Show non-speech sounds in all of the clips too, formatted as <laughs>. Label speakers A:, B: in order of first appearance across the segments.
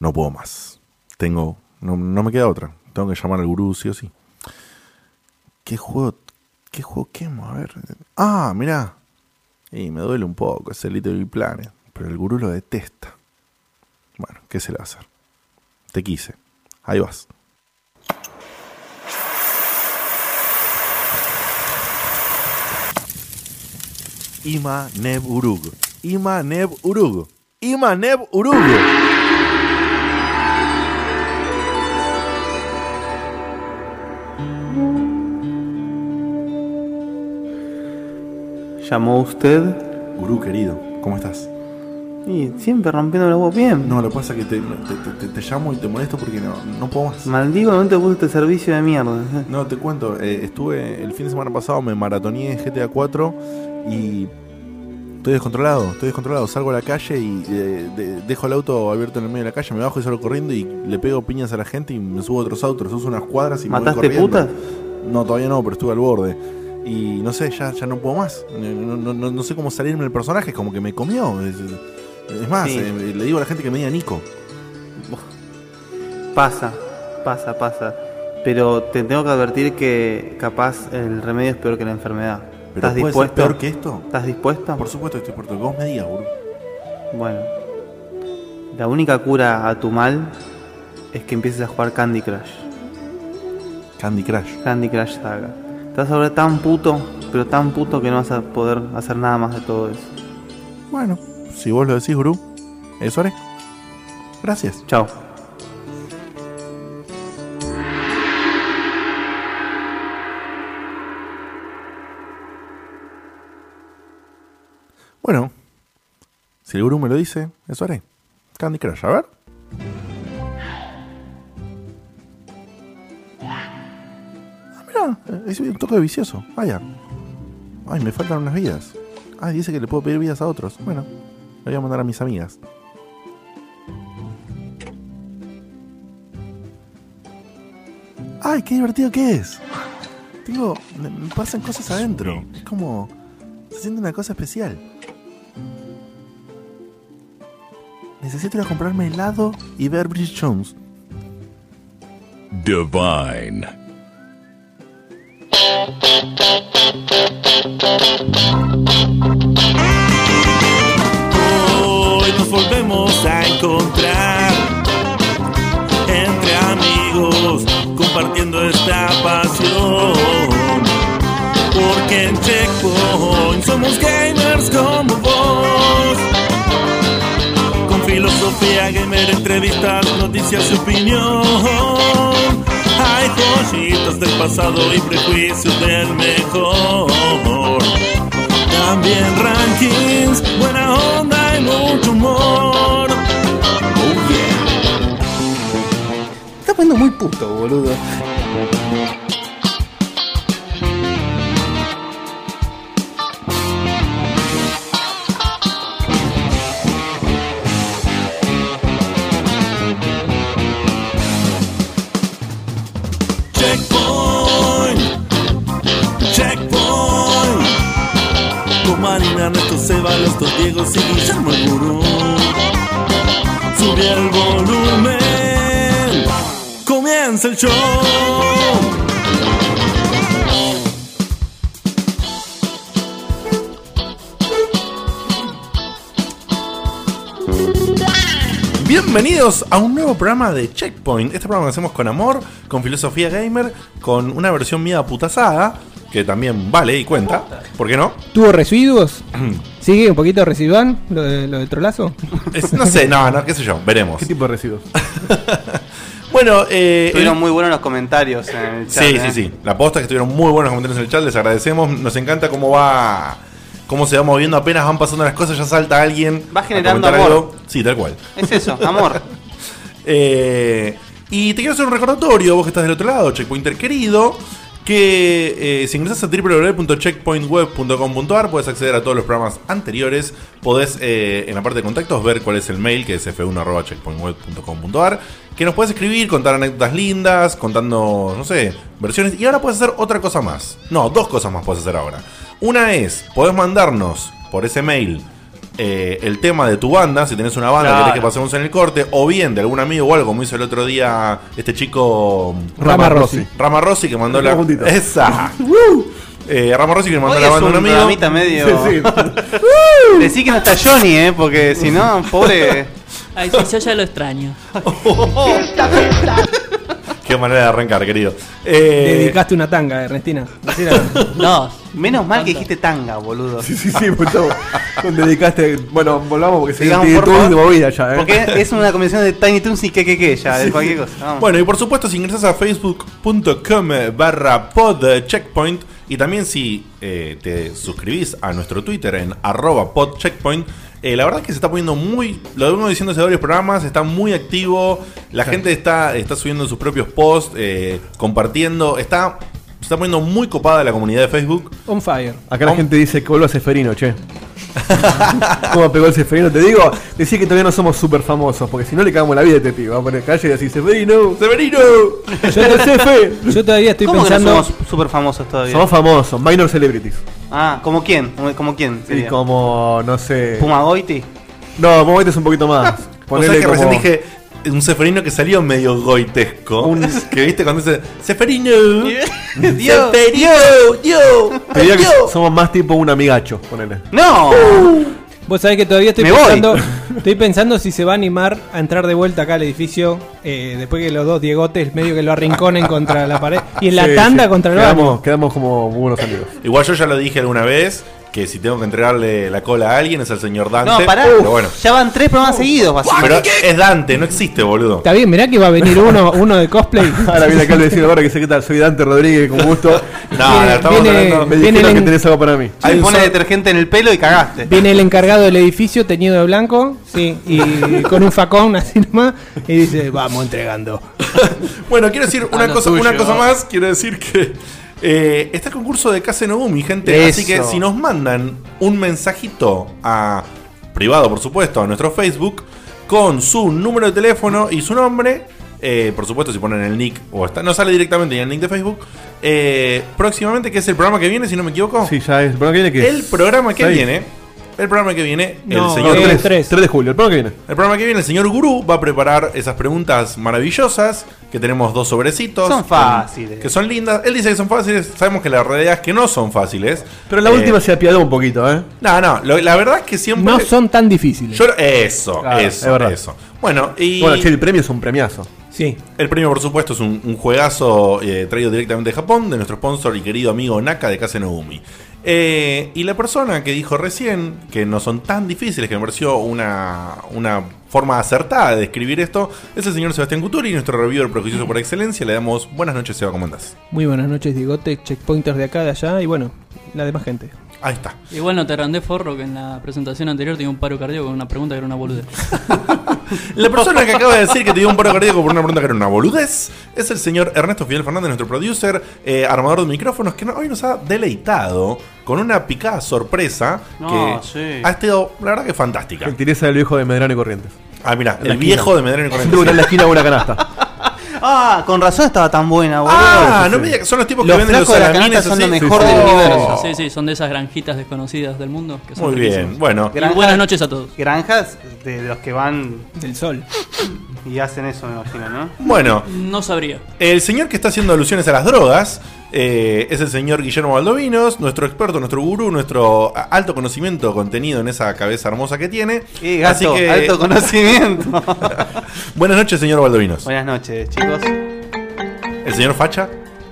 A: no puedo más. Tengo, no, no me queda otra. Tengo que llamar al gurú, sí o sí. ¿Qué juego, qué juego quemo? A ver. Ah, mirá. Y me duele un poco, es el Little Big Planet. Pero el gurú lo detesta. Bueno, ¿qué se le va a hacer? Te quise. Ahí vas. Ima Neb Urug. Ima Neb Urug. Ima Neb Urug.
B: ¿Llamó usted?
A: Gurú querido, ¿cómo estás?
B: Y siempre rompiendo los huevos bien.
A: No, lo que pasa es que te, te- te- te- te llamo y te molesto porque no, no puedo más.
B: Maldigo, no te gusta este servicio de mierda.
A: No, te cuento, eh, estuve el fin de semana pasado, me maratoneé en GTA 4 y estoy descontrolado, estoy descontrolado. Salgo a la calle y eh, de- dejo el auto abierto en el medio de la calle, me bajo y salgo corriendo y le pego piñas a la gente y me subo a otros autos, uso unas cuadras y
B: ¿Mataste
A: me voy corriendo.
B: putas?
A: No, todavía no, pero estuve al borde. Y no sé, ya, ya no puedo más. No, no- no- no sé cómo salirme del personaje, es como que me comió. Es, es más,
B: Sí.
A: eh, le digo a la gente que me diga Nico.
B: Pasa, pasa, pasa. Pero te tengo que advertir que capaz el remedio es peor que la enfermedad.
A: ¿Pero
B: ¿Estás
A: puede
B: dispuesto?
A: ser peor que esto?
B: ¿Estás dispuesta?
A: Por supuesto que estoy por todo. Vos me digas, boludo.
B: Bueno. La única cura a tu mal es que empieces a jugar Candy Crush.
A: Candy Crush.
B: Candy Crush Saga. Te vas a volver tan puto, pero tan puto que no vas a poder hacer nada más de todo eso.
A: Bueno, si vos lo decís, Guru, eso haré. Gracias.
B: Chao.
A: Bueno, si el Guru me lo dice, eso haré. Candy Crush, a ver. Ah, mirá, es un toque vicioso. Vaya. Ay, me faltan unas vidas. Ah, dice que le puedo pedir vidas a otros. Bueno, le voy a mandar a mis amigas. ¡Ay, qué divertido que es! Digo, me- me pasan cosas adentro. Es como. Se siente una cosa especial. Necesito ir a comprarme helado y ver Bridget Jones.
C: Divine.
D: Hoy nos volvemos a encontrar entre amigos compartiendo esta pasión. Porque en Checkpoint somos gamers como vos. Con filosofía gamer, entrevistas, noticias y opinión. Hay joyitas del pasado y prejuicios del mejor. También rankings, buena onda y mucho humor. Oh yeah.
E: Está poniendo muy puto, boludo.
D: Checkpoint. Checkpoint. Con Marina, Ernesto, Seba, los dos Diegos y Guillermo el Gurú. Sube el volumen. Comienza el show.
A: Bienvenidos a un nuevo programa de Checkpoint. Este programa que hacemos con amor, con filosofía gamer, con una versión mía putazada, que también vale y cuenta. ¿Por qué no?
E: ¿Tuvo residuos? ¿Sigue un poquito residual lo, de, lo del trolazo?
A: Es- no sé, no, no, qué sé yo, veremos.
F: ¿Qué tipo de residuos?
A: <laughs> Bueno, eh, el-
B: Estuvieron muy buenos los comentarios en el chat.
A: Sí,
B: ¿eh?
A: sí, sí. La posta es que estuvieron muy buenos comentarios en el chat, les agradecemos. Nos encanta cómo va. cómo se va moviendo. Apenas van pasando las cosas, ya salta alguien.
B: Va
A: a
B: generando
A: comentar
B: amor.
A: algo. Sí, tal cual.
B: Es eso, amor.
A: Eh, y te quiero hacer un recordatorio, vos que estás del otro lado, Checkpointer querido, que eh, si ingresas a www.checkpointweb.com.ar puedes acceder a todos los programas anteriores, podés eh, en la parte de contactos ver cuál es el mail, que es f1.checkpointweb.com.ar, que nos puedes escribir, contar anécdotas lindas, contando, no sé, versiones, y ahora puedes hacer otra cosa más. No, dos cosas más puedes hacer ahora. Una es, podés mandarnos por ese mail eh, el tema de tu banda, si tenés una banda que
C: Claro.
A: querés que pasemos en el corte, o bien de algún amigo o algo, como hizo el otro día este chico
E: Rama Rossi.
A: Rama Rossi que mandó la.
F: Los puntitos.
E: <laughs>
A: Esa. Eh, Rama Rossi que mandó
B: Hoy
A: la
B: es
A: banda a un
B: un
A: amigo.
B: programita <laughs> medio...
F: Sí,
B: Decí que no está Johnny, eh, porque si no, pobre...
G: Ay, sí, yo ya lo extraño.
A: Qué manera de arrancar, querido. Eh,
E: Dedicaste una tanga, Ernestina. Decila.
G: Dos.
B: Menos mal que dijiste tanga, boludo.
F: sí, sí, sí, por favor. Con dedicaste. Bueno, volvamos porque se
B: Digamos,
F: tiene
B: por
F: todo
B: favor.
F: de movida ya, ¿eh?
B: Porque es una combinación de Tiny Toons y que ya, de cualquier cosa. Vamos.
A: Bueno, y por supuesto, si ingresas a facebook.com barra podcheckpoint y también si eh, te suscribís a nuestro Twitter en arroba podcheckpoint, eh, la verdad es que se está poniendo muy, lo vengo diciendo hace varios programas, está muy activo, la gente está, está subiendo sus propios posts, eh, compartiendo, está, se está poniendo muy copada la comunidad de Facebook.
E: <laughs> On fire.
F: Acá la gente dice que voló a
A: <laughs>
F: Seferino, che. ¿Cómo pegó el Seferino? Te digo, decís que todavía no somos súper famosos, porque si no le cagamos la vida a este pibe. Va a poner calle y decir, Seferino.
A: ¡Severino!
E: Yo, <laughs>
F: ¡El Sefe!
E: yo todavía estoy
B: ¿Cómo
E: pensando.
B: que no somos super famosos todavía?
F: Somos famosos, minor celebrities.
B: Ah, ¿como quién? ¿Como- ¿Como quién?
F: Y
B: Sería?
F: como, no sé.
B: ¿Puma Goiti? <laughs>
F: No, Momento es un poquito más.
A: <laughs> O sea
F: Ponele
A: que recién
F: como-
A: dije un Seferino que salió medio goitesco.
F: Un-
A: Que viste cuando dice Seferino.
B: Dios.
A: Seferino, yo,
F: Te diría que
A: yo".
F: somos más tipo un amigacho, ponele.
B: ¡No!
E: Vos sabés que todavía estoy
B: Me
E: pensando. Estoy pensando si se va a animar a entrar de vuelta acá al edificio. eh, después que los dos diegotes medio que lo arrinconen contra la pared. Y en la
F: <laughs> Sí,
E: tanda
F: sí.
E: contra el
F: quedamos,
E: baño.
F: quedamos como buenos amigos. <laughs>
A: Igual yo ya lo dije alguna vez que si tengo que entregarle la cola a alguien es al señor Dante.
B: No, pará.
A: Pero bueno.
B: Ya van tres programas seguidos, básicamente.
A: Pero es Dante, no existe, boludo.
E: Está bien, mirá que va a venir uno, uno de cosplay.
F: Ahora viene acá el vecino ahora que sé qué tal, soy Dante Rodríguez, con gusto.
A: No, no, estamos
E: viene-
A: hablando.
F: Me
E: Viene
F: dijeron
E: el-
F: que tenés algo para mí.
A: Hay
B: Te
A: un
B: pone
A: solo-
B: detergente en el pelo y cagaste.
E: Viene el encargado del edificio teñido de blanco, sí, y con un facón así nomás, y dice, vamos entregando.
A: Bueno, quiero decir una
G: Ah, lo
A: cosa,
G: tuyo.
A: una cosa más. Quiero decir que eh, está el concurso de Case Nogumi, gente. Así que
B: Eso.
A: si nos mandan un mensajito a privado, por supuesto, a nuestro Facebook con su número de teléfono y su nombre. eh, por supuesto, si ponen el nick o está, no sale directamente ni el nick de Facebook. eh, próximamente, que es el programa que viene, si no me equivoco.
F: Sí, ya es. El programa que viene que
A: Oh. El programa que
F: seis.
A: viene, el programa que viene,
E: No,
A: el
F: No,
A: señor
E: eh,
F: 3,
E: tres.
F: de julio, el programa que viene.
A: el programa que viene, el señor Gurú va a preparar esas preguntas maravillosas, que tenemos dos sobrecitos.
B: Son
A: con-
B: fáciles.
A: Que son lindas. Él dice que son fáciles, sabemos que la realidad es que no son fáciles.
F: Pero la
A: Eh,
F: última se apiadó un poquito, ¿eh?
A: No, no, lo- la verdad es que siempre...
E: No son tan difíciles.
A: Yo- eso,
F: Claro, es
A: eso,
F: verdad.
A: eso. Bueno, y
F: Bueno, che, el premio es un premiazo.
E: Sí.
A: el premio, por supuesto, es un, un juegazo eh, traído directamente de Japón, de nuestro sponsor y querido amigo Naka de Kase Nogumi. Eh, y la persona que dijo recién que no son tan difíciles, que me pareció una, una forma acertada de describir esto, es el señor Sebastián Couturi, nuestro reviewer prejuicioso por excelencia. Le damos buenas noches, Seba, ¿cómo andás?
E: Muy buenas noches, Digote, checkpointers de acá, de allá, y bueno, la demás gente.
A: Ahí está.
G: Igual no te randé forro que en la presentación anterior tenía un paro cardíaco con una pregunta que era una boludez.
A: La persona que acaba de decir que te dio un paro cardíaco por una pregunta que era una boludez es el señor Ernesto Fidel Fernández, nuestro producer, eh, armador de micrófonos, que no- hoy nos ha deleitado con una picada sorpresa
B: No,
A: que
B: sí.
A: ha estado, la verdad, que fantástica.
F: Gentileza del viejo de Medrano y Corrientes.
A: Ah, mira,
F: La
A: el viejo de Medellín
F: <laughs> Tuvo en la esquina de una canasta.
B: Ah, con razón estaba tan buena, boludo.
A: Ah, no me digas que son los tipos que
B: Los
A: venden los
B: flacos de la
A: salamines
B: canasta son lo
A: así.
B: mejor
F: Sí, sí.
B: del
F: Oh.
B: universo.
G: Sí, sí, son de esas granjitas desconocidas del mundo. Que son
A: Muy bien,
G: riquísimas.
A: bueno.
G: Y buenas noches a todos.
B: Granjas de los que van
E: Del sol.
B: y hacen eso, me imagino, ¿no?
A: Bueno,
G: No sabría.
A: el señor que está haciendo alusiones a las drogas eh, es el señor Guillermo Baldovinos, nuestro experto, nuestro gurú, nuestro a- alto conocimiento contenido en esa cabeza hermosa que tiene.
B: Y gato,
A: Así que,
B: alto conocimiento.
A: buenas noches, señor
B: <laughs>
A: Baldovinos.
B: Buenas noches, chicos. Eh,
A: El señor Facha.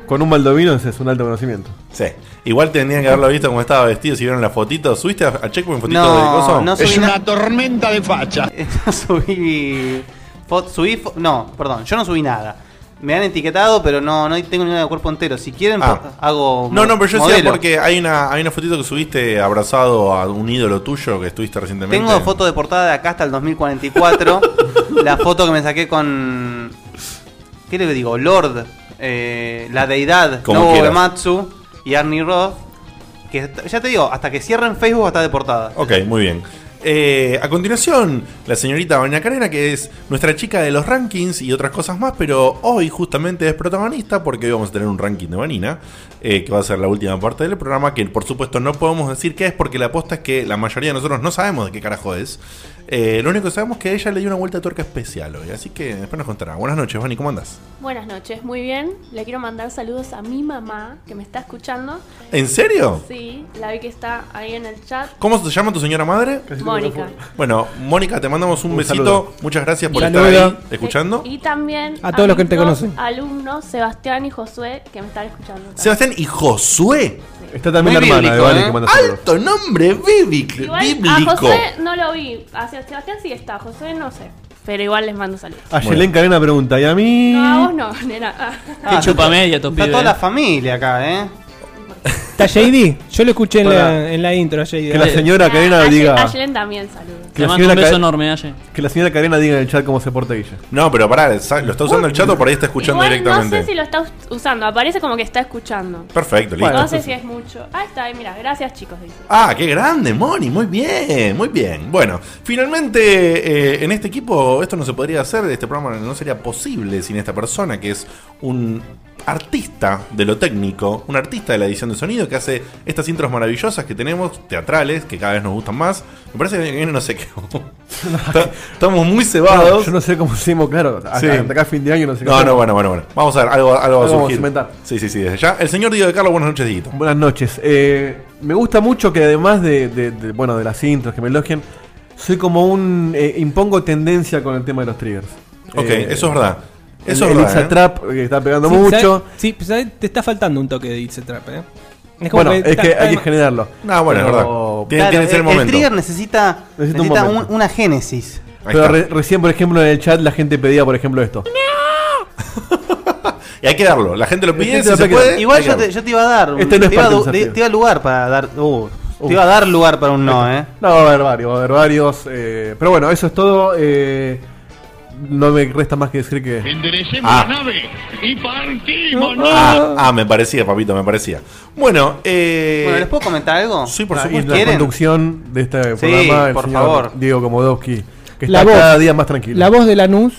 F: Con un baldovino ese es un alto conocimiento.
A: Sí. Igual tendrían que haberlo visto como estaba vestido. Si vieron la fotito, ¿subiste a, a Checkpoint fotito
B: No,
A: de coso?
B: no
H: Es
B: subí na-
H: una tormenta de facha.
B: no subí. fo- subí fo- no, perdón, yo no subí nada. Me han etiquetado, pero no, no tengo ninguna de cuerpo entero. Si quieren,
A: Ah.
B: po- hago.
A: No, no, pero yo decía
B: modelo.
A: porque hay una, hay una fotito que subiste abrazado a un ídolo tuyo que estuviste recientemente.
B: Tengo foto de portada de acá hasta el
A: <laughs>
B: 2044. la foto que me saqué con. ¿Qué le digo? Lord, eh, la deidad,
A: Como
B: Nobuo
A: quieras.
B: Uematsu y Arnie Roth. Que ya te digo, hasta que cierren Facebook está de portada.
A: Ok, muy bien. Eh, a continuación, la señorita Doña Carena, que es nuestra chica de los rankings y otras cosas más, pero hoy justamente es protagonista porque hoy vamos a tener un ranking de Vanina, eh, que va a ser la última parte del programa, que por supuesto no podemos decir qué es porque la aposta es que la mayoría de nosotros no sabemos de qué carajo es. Eh, lo único que sabemos es que ella le dio una vuelta de tuerca especial hoy, así que después nos contará. Buenas noches, Vani, ¿cómo andas?
C: Buenas noches, muy bien. Le quiero mandar saludos a mi mamá que me está escuchando.
A: ¿En serio?
C: Sí, la vi que está ahí en el chat.
A: ¿Cómo se llama tu señora madre?
C: Mónica.
A: Bueno, Mónica, te mandamos un,
F: Un
A: besito.
F: saludo.
A: Muchas gracias por
E: Un
A: estar
E: saludo.
A: ahí escuchando.
C: Y también
E: A todos los que te
C: mis dos
E: conocen.
C: Alumnos Sebastián y Josué que me están escuchando. también.
A: Sebastián y Josué.
F: Está también
B: Muy
F: la hermana de
B: bíblico,
F: Vale
B: ¿eh?
F: que manda saludos.
A: Alto nombre bíblic-
C: Igual
A: bíblico.
C: a José no lo vi. A Sebastián sí está, José no sé. Pero igual les mando saludos.
F: A Yelén Carena pregunta, ¿y a mí?
C: No, a vos no, nena. Ah,
G: Qué chupa media, estos
B: Está
G: pibes.
B: toda la familia acá, ¿eh?
E: ¿Está JD? Yo lo escuché en la,
B: Hola.
E: en la intro a JD.
F: Que la señora Carena
C: a Ye-
F: diga.
C: A Yelen también saludos.
F: Que
G: Te
F: la
G: mando un
F: señora,
G: beso
F: Ca-
G: enorme, Aye.
F: que la señora Carena diga en el chat cómo se porta ella.
A: No, pero pará, sa- ¿lo está usando el chat o por ahí está escuchando
C: Igual
A: directamente?
C: No sé si lo está us- usando, aparece como que está escuchando.
A: Perfecto, listo.
F: Bueno,
C: no sé
F: entonces-
C: si es mucho. Ah, está ahí, mira, gracias chicos. dice.
A: Ah, qué grande, Moni, muy bien, muy bien. Bueno, finalmente eh, en este equipo esto no se podría hacer, este programa no sería posible sin esta persona que es un artista de lo técnico, un artista de la edición de sonido que hace estas intros maravillosas que tenemos, teatrales, que cada vez nos gustan más. Me parece que viene no sé
F: <laughs>
A: qué. <laughs> Está- Estamos muy cebados.
F: Yo no sé cómo hicimos, claro. Acá,
A: Sí.
F: hasta acá fin de año no sé qué
A: No,
F: hacemos.
A: no, bueno, bueno, bueno. Vamos a ver, algo, algo va a
F: Algo vamos a
A: surgir.
F: inventar.
A: Sí, sí, sí, desde ya. El señor Diego de Carlos, buenas noches, Dieguito.
F: Buenas noches. Eh, me gusta mucho que además de, de- de, bueno, de las intros que me elogian, soy como un. eh, impongo tendencia con el tema de los triggers.
A: Ok,
F: Eh,
A: eso es verdad. Eso es
F: el, el
A: verdad.
F: Itza
A: ¿eh?
F: Trap, que está pegando
E: Sí,
F: mucho.
E: ¿sabes? Sí, pues, ¿sabes? te está faltando un toque de Itse Trap, ¿eh? Es como
F: Bueno, es
E: está-
F: que
E: está
F: hay que
E: de-
F: generarlo.
A: No, bueno, es
F: Pero-
A: verdad. Tiene,
B: Claro,
A: tiene que ser el
B: el,
A: momento.
B: trigger necesita,
F: Necesita un
B: necesita un-
F: momento.
B: una génesis.
A: Ahí
F: Pero
A: está.
F: re- recién, por ejemplo, en el chat la gente pedía, por ejemplo, esto.
A: Y hay que darlo. La gente lo pide,
F: gente
A: si
F: lo
A: se
F: pide.
A: puede.
B: Igual
A: hay que
B: yo te,
A: darlo.
B: yo te iba a dar. un-
F: Este no es
B: te, iba a,
F: parte
B: du-
F: del
B: te-
F: desafío.
B: te iba a lugar para dar. uh,
F: Uh.
B: Te iba a dar lugar para un no, ¿eh?
F: No, va a haber varios, va a haber varios. eh, pero bueno, eso es todo. eh, no me resta más que decir que.
H: Enderecemos
A: Ah.
H: la nave y partimos. ¿no?
A: Ah, ah, me parecía, papito, me parecía. Bueno, eh.
B: Bueno, ¿les puedo comentar algo?
A: Sí, por
B: Ah,
A: supuesto.
F: La
B: ¿Quieren?
F: conducción de este
B: Sí,
F: programa, el
B: por
F: señor
B: favor.
F: Diego Komodowski, que
E: La
F: está
E: voz.
F: cada día más tranquilo.
E: La voz de Lanús,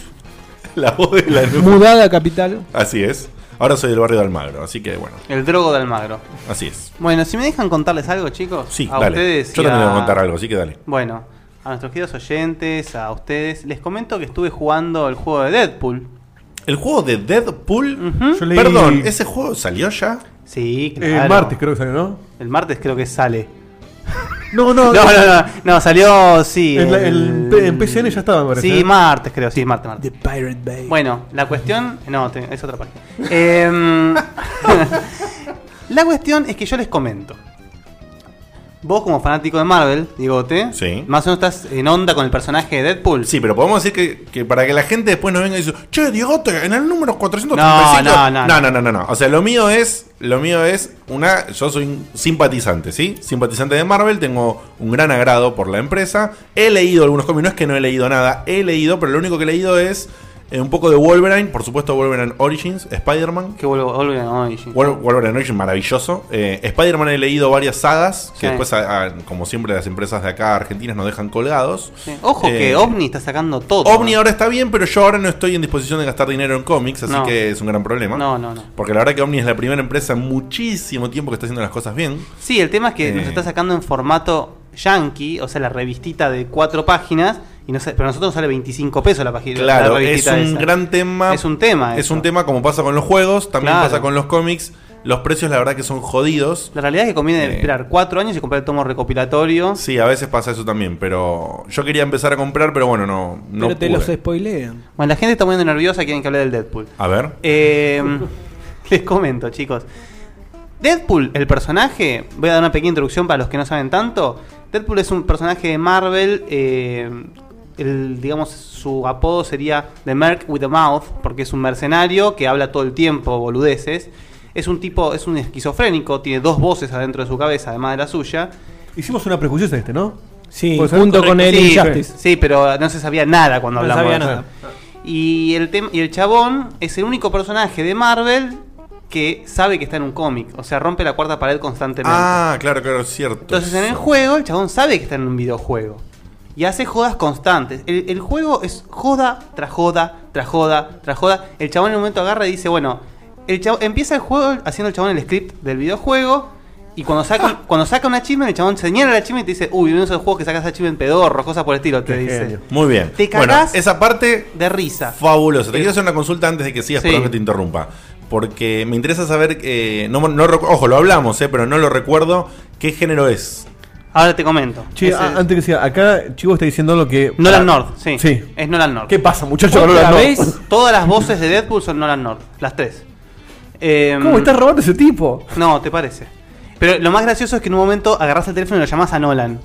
A: La voz de la nube.
E: mudada a capital.
A: Así es. Ahora soy del barrio de Almagro, así que bueno,
B: El drogo de Almagro.
A: así es.
B: Bueno, si me dejan contarles algo, chicos.
A: Sí,
B: a
A: dale.
B: ustedes.
A: yo
B: y
A: también
B: a-
A: voy a contar algo, así que dale.
B: Bueno, a nuestros queridos oyentes, a ustedes, les comento que estuve jugando el juego de Deadpool.
A: El juego de Deadpool.
B: Ujú.
F: Yo leí-
A: Perdón, ¿ese juego salió ya?
B: Sí,
F: Eh,
B: claro.
F: martes creo que salió, ¿no?
B: El martes creo que sale.
F: No,
B: No,
F: no,
B: no, no, no, no, salió, sí.
F: En la- en P- en PCN ya estaba, me parece,
B: Sí,
F: ¿eh?
B: martes creo, sí, martes, martes.
E: Pirate Bay.
B: Bueno, la cuestión. No, te- es otra página. Em, <laughs> la cuestión es que yo les comento. Vos, como fanático de Marvel, digote,
A: Sí.
B: más o menos estás en onda con el personaje de Deadpool.
A: Sí, pero podemos decir que, que para que la gente después nos venga y dice, che, Diegote, en el número 435.
B: No, no, no,
A: no, no, no, no. O sea, lo mío es, lo mío es una, yo soy un simpatizante, ¿sí? Simpatizante de Marvel, tengo un gran agrado por la empresa. He leído algunos cómics, no es que no he leído nada, he leído, pero lo único que he leído es eh, un poco de Wolverine, por supuesto Wolverine Origins, Spider-Man.
B: Que vuelvo, vuelvo en Origin.
A: Wol- Wolverine Origins, maravilloso. Eh, Spider-Man he leído varias sagas, que
B: Sí.
A: después, a- a- como siempre, las empresas de acá argentinas nos dejan colgados.
B: Sí. Ojo que
A: Eh,
B: OVNI está sacando todo.
A: OVNI ahora está bien, pero yo ahora no estoy en disposición de gastar dinero en cómics, así
B: No.
A: que es un gran problema.
B: No, no, no.
A: Porque la verdad que OVNI es la primera empresa en muchísimo tiempo que está haciendo las cosas bien.
B: Sí, el tema es que
A: Eh.
B: nos está sacando en formato yankee, o sea, la revistita de cuatro páginas, y no sé, pero a nosotros nos sale 25 pesos la página.
A: Claro,
B: la
A: es
B: revistita
A: un
B: esa.
A: gran tema.
B: Es un tema
A: Es
B: eso.
A: un tema como pasa con los juegos, también
B: Claro.
A: pasa con los cómics. Los precios la verdad que son jodidos.
B: La realidad es que conviene
A: Eh.
B: esperar cuatro años y comprar el tomo recopilatorio.
A: Sí, a veces pasa eso también, pero yo quería empezar a comprar, pero bueno, no, no
E: Pero te
A: pude.
E: los spoilean.
B: Bueno, la gente está muy nerviosa, quieren que hable del Deadpool.
A: A ver.
B: Eh, <laughs> les comento, chicos. Deadpool, el personaje, voy a dar una pequeña introducción para los que no saben tanto. Deadpool es un personaje de Marvel, eh, el, digamos, su apodo sería The Merc with a Mouth, porque es un mercenario que habla todo el tiempo, boludeces. Es un tipo, es un esquizofrénico, tiene dos voces adentro de su cabeza, además de la suya.
F: Hicimos una prejuiciosa este, ¿no?
E: Sí,
F: Puede ser
E: junto con el
B: Sí,
E: Injustice.
B: sí, pero no se sabía nada cuando
E: No
B: hablamos
E: sabía
B: de eso.
E: nada.
B: Y el, tem- y el chabón es el único personaje de Marvel que sabe que está en un cómic. O sea, rompe la cuarta pared constantemente.
A: Ah, claro, claro, es cierto.
F: Pues-
B: Entonces en el
A: eso.
B: juego el chabón sabe que está en un videojuego. y hace jodas constantes. El, el juego es joda tras joda, tras joda, tras joda. El chabón en un momento agarra y dice, bueno, el chabón- empieza el juego haciendo el chabón el script del videojuego. Y cuando
F: <laughs>
B: saca, cuando saca una achievement, el chabón señala la achievement y te dice, uy, uno de esos juegos que sacas achievement pedorro, cosas por el estilo, te
F: Qué
B: dice.
F: genio.
A: Muy bien.
B: Te
A: bueno,
B: cagás.
A: esa parte
B: De risa.
A: fabulosa. Te quiero hacer una consulta antes de que sigas,
B: Sí.
A: perdón que te interrumpa. Porque me interesa saber, eh, no, no recu- ojo, lo hablamos, eh, pero no lo recuerdo, ¿qué género es?
B: Ahora te comento.
F: Che, ah,
B: Es
F: a-
B: el-
F: antes que siga, acá Chivo está diciendo lo que.
B: Nolan
F: para-
B: North, sí.
F: Sí.
B: Es Nolan North.
F: ¿Qué pasa, muchachos? con
E: ¿Otra
F: Nolan North?
E: vez?
B: Todas las voces de Deadpool son Nolan North, las tres. Em,
F: <laughs> ¿Cómo estás robando ese tipo?
B: <laughs> No, te parece. Pero lo más gracioso es que en un momento agarras el teléfono y lo llamás a Nolan.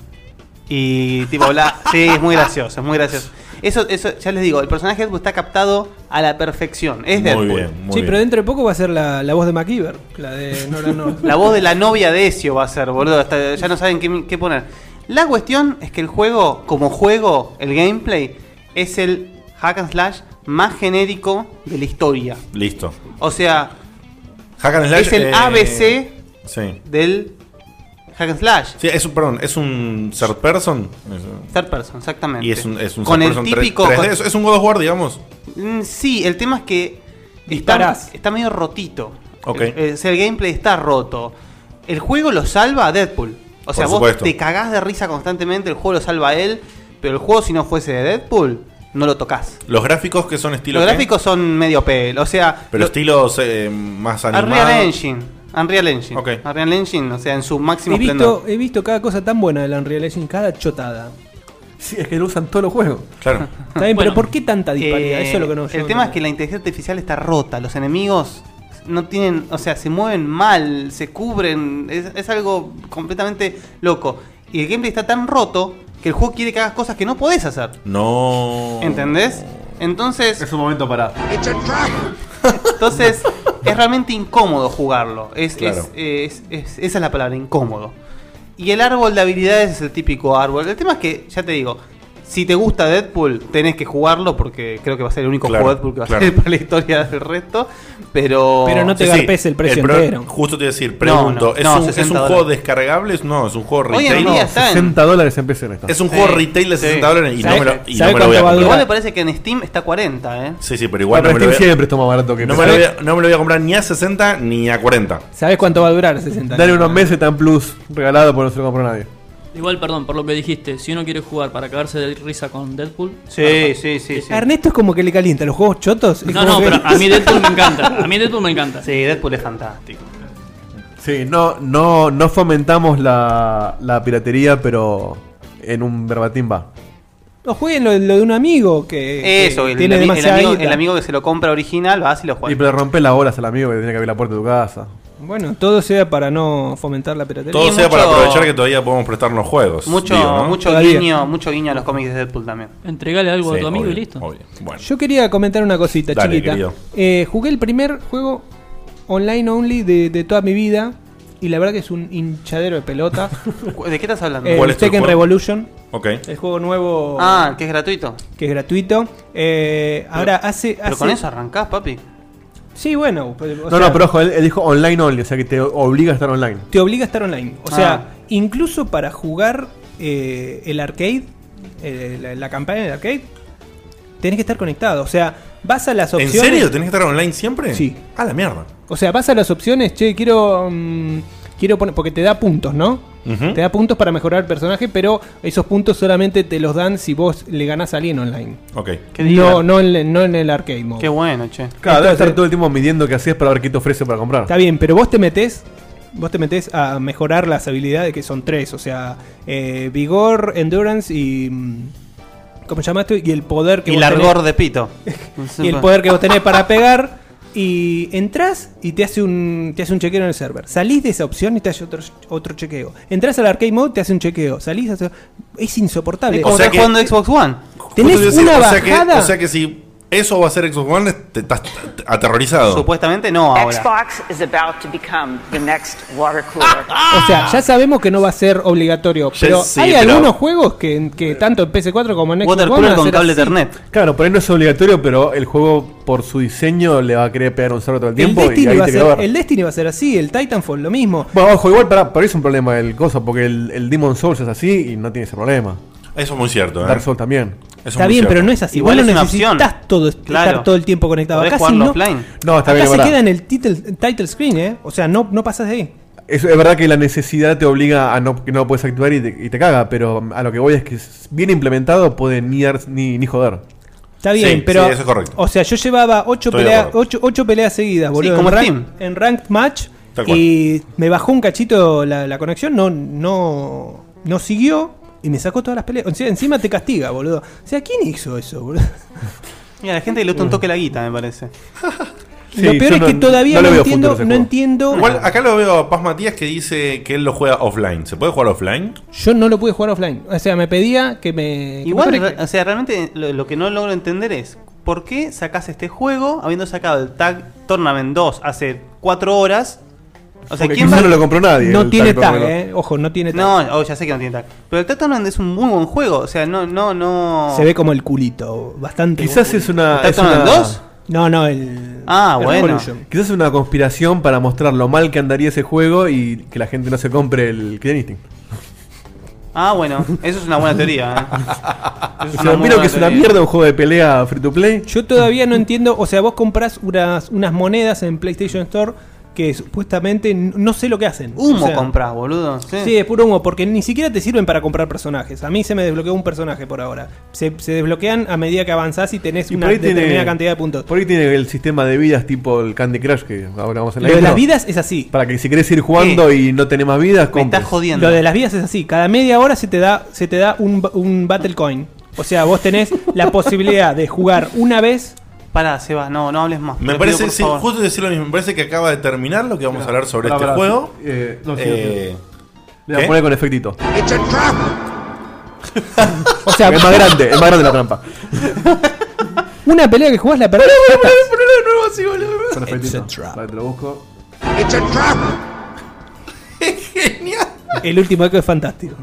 B: Y tipo, habla. sí, es muy gracioso, es muy gracioso. Eso, eso, ya les digo, el personaje de Deadpool está captado a la perfección. Es Deadpool.
A: Muy bien, muy
E: sí,
A: bien.
E: pero dentro de poco va a ser la, la voz de MacGyver, la de
F: <laughs>
E: Nolan North.
B: La voz de la novia de Ezio va a ser, boludo. hasta ya no saben qué, qué poner. La cuestión es que el juego, como juego, el gameplay, es el hack and slash más genérico de la historia.
A: Listo.
B: O sea,
A: Hack and Slash, eh,
B: Es el ABC.
A: Sí.
B: del hack and slash.
A: Sí, es un, perdón, es un third person. Es un-
B: Third person, exactamente.
A: Y es un, es un
B: Con
A: third
B: el
A: person tre-
B: típico...
A: 3D,
B: con-
A: es- es un God of War, digamos.
B: Mm, Sí, el tema es que está,
E: Disparás.
B: está medio rotito.
A: Ok.
B: El, el- o sea, el gameplay está roto. El juego lo salva a Deadpool. O sea, vos
A: supuesto.
B: te cagás de risa constantemente, el juego lo salva a él, pero el juego si no fuese de Deadpool, no lo tocas.
A: Los gráficos que son estilo.
B: Los
A: qué?
B: gráficos son medio pelo, o sea...
A: Pero
B: lo-
A: estilos eh, más
B: Unreal
A: animados.
B: Engine. Unreal Engine.
A: Ok.
B: Unreal Engine, o sea, en su máximo
E: He
B: esplendor.
E: visto, he visto cada cosa tan buena del Unreal Engine, cada chotada.
F: Sí, es que lo usan todos los juegos.
B: <laughs>
A: Claro.
E: Está bien,
G: Bueno.
E: pero ¿por qué tanta disparidad?
B: Eh,
E: Eso es lo que no
B: El tema es que la inteligencia artificial está rota. Los enemigos no tienen. O sea, se mueven mal, se cubren. Es, es algo completamente loco. Y el gameplay está tan roto que el juego quiere que hagas cosas que no podés hacer.
A: No.
B: ¿Entendés? Entonces,
F: Es un momento para.
B: entonces es realmente incómodo jugarlo. Es,
A: Claro.
B: es- es- es- esa es la palabra, incómodo. Y el árbol de habilidades es el típico árbol. El tema es que, ya te digo, si te gusta Deadpool, tenés que jugarlo porque creo que va a ser el único
A: Claro,
B: juego de Deadpool que va
A: claro.
B: a ser <laughs> para la historia del resto. Pero.
E: Pero no te garpes el precio
A: pro-
E: entero.
A: Justo te iba a decir, pregunto,
B: No, no,
A: ¿es,
B: no,
A: un, ¿es
B: 60
A: un juego
B: dólares.
A: descargable? No, es un juego
B: Hoy en
A: retail.
B: día
A: No,
B: está en-
F: 60 dólares en PC en esta.
A: Es un
B: Sí,
A: juego retail de
B: sí.
A: 60 dólares y no
E: ¿Sabe-
A: me lo, y
E: sabe
A: no me lo voy
E: cuánto va
A: a
E: a
A: comprar.
B: Igual
E: durar?
B: me parece que en Steam está 40, ¿eh?
A: Sí, sí, pero igual no me,
F: Pero
A: lo voy,
F: Steam
A: a-
F: siempre está más barato que
A: no, me
F: PC.
A: lo voy a, no me lo voy a comprar ni a 60 ni a 40.
E: ¿Sabes cuánto va a durar 60
F: Dale unos meses tan plus regalado porque no se lo compró nadie.
G: Igual, perdón, por lo que dijiste, si uno quiere jugar para cagarse de risa con Deadpool.
B: Sí, sí, sí.
E: A Ernesto es como que le calienta los juegos chotos. es
G: No,
E: como
G: no,
E: que-
G: pero a mí Deadpool me encanta. A mí Deadpool me encanta.
B: Sí, Deadpool es fantástico.
F: Sí, no, no, no fomentamos la, la piratería, pero en un verbatim va.
E: No jueguen lo, lo de un amigo que,
B: Eso,
E: que
B: el,
E: tiene
B: ami- el
E: demasiada
B: amigo,
E: guita.
B: el amigo que se lo compra original lo hace y lo
F: Y
B: juega.
F: pero rompe las horas al amigo que tiene que abrir la puerta de tu casa.
E: Bueno, todo sea para no fomentar la piratería.
A: Todo
B: Y
A: sea para
B: mucho-
A: aprovechar que todavía podemos prestarnos juegos.
B: Mucho,
A: digo, ¿no?
B: mucho
E: Todavía.
B: guiño, mucho guiño a los cómics de Deadpool también.
G: Entregale
A: Sí,
G: algo a tu amigo
A: obvio,
G: y listo.
A: obvio. Bueno.
E: Yo quería comentar una cosita
A: Dale,
E: chiquita.
A: querido.
E: Eh, jugué el primer juego online only de, de toda mi vida y la verdad que es un hinchadero de
A: <laughs>
E: pelota.
B: ¿Cu- ¿De qué estás hablando?
E: el
A: ¿Cuál es tu
E: Tekken
A: juego?
E: Revolution,
A: Ok.
E: el juego nuevo
B: ah, el que es gratuito.
E: que es gratuito. Eh, ahora hace,
B: Pero
E: hace-
B: con eso arrancás, papi.
E: Sí, bueno. pues, o
F: no,
E: sea,
F: no, pero ojo, él, él dijo online only, o sea que te obliga a estar online.
E: te obliga a estar online. O
B: Ah.
E: sea, incluso para jugar eh, el arcade, eh, la, la campaña del arcade, tenés que estar conectado. O sea, vas a las
A: ¿En
E: opciones.
A: serio? ¿Tenés que estar online siempre?
E: Sí.
A: A la mierda.
E: O sea, vas a las opciones, che, quiero. mm, quiero poner. Porque te da puntos, ¿no?
A: Ujú.
E: Te da puntos para mejorar el personaje, pero esos puntos solamente te los dan si vos le ganás a alguien online.
A: Ok.
B: Qué
E: no,
B: divertido.
E: no, en, no en el arcade mode.
B: Qué bueno, che.
F: Claro, debe
E: Entonces-
F: estar todo el tiempo midiendo qué hacías para ver qué te ofrece para comprar.
E: Está bien, pero vos te metés. Vos te metés a mejorar las habilidades que son tres, o sea, eh, vigor, endurance y. mm, ¿Cómo se llama esto? Y el poder que
B: Y
E: vos
B: largor
E: <laughs>
B: de pito.
E: tenés- y el poder que vos tenés para pegar. Y entras y te hace un te hace un chequeo en el server. Salís de esa opción y te hace otro, otro chequeo. Entras al arcade mode, te hace un chequeo. Salís, hace- es insoportable.
B: Es como
A: O sea
B: estar
A: que-
B: jugando Xbox One.
E: Tenés
A: Justo te iba a
E: una
A: o sea que-
E: bajada.
A: o sea que si eso va a ser Xbox One, te estás t- aterrorizado.
B: Supuestamente no ahora.
I: Xbox is about to become the next water cooler.
E: O sea,
B: Ah.
E: ya sabemos que no va a ser obligatorio, pero
A: sí,
E: hay
A: pero-
E: algunos juegos que, que tanto en PC4 como en Xbox
B: Water
E: One van
B: cooler
E: a
B: con
E: ser
B: cable
E: así.
B: Ethernet.
F: Claro, por ahí no es obligatorio, pero el juego por su diseño le va a querer pegar un cerdo todo el
E: El
F: tiempo y
E: Destiny,
F: ahí
E: va a
F: te quedó
E: ser,
F: ver.
E: el Destiny va a ser así, el Titanfall lo mismo.
F: Bueno, ojo, igual para, para ahí es un problema el cosa, porque el, el Demon Souls es así y no tiene ese problema.
A: Eso es muy cierto, ¿eh?
F: Dark Souls también.
A: Eso es
E: Está
A: muy
E: bien,
A: cierto.
E: pero no es así.
B: Igual
E: Igual
B: es
E: no
B: una opción.
E: necesitas todo, estar
B: Claro.
E: todo el tiempo conectado.
B: Podés
E: Acá sí
B: jugarlo
E: no,
B: offline.
F: No, está
E: acá
F: bien, es
E: se
F: verdad.
E: queda en el title, title screen, ¿eh? O sea, no, no pasas de ahí.
F: Es, es verdad que la necesidad te obliga a no, que no lo puedes activar y te, y te caga, pero a lo que voy es que s- bien implementado puede ni, dar- ni, ni joder.
E: Está bien,
A: Sí,
E: pero.
A: sí, eso es correcto.
E: O sea, yo llevaba 8
A: Estoy de
E: peleas,
A: acuerdo.
E: ocho, ocho peleas seguidas, boludo.
B: como
E: en, rank-
B: Steam.
E: en ranked match.
A: Tal cual.
E: Y me bajó un cachito la, la conexión, no, no, no siguió y me sacó todas las peleas. O sea, encima te castiga, boludo. O sea, ¿quién hizo eso,
F: <laughs>
E: boludo?
B: Mira, la gente le gusta un toque la guita, me parece.
E: lo
F: Sí,
E: peor
F: yo
E: es que
F: no-
E: todavía
F: no
E: no,
F: le veo
E: entiendo.
F: futuro a ese
E: No
F: juego.
E: entiendo
A: Igual acá lo veo a Paz Matías que dice que él lo juega offline. ¿Se puede jugar offline?
E: yo no lo pude jugar offline. O sea, me pedía que me. que me
B: Igual,
E: conecte.
B: re- o sea, realmente lo, lo que no logro entender es por qué sacás este juego habiendo sacado el Tag Tournament 2 hace 4 horas. O sea,
F: Porque
B: ¿quién
F: quizá
B: va-
F: no lo compró nadie.
E: no
F: el
E: tiene
F: Tactical
E: tag,
F: Commando.
E: eh. Ojo, no tiene tag.
B: No, oh, ya sé que no tiene Tag. Pero el Tag Tournament es un muy buen juego. O sea, no, no, no.
E: Se ve como el culito, bastante.
F: Quizás es una.
B: ¿Está
F: es
B: Tournament
F: una-
B: 2?
E: No, no, el.
B: Ah,
E: el
B: bueno.
E: Revolution.
F: Quizás es una conspiración para mostrar lo mal que andaría ese juego y que la gente no se compre el Kiden Instinct.
B: Ah, bueno, eso es una buena teoría. ¿eh?
E: <laughs>
B: Eso
F: O sea,
B: muy
F: miro
B: buena
F: que es una
B: teoría.
F: mierda un juego de pelea free to play.
E: Yo todavía no entiendo, o sea, vos comprás unas, unas monedas en PlayStation Store que supuestamente n- no sé lo que hacen.
B: Humo
E: O sea,
B: comprás, boludo. Sí.
E: Sí, es puro humo, porque ni siquiera te sirven para comprar personajes. A mí se me desbloqueó un personaje por ahora. Se, se desbloquean a medida que avanzás y tenés
F: Y
E: una
F: por ahí tiene-
E: determinada cantidad de puntos.
F: Por ahí tiene el sistema de vidas tipo el Candy Crush que ahora vamos a
E: Lo de las
F: intro.
E: vidas es así.
F: Para que si querés ir jugando y no tenés más vidas,
B: Me estás
F: compres.
B: jodiendo.
E: Lo de las vidas es así. Cada media hora se te da, se te da un, ba- un Battle Coin. O sea, vos
F: <laughs>
E: tenés la posibilidad de jugar una vez.
B: Pará, Seba, no, no hables más. Te
A: Me
B: lo
A: parece,
B: pido, por
A: sí,
B: favor.
A: justo decir lo mismo, me parece que acaba de terminar lo que vamos a hablar sobre
F: Pará,
A: este
F: pará,
A: juego.
F: sí. Eh, no, sí,
B: <laughs>
A: Eh,
F: Le voy
A: ¿qué?
F: a poner con efectito.
E: O sea,
F: <laughs> Es más grande, es más grande la trampa.
E: una pelea que jugás la perdés. ya está.
F: Con efectito.
E: It's a trap.
F: Vale, te lo busco.
E: El último eco es fantástico.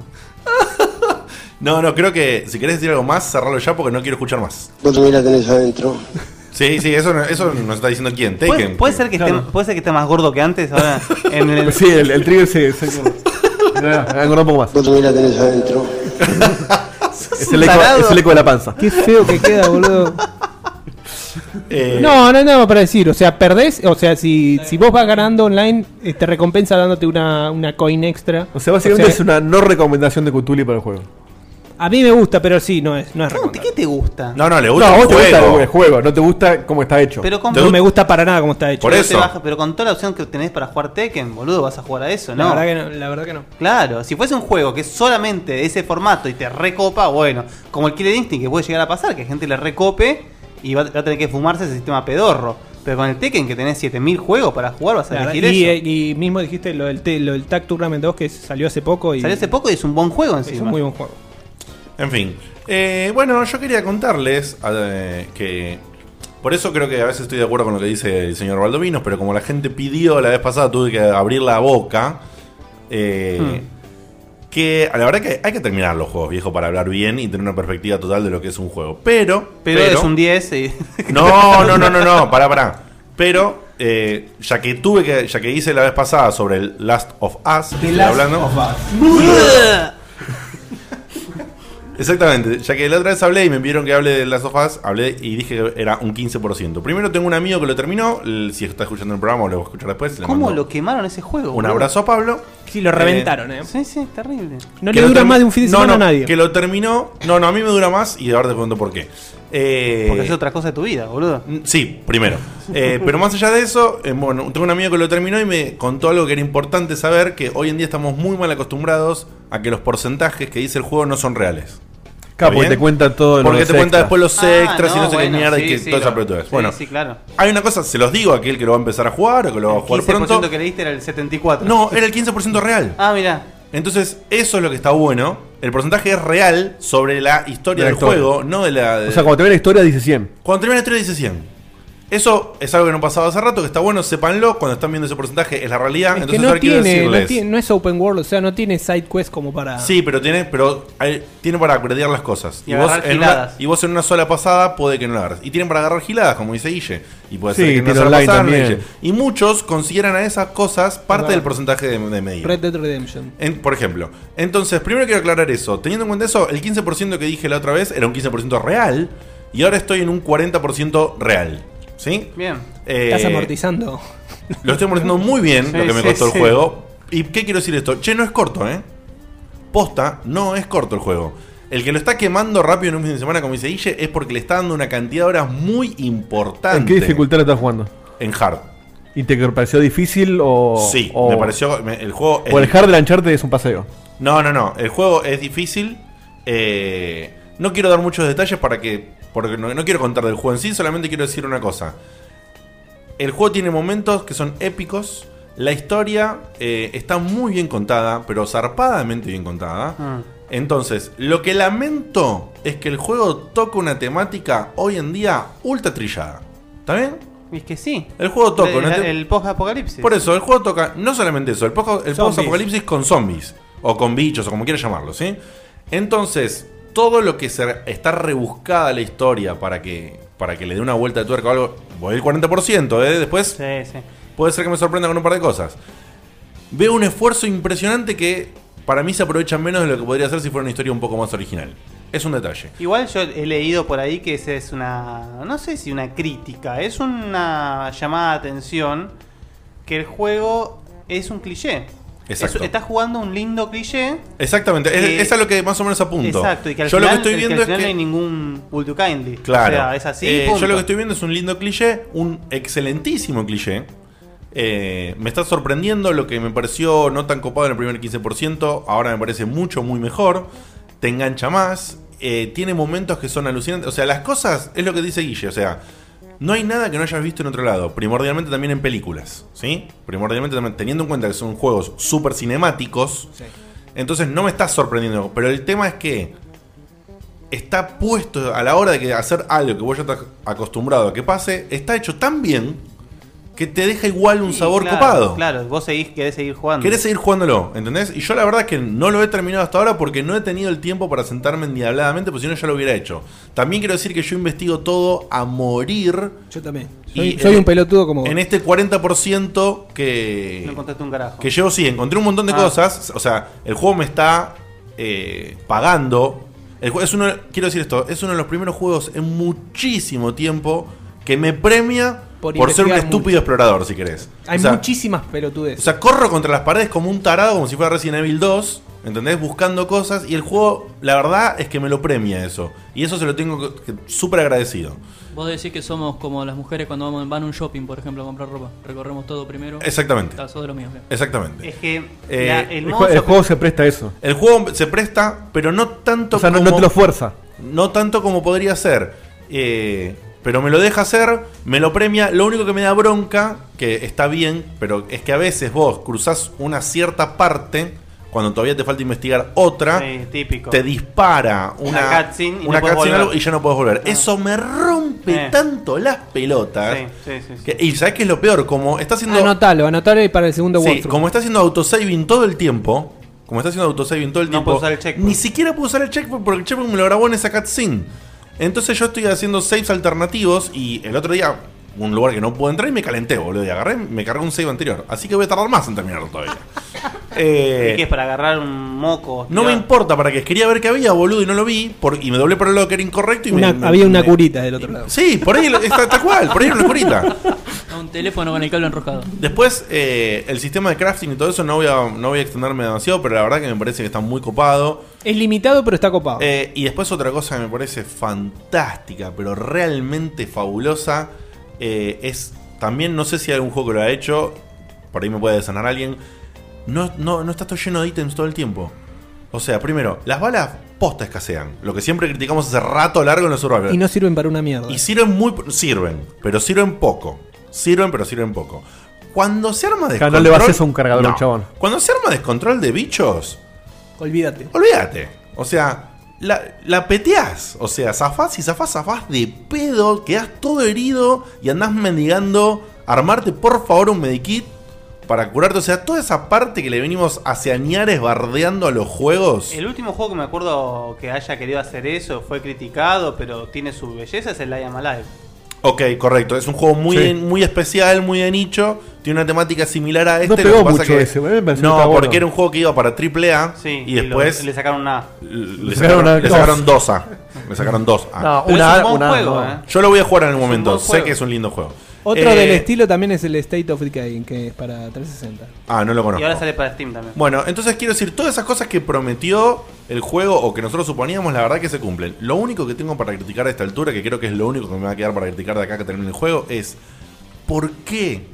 A: no, no, creo que si querés decir algo más, cerralo ya porque no quiero escuchar más.
J: Vos también la tenés adentro.
A: Sí, sí, eso, no- eso nos está diciendo quién, Taken.
B: ¿Puede, puede ser que esté, puede ser que esté más gordo que antes ahora. En
E: <laughs>
B: el,
F: Sí, el, el trigger se. se <laughs> como- Mirá, me acordé un poco más.
J: Vos también la tenés adentro.
F: Es el, eco,
B: tarado.
F: es el eco de la panza.
E: Qué feo que queda, boludo.
A: Eh,
E: No, no hay nada para decir. O sea, perdés. O sea, si, si vos vas ganando online, eh, te recompensa dándote una, una coin extra.
F: O sea, básicamente
E: O sea,
F: es una no recomendación de Cthulhu para el juego.
E: A mí me gusta, pero sí, no es. No, es
B: No, ¿te- ¿Qué
E: recomendable.
B: te gusta?
A: no, no, le
F: No,
A: gusta
F: a
A: el
F: vos te gusta
A: juego.
F: el juego, no te gusta cómo está hecho.
B: pero con,
A: ¿Te
E: No me gusta para nada cómo está hecho.
A: Por
B: pero
A: eso.
B: te baja- pero con toda la opción que tenés para jugar Tekken, boludo, vas a jugar a eso,
E: La
B: ¿no?
E: verdad que no. La verdad que no.
B: Claro, si fuese un juego que es solamente de ese formato y te recopa, bueno, como el Killer Instinct que puede llegar a pasar, que gente le recope y va, va a tener que fumarse ese sistema pedorro. Pero con el Tekken que tenés 7000 juegos para jugar, vas a
E: La verdad-
B: elegir
E: y,
B: eso.
E: eh, y mismo dijiste lo del, te- lo del Tag Tournament 2 que salió hace poco. Y
B: Salió hace poco y es un buen juego encima.
E: Es un muy buen juego.
A: En fin. Eh, bueno, yo quería contarles eh, que. Por eso creo que a veces estoy de acuerdo con lo que dice el señor Valdovinos, pero como la gente pidió la vez pasada, tuve que abrir la boca. eh,
B: Hmm.
A: Que la verdad que hay que terminar los juegos, viejo, para hablar bien y tener una perspectiva total de lo que es un juego. Pero.
B: Pero, es un 10 y...
A: <laughs> No, no, no, no, no, pará, pará. Pero, eh, ya que tuve que. Ya que hice la vez pasada sobre el Last of Us, que estoy hablando.
B: <laughs>
A: Exactamente, ya que la otra vez hablé y me vieron que hablé de las sofás, hablé y dije que era un 15%. Primero tengo un amigo que lo terminó, l- si está escuchando el programa o lo va a escuchar después. le
B: ¿Cómo
A: mando
B: lo quemaron ese juego?
A: Un
B: boludo?
A: abrazo a Pablo.
E: Sí, lo
A: Eh,
E: reventaron, ¿eh?
B: Sí, sí, terrible.
E: No
A: que
E: le
A: lo
E: dura
A: termi-
E: más de un fin de
A: No,
E: semana
A: no,
E: a nadie.
A: Que lo terminó, no, no, a mí me dura más y ahora te cuento por qué. Eh,
B: Porque es otra cosa de tu vida, boludo.
A: Mm, Sí, primero.
B: <laughs>
A: Eh, pero más allá de eso, eh, bueno, tengo un amigo que lo terminó y me contó algo que era importante saber, que hoy en día estamos muy mal acostumbrados a que los porcentajes que dice el juego no son reales.
F: Capo,
A: ¿Bien?
F: te cuenta todo
A: Porque
F: los
A: te cuenta
F: extras.
A: después los extras y no sé
B: Ah,
A: qué
B: bueno,
A: mierda
B: sí,
A: y que
B: sí,
A: todas
B: lo-
A: esas pelotudeces.
B: sí,
A: Bueno,
B: Sí, claro.
A: hay una cosa, se los digo a aquel que lo va a empezar a jugar o que lo va a jugar
B: 15%
A: pronto.
B: que le diste era el 74.
A: No, era el 15% real.
B: Ah, mirá.
A: Entonces, eso es lo que está bueno. El porcentaje es real sobre la historia
F: De
A: del
F: la historia.
A: juego, no de la. de-
F: O sea, cuando te ve la historia dice 100.
A: cuando termina la historia dice 100. Eso es algo que no pasaba hace rato, que está bueno, sépanlo, cuando están viendo ese porcentaje es la realidad.
E: Es que
A: Entonces
E: no
A: ahora quiero
E: tiene, no
A: decirles.
E: tiene- no es open world, o sea, no tiene side quest como para.
A: Sí, pero tiene, pero hay- tiene para upgradear las cosas.
B: Ah. Y agarrar
A: en una,
B: giladas.
A: y vos en una sola pasada puede que no la agarres. Y tienen para agarrar giladas, como dice Guille. Y puede
F: Sí,
A: ser que no
F: tiene
A: se la
F: online
A: pasaron,
F: también.
A: Guille. Y muchos consideran a esas cosas parte
E: Claro.
A: del porcentaje de, de medida.
E: Red Dead Redemption.
A: En- por ejemplo, entonces, primero quiero aclarar eso. Teniendo en cuenta eso, el 15% que dije la otra vez era un 15% real. Y ahora estoy en un 40% real. ¿Sí?
B: Bien.
A: Eh,
E: Estás amortizando.
A: lo estoy amortizando muy bien
B: Sí,
A: lo que me
B: sí,
A: costó el
B: sí.
A: juego. ¿Y qué quiero decir esto? Che, no es corto, ¿eh? Posta, no es corto el juego. El que lo está quemando rápido en un fin de semana, como dice Guille, es porque le está dando una cantidad de horas muy importante.
F: ¿En qué dificultad lo estás jugando?
A: En hard.
F: ¿Y te pareció difícil o.?
A: sí,
F: o-
A: me pareció. me- el juego. es
F: O el hard de lancharte es un paseo.
A: No, no, no. El juego es difícil. Eh, no quiero dar muchos detalles para que. Porque no, no quiero contar del juego en sí, solamente quiero decir una cosa. El juego tiene momentos que son épicos. La historia eh, está muy bien contada, pero zarpadamente bien contada.
B: Ah.
A: Entonces, lo que lamento es que el juego toca una temática hoy en día ultra trillada. ¿Está bien?
B: Es que sí.
A: El juego toca
B: el,
A: una te-
B: post-apocalipsis.
A: por eso, el juego toca no solamente eso, el, poco- el
E: Zombies.
A: post-apocalipsis con zombies, o con bichos, o como quieras llamarlo, ¿sí? Entonces, todo lo que se- está rebuscada la historia para que, para que le dé una vuelta de tuerca o algo, voy al 40%, ¿eh? Después
B: Sí, sí.
A: puede ser que me sorprenda con un par de cosas. Veo un esfuerzo impresionante que para mí se aprovecha menos de lo que podría hacer si fuera una historia un poco más original. Es un detalle.
B: Igual yo he leído por ahí que esa es una. No sé si una crítica, es una llamada de atención que el juego es un cliché.
A: Exacto.
B: Es- estás jugando un lindo cliché.
A: Exactamente, es,
B: Eh,
A: es a lo que más o menos apunto.
B: Exacto, y que al
A: Yo
B: final,
A: lo que estoy
B: el-
A: viendo
B: al
A: es
B: final
A: que...
B: no hay ningún Will to Kindly.
A: Claro.
B: O sea, es así.
A: Eh,
B: punto.
A: yo lo que estoy viendo es un lindo cliché, un excelentísimo cliché. Eh, me está sorprendiendo lo que me pareció no tan copado en el primer 15%. Ahora me parece mucho, muy mejor. Te engancha más. eh, tiene momentos que son alucinantes. O sea, las cosas es lo que dice Guille. O sea, no hay nada que no hayas visto en otro lado. Primordialmente también en películas. ¿Sí? Primordialmente también teniendo en cuenta que son juegos súper cinemáticos. Entonces no me está sorprendiendo. Pero el tema es que está puesto a la hora de que hacer algo que vos ya estás acostumbrado a que pase, está hecho tan bien que te deja igual un
B: Sí,
A: sabor
B: claro,
A: copado.
B: Claro, vos seguís, querés seguir jugando.
A: Querés seguir jugándolo, ¿entendés? Y yo la verdad es que no lo he terminado hasta ahora porque no he tenido el tiempo para sentarme endiabladamente, porque si no ya lo hubiera hecho. También quiero decir que yo investigo todo a morir.
E: Yo también.
A: Y
E: Soy,
A: en
E: soy
A: el-
E: un pelotudo como vos.
A: En este 40% que...
B: No contaste un carajo.
A: Que yo sí, encontré un montón de
B: Ah.
A: cosas. O sea, el juego me está eh, pagando. El jue- es uno, quiero decir esto, es uno de los primeros juegos en muchísimo tiempo que me premia por,
E: Por
A: ser un
E: investigar
A: estúpido
E: mucho.
A: explorador, si querés.
E: Hay
A: o, sea,
E: muchísimas pelotudes.
A: o sea, corro contra las paredes como un tarado, como si fuera Resident Evil 2, ¿entendés? Buscando cosas. Y el juego, la verdad, es que me lo premia eso. Y eso se lo tengo que- que- súper agradecido.
G: Vos decís que somos como las mujeres cuando vamos, van a un shopping, por ejemplo, a comprar ropa. Recorremos todo primero.
A: Exactamente.
G: Ah, sos de los míos, bien.
A: Exactamente.
B: Es que
A: Eh,
B: la- el,
F: El,
B: modo
F: jue- el
B: sope-
F: juego se presta a eso.
A: El juego se presta, pero no tanto
F: O sea, no, no
A: como-
F: te lo fuerza.
A: No tanto como podría ser. eh, pero me lo deja hacer, me lo premia. Lo único que me da bronca, que está bien, pero es que a veces vos cruzás una cierta parte, cuando todavía te falta investigar otra,
B: Sí, típico.
A: te dispara una,
B: Una cutscene y no
A: una
B: podés
A: cutscene
B: volver. Ah.
A: algo y ya no puedes volver. Eso me rompe
B: Eh.
A: tanto las pelotas.
B: Sí, sí, sí, sí.
A: que- y sabes que es lo peor, como está haciendo...
E: Anotalo, anotalo y para el segundo
A: Sí,
E: walkthrough.
A: como está haciendo autosaving todo el tiempo. Como está haciendo autosaving todo el
B: No
A: tiempo.
B: puedo usar el checkpoint.
A: Ni siquiera puedo usar el checkpoint porque el checkpoint me lo grabó en esa cutscene. Entonces yo estoy haciendo saves alternativos y el otro día, un lugar que no puedo entrar y me calenté, boludo. Y agarré, me cargué un save anterior. Así que voy a tardar más en terminarlo todavía.
B: <laughs>
A: Eh,
B: ¿Y qué es para agarrar un moco?
A: no me
B: tirar?
A: importa para qué. Quería ver qué había, boludo, y no lo vi. por- y me doblé por el lado que era incorrecto. Y me-
E: Una-
A: me-
E: había una
A: me-
E: curita del otro lado.
A: Sí, por ahí lo- está tal cual. Por ahí era una curita.
G: No, Un teléfono con el cable enroscado.
A: Después, eh, el sistema de crafting y todo eso, no voy, a, no voy a extenderme demasiado, pero la verdad que me parece que está muy copado.
E: Es limitado, pero está copado.
A: Eh, y después otra cosa que me parece fantástica, pero realmente fabulosa, eh, es también, no sé si hay algún juego que lo ha hecho, por ahí me puede sanar alguien, no, no, no está todo lleno de ítems todo el tiempo. O sea, primero, las balas posta escasean, lo que siempre criticamos hace rato largo en los survivors.
E: y no sirven para una mierda.
A: Y sirven muy. Sirven, pero sirven poco. Sirven, pero sirven poco. Cuando se arma descontrol.
F: Claro, no le vas a hacer un cargador a un chabón.
A: Cuando se arma descontrol de bichos,
E: Olvídate.
A: olvídate. O sea, la, la peteás. O sea, zafás y zafás, zafás de pedo, quedás todo herido y andás mendigando armarte por favor un medikit para curarte. O sea, toda esa parte que le venimos hacia ñares bardeando a los juegos.
B: El último juego que me acuerdo que haya querido hacer eso, fue criticado, pero tiene su belleza, es el I Am Alive.
A: Ok, correcto. Es un juego muy,
F: Sí.
A: de- muy especial, muy de nicho. Tiene una temática similar a este.
F: pegó
A: lo que pasa
F: mucho
A: que-
F: ese, a mí me pareció que
A: no,
F: estaba
A: porque
F: bueno.
A: era un juego que iba para AAA
B: Sí,
A: y después
B: lo- le sacaron una.
A: le,
F: sacaron
A: sacaron,
F: una-
A: le sacaron dos A. Le sacaron dos A.
F: No,
B: Pero
F: una
B: es un buen
F: una-
B: juego,
F: no.
B: ¿eh?
A: Yo lo voy a jugar en el momento.
B: buen
A: Sé
B: juego.
A: que es un lindo juego.
E: Otro
A: Eh,
E: del estilo también es el State of Decay, que es para 360.
A: Ah, no lo conozco.
B: eh. Y ahora sale para Steam también.
A: Bueno, entonces quiero decir, todas esas cosas que prometió el juego o que nosotros suponíamos, la verdad que se cumplen. Lo único que tengo para criticar a esta altura, que creo que es lo único que me va a quedar para criticar de acá que termine el juego, es ¿por qué?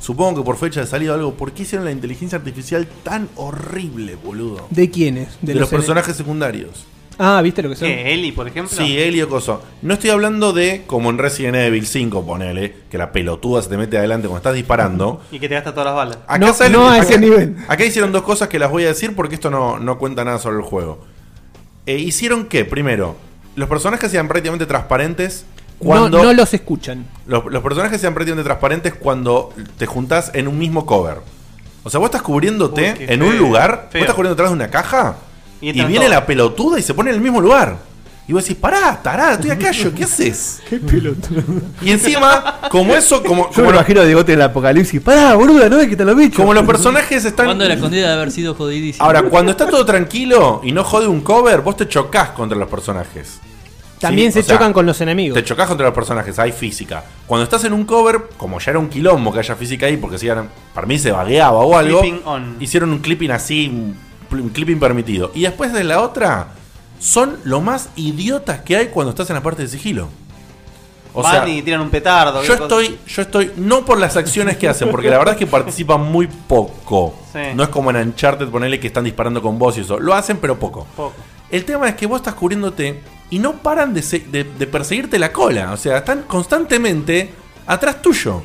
A: Supongo que por fecha de salida o algo, ¿por qué hicieron la inteligencia artificial tan horrible, boludo?
E: ¿De quiénes?
A: De, los,
E: N-
A: personajes Eh, secundarios.
E: Ah, ¿viste lo que son?
B: ¿Qué? ¿Eli, por ejemplo?
A: Sí, Helio Coso. No estoy hablando de como en Resident Evil 5, ponele, que la pelotuda se te mete adelante cuando estás disparando.
B: Y que te gasta todas las balas.
A: Acá
E: No,
A: sale-
E: no a ese
A: acá-
E: nivel.
A: Acá hicieron dos cosas que las voy a decir porque esto no, no cuenta nada sobre el juego. Eh, ¿Hicieron qué? Primero, los personajes eran prácticamente transparentes cuando.
E: No, no los escuchan.
A: los, los personajes eran prácticamente transparentes cuando te juntás en un mismo cover. O sea, vos estás cubriéndote
B: Uy, qué
A: en
B: feo,
A: un lugar, vos
B: feo.
A: estás cubriendo atrás de una caja
B: Y
A: y,
B: entran
A: viene
B: todos.
A: la pelotuda y se pone en el mismo lugar. Y vos decís, pará, tará, estoy acá yo,
E: <laughs>
A: ¿qué haces?
F: Qué pelotudo.
A: Y encima, como eso, como,
F: Yo me
A: como, los,
F: imagino a Diegote en el apocalipsis. Pará, boluda, no ves que te lo he dicho. <laughs>
A: como los personajes están.
G: Jugando a la escondida de haber sido jodidísimo.
A: Ahora, cuando está todo tranquilo y no jode un cover, vos te chocás contra los personajes.
E: También
A: Sí,
E: se
A: o sea,
E: chocan con los enemigos.
A: Te chocás contra los personajes, hay física. Cuando estás en un cover, como ya era un quilombo que haya física ahí, porque si eran- para mí se vagueaba o algo,
B: Clipping on.
A: hicieron un clipping así, un pl- un clipping permitido. Y después de la otra, son lo más idiotas que hay cuando estás en la parte de sigilo. O
B: Van
A: sea,
B: y tiran un petardo.
A: yo
B: qué cosa.
A: estoy, yo estoy, no por las acciones que hacen, porque la verdad es que participan muy poco.
B: Sí.
A: No es como en Uncharted, ponerle que están disparando con vos y eso. Lo hacen, pero poco.
B: Poco.
A: El tema es que vos estás cubriéndote y no paran de, se- de- de perseguirte la cola. O sea, están constantemente atrás tuyo.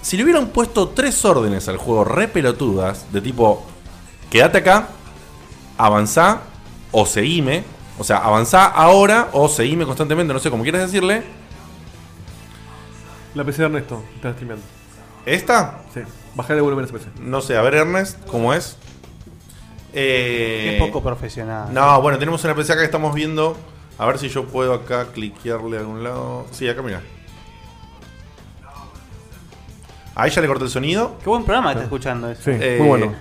A: Si le hubieran puesto tres órdenes al juego re pelotudas, de tipo, quédate acá, avanzá o seguime. O sea, avanzá ahora o seguime constantemente, no sé cómo quieras decirle.
F: La PC de Ernesto, está streameando.
A: ¿Esta?
F: Sí, bajar el volumen a esa PC.
A: No sé, a ver Ernest, ¿cómo es? Eh,
B: Qué poco profesional.
A: No, bueno, tenemos una PC acá que estamos viendo. A ver si yo puedo acá cliquearle a algún lado. Sí, acá mira. Ahí ya le corté el sonido.
B: Qué buen programa que está escuchando eso.
F: Sí,
A: Eh,
F: muy bueno.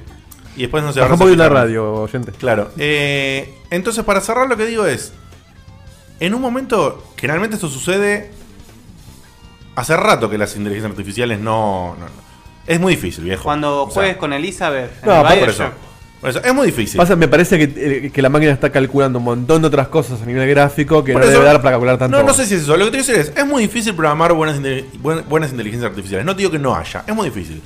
A: Y después no se ahora
F: Baja un poquito
A: se
F: la
A: fijaron.
F: radio, oyente.
A: Claro. eh, entonces, para cerrar, lo que digo es. En un momento, generalmente esto sucede. Hace rato que las inteligencias artificiales no. no- no. es muy difícil, viejo.
B: Cuando
A: O sea,
B: juegues con Elizabeth. en
F: No,
B: el
F: por
A: por
B: Bioshock,
A: eso. Por eso, Es muy difícil.
F: Pasa, me parece que, eh, que la máquina está calculando un montón de otras cosas a nivel gráfico que
A: Por
F: no
A: eso-
F: debe dar para calcular tanto.
A: No, no sé si es eso. Lo que te quiero decir es, es muy difícil programar buenas, inte- buen- buenas inteligencias artificiales. No te digo que no haya, es muy difícil.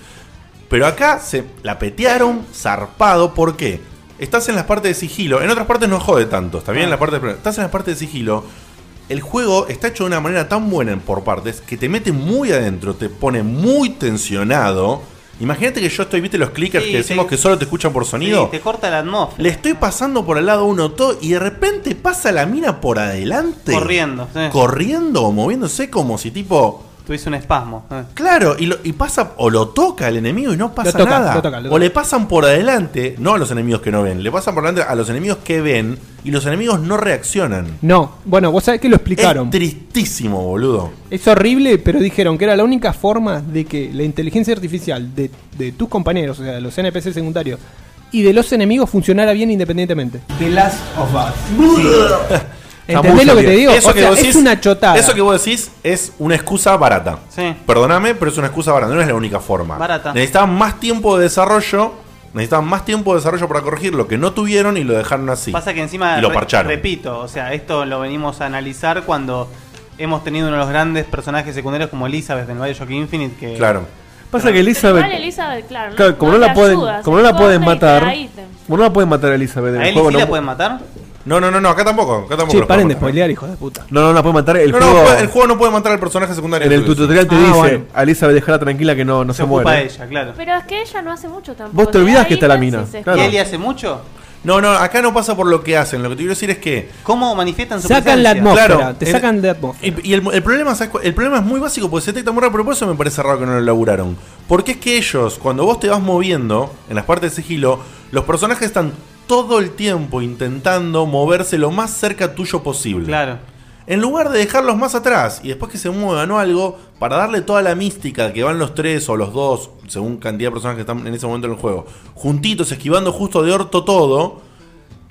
A: Pero acá se la petearon zarpado. ¿Por qué? Estás en las partes de sigilo. En otras partes no jode tanto, ¿está
F: Ah.
A: bien? En la parte de- estás en las partes de sigilo. El juego está hecho de una manera tan buena en por partes que te mete muy adentro, te pone muy tensionado. Imagínate que yo estoy, viste los clickers
B: Sí,
A: que decimos
B: sí.
A: que solo te escuchan por sonido.
B: Sí, te corta la atmósfera.
A: Le estoy pasando por al lado uno todo y de repente pasa la mina por adelante.
B: Corriendo. sí.
A: Corriendo o moviéndose como si tipo.
B: Tuviste un espasmo. eh.
A: Claro, y, lo- y pasa, o lo toca el enemigo y no pasa
E: toca,
A: nada.
E: lo toca, lo
A: O
E: toca.
A: le pasan por adelante, no a los enemigos que no ven, le pasan por adelante a los enemigos que ven y los enemigos no reaccionan.
E: No, bueno, vos sabés que lo explicaron.
A: Es tristísimo, boludo.
E: Es horrible, pero dijeron que era la única forma de que la inteligencia artificial de, de tus compañeros, o sea, de los NPC secundarios, y de los enemigos funcionara bien independientemente. The Last of Us. ¿Entendés
F: Chamuyo
E: lo que
F: bien.
E: te digo?
A: Eso
E: O
A: que
E: sea,
A: vos
E: es
A: decís-
E: una chotada.
A: Eso que vos decís es una excusa barata.
B: Sí.
A: Perdóname, pero es una excusa barata, no es la única forma.
B: Barata.
A: Necesitaban más tiempo de desarrollo. Necesitaban más tiempo de desarrollo para corregir lo que no tuvieron y lo dejaron así.
B: Pasa que encima.
A: Y lo
B: re-
A: parcharon.
B: Repito, o sea, esto lo venimos a analizar cuando hemos tenido uno de los grandes personajes secundarios como Elizabeth en Bioshock Infinite. Que
A: Claro.
F: Pasa que
C: Elizabeth.
F: Elizabeth.
C: Igual Elizabeth, claro. no-
F: Claro, como no,
C: te
F: la pueden,
C: ayuda,
F: como no
C: se
F: la pueden
C: corre y
F: matar,
C: queda ítem.
F: como no la pueden matar a Elizabeth en
B: ¿A
F: el
B: Eli
F: juego,
B: sí
F: no,
B: la pueden matar?
A: No, no, no, no, acá tampoco. Acá tampoco
E: Che,
A: los
E: paren de
A: podemos matar.
E: spoilear, hijo de puta.
F: no, no la pueden matar. El
A: No, no,
F: juego,
A: puede- el juego no puede matar al personaje secundario.
F: en el
A: Entonces,
F: tutorial te
E: Ah,
F: dice,
E: bueno.
F: a Elizabeth dejala tranquila que no, no se,
B: Se ocupa
F: muere.
B: ella, claro.
C: Pero es que ella no hace mucho tampoco.
F: Vos te
C: o sea,
F: olvidás
C: ahí
F: que está la
C: no sé
F: mina,
C: si se
F: claro.
B: ¿Y
C: esconde.
B: Eli hace mucho?
A: No, no, acá no pasa por lo que hacen. Lo que te quiero decir es que.
B: ¿Cómo manifiestan su
E: Sacan la
B: presencia?
E: atmósfera,
A: Claro,
E: te
A: el-
E: sacan de atmósfera.
A: Y, y el, el problema, ¿sabes cuál? El problema es muy básico porque se detecta muy rápido. Pero por eso me parece raro que no lo laburaron. Porque es que ellos, cuando vos te vas moviendo en las partes de sigilo, los personajes están todo el tiempo intentando moverse lo más cerca tuyo posible.
B: Claro.
A: En lugar de dejarlos más atrás y después que se muevan o algo, para darle toda la mística que van los tres o los dos, según cantidad de personas que están en ese momento en el juego, juntitos, esquivando justo de orto todo,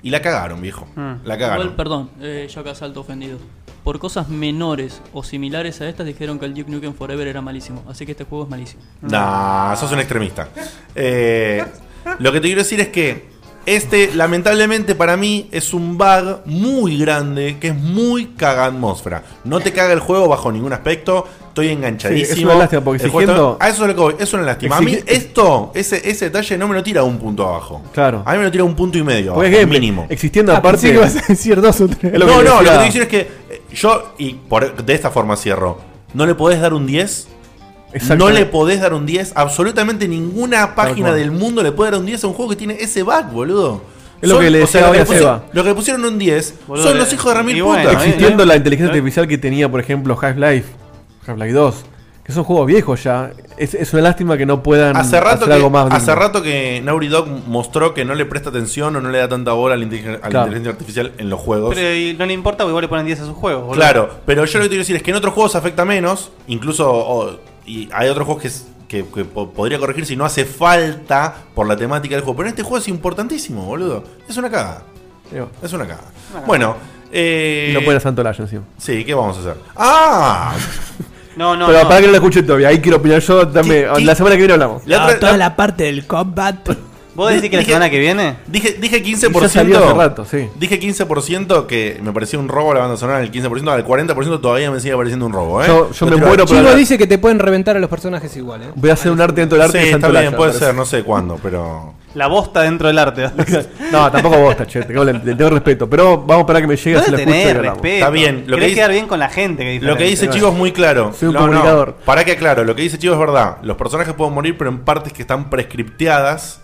A: y la cagaron, viejo. La
G: Igual,
A: cagaron.
G: perdón, eh, yo acá salto ofendido. Por cosas menores o similares a estas dijeron que el Duke Nukem Forever era malísimo. Así que este juego es malísimo.
A: Nah, sos un extremista. Eh, lo que te quiero decir es que este, lamentablemente para mí, es un bug muy grande que es muy caga atmósfera. No te caga el juego bajo ningún aspecto. Estoy enganchadísimo.
F: Sí, es una lástima, porque
A: El juego está-
F: exigiendo-
A: A eso es lo que voy, es una lástima. A mí,
F: Exigi-
A: esto, ese, ese detalle no me lo tira un punto abajo.
F: Claro.
A: A mí me lo tira un punto y medio.
F: Porque es
A: abajo,
F: gameplay.
A: mínimo.
F: Existiendo
E: Ah,
C: <laughs>
E: pensé
F: aparte.
E: que ibas a decir dos o tres.
F: Es lo que
A: no,
F: te
A: no, lo que
F: decía.
A: te quiero decir es que eh, yo, y por, de esta forma cierro, no le podés dar un 10
F: Exacto.
A: No le podés dar un 10. Absolutamente ninguna página
F: cual.
A: del mundo le puede dar un 10 a un juego que tiene ese bug, boludo.
F: Es lo que le
A: o
F: decía
A: sea,
F: hoy
A: que
F: a
A: pusieron-
F: Seba.
A: lo que le pusieron un 10
B: Boludo,
A: son los
B: eh,
A: hijos de Ramil
B: y
A: Puta.
B: bueno, eh.
F: Existiendo
B: ¿eh?
F: la inteligencia artificial que tenía, por ejemplo, Half-Life, Half-Life 2, que son juegos viejos ya. Es, es una lástima que no puedan
A: Hace rato,
F: hacer
A: que,
F: algo más.
A: hace
F: digno.
A: rato que Naughty Dog mostró que no le presta atención o no le da tanta bola a la, inteligen- a la
F: Claro.
A: inteligencia artificial en los juegos.
B: Pero y no le importa, porque igual le ponen 10 a sus juegos. boludo.
A: Claro, pero yo lo que quiero decir es que en otros juegos afecta menos, incluso o- y hay otros juegos que, es- que- que po- podría corregir si no hace falta por la temática del juego. Pero en este juego es importantísimo, boludo. Es una cagada.
F: Digo,
A: Es una cagada. Bueno, eh,
F: y no pueden hacer tanto layo encima.
A: Sí, ¿qué vamos a hacer? ¡Ah!
B: No, no,
F: Pero
B: no.
F: para que no lo escuché todavía, ahí quiero opinar yo. Dame,
A: Ti- ti-
F: la semana que viene hablamos.
A: La otra-
E: toda
A: la-
E: la parte del combat.
B: ¿Vos decís que la
A: Dije-
B: semana que viene?
A: Dije, dije
F: Ya salió hace
A: 15%.
F: rato, sí.
A: Dije 15% que me parecía un robo la banda sonora en el 15%, al 40% todavía me sigue pareciendo un robo, ¿eh?
F: Yo- yo
A: Lo
F: me
A: tiro
F: muero
A: ahí.
F: por-
E: Chico dice que te pueden reventar a los personajes igual, ¿eh?
F: Voy a hacer un arte dentro del arte
A: Sí,
F: de
A: está
F: Santo
A: bien,
F: Laya,
A: puede
F: me
A: ser, no sé cuándo, pero.
B: La bosta dentro del <laughs> arte.
F: parece. <laughs> No, tampoco vos, che, te cago en- le tengo respeto. Pero vamos a esperar que me llegue
B: No le
F: así lo escucho y
B: tenés
F: hablamos.
B: respeto.
A: Está bien, lo
B: Querés
A: que dice-
B: quedar bien con la gente. Que es
A: Lo que dice
B: diferente.
A: Chivo es muy claro.
F: Soy un comunicador.
A: Para que aclaro, lo que dice Chivo es verdad. Los personajes pueden morir, pero en partes que están prescripteadas,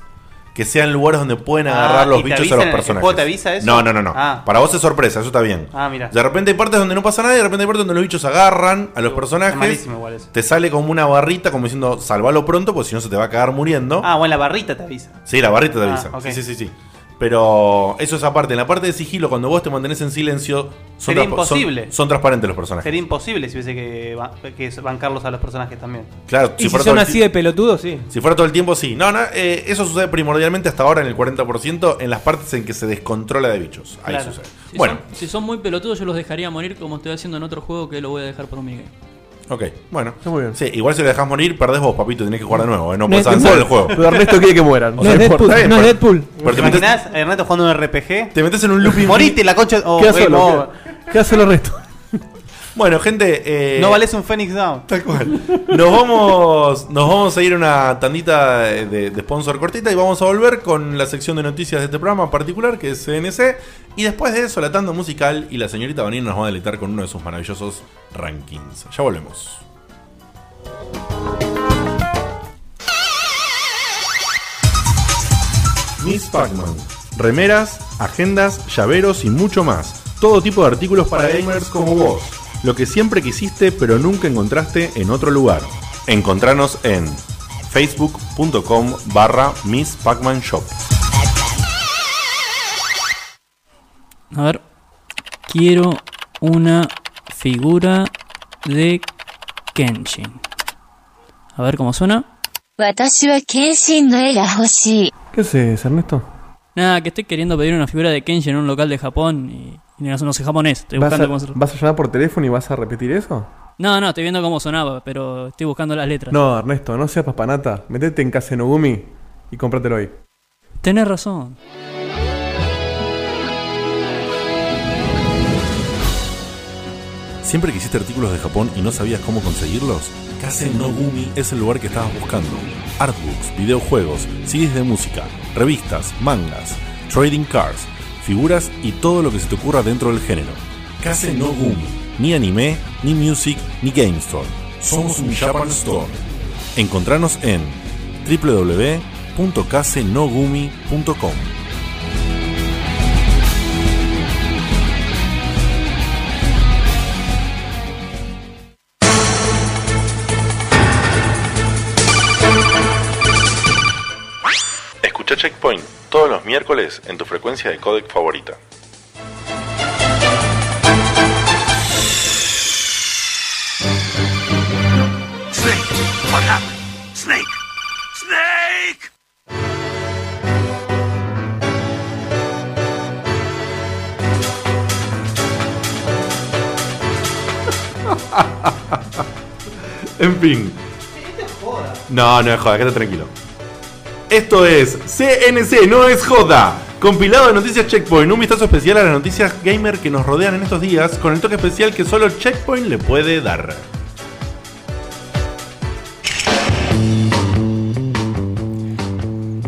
A: que sean lugares donde pueden
B: Ah,
A: agarrar los
B: ¿y te
A: bichos a
B: avisan
A: los
B: en el
A: personajes.
B: juego, te avisa eso?
A: No, no, no, no.
B: Ah.
A: Para vos es sorpresa, eso está bien.
B: Ah, mirá.
A: De repente hay partes donde no pasa nada y de repente hay partes donde los bichos agarran a los personajes.
B: malísimo igual eso.
A: Te sale como una barrita como diciendo, salvalo pronto, porque si no se te va a cagar muriendo.
B: Ah, bueno, la barrita te avisa.
A: Sí, la barrita te
B: Ah,
A: avisa.
B: ok.
A: Sí, sí, sí, sí. Pero eso es aparte. En la parte de sigilo, cuando vos te mantenés en silencio, son,
B: Sería
A: transpa- son-
B: imposible.
A: son transparentes los personajes.
B: Sería imposible si hubiese que, ba- que bancarlos a los personajes también.
A: Claro,
E: Y si
A: fuera todo
E: son
A: el
E: así
A: ti-
E: de pelotudos, sí.
A: Si fuera todo el tiempo, sí. No, no, eh, eso sucede primordialmente hasta ahora en el 40% en las partes en que se descontrola de bichos. Ahí
B: Claro.
A: sucede.
G: Si,
A: bueno,
G: son, si son muy pelotudos, yo los dejaría morir como estoy haciendo en otro juego que lo voy a dejar por un minigame.
A: ok, bueno.
F: Está muy bien.
A: Sí, igual si lo dejas morir, perdés vos, papito, tenés que jugar de nuevo, eh, no
E: No
A: podés
E: es-
A: avanzar
E: no-
A: en
E: <laughs>
A: el juego.
F: Pero Ernesto quiere que mueran.
E: No es
F: importa.
E: Deadpool,
A: está bien,
E: no es
A: pero-
E: Deadpool.
A: Pero
B: ¿Te
A: te metes,
B: imaginás a Ernesto jugando un RPG?
A: te metes en un loop
B: Moriste
A: infinito.
B: la concha. Oh,
F: Queda
B: game
F: solo,
B: over.
F: queda- queda solo Ernesto.
A: Bueno, gente. eh,
B: No vales un Phoenix Down.
A: Tal cual. Nos vamos, nos vamos a ir a una tandita de, de sponsor cortita y vamos a volver con la sección de noticias de este programa en particular, que es CNC. Y después de eso, la tanda musical y la señorita Vanina nos va a deleitar con uno de sus maravillosos rankings. Ya volvemos. Miss Pac-Man. Remeras, agendas, llaveros y mucho más. Todo tipo de artículos para gamers como vos. Lo que siempre quisiste pero nunca encontraste en otro lugar. Encontranos en facebook.com barra Miss Pac-Man Shop.
G: A ver. Quiero una figura de Kenshin. A ver cómo suena.
K: 私は謙信の絵が欲しい。
F: ¿Qué haces, Ernesto?
G: Nada, que estoy queriendo pedir una figura de Kenshin en un local de Japón y, y no, no sé japonés. Estoy
F: ¿Vas
G: buscando
F: a,
G: cómo hacerlo.
F: vas a llamar por teléfono y vas a repetir eso?
G: No, no, estoy viendo cómo sonaba, pero estoy buscando las letras.
F: No, Ernesto, no seas papanata. Metete en Casenogumi y cómpratelo ahí.
G: Tenés razón.
A: ¿Siempre quisiste artículos de Japón y no sabías cómo conseguirlos? Kase no Gumi es el lugar que estabas buscando. Artbooks, videojuegos, CDs de música, revistas, mangas, trading cards, figuras y todo lo que se te ocurra dentro del género. Kase no Gumi, ni anime, ni music, ni game store. Somos un Japan Store. Encontranos en www.kasenogumi.com. Escucha Checkpoint todos los miércoles en tu frecuencia de codec favorita.
H: Snake, what happened? Snake! Snake!
A: En fin. No, no es joda, quédate tranquilo. Esto es CNC, no es joda. Compilado de noticias Checkpoint, un vistazo especial a las noticias gamer que nos rodean en estos días, con el toque especial que solo Checkpoint le puede dar.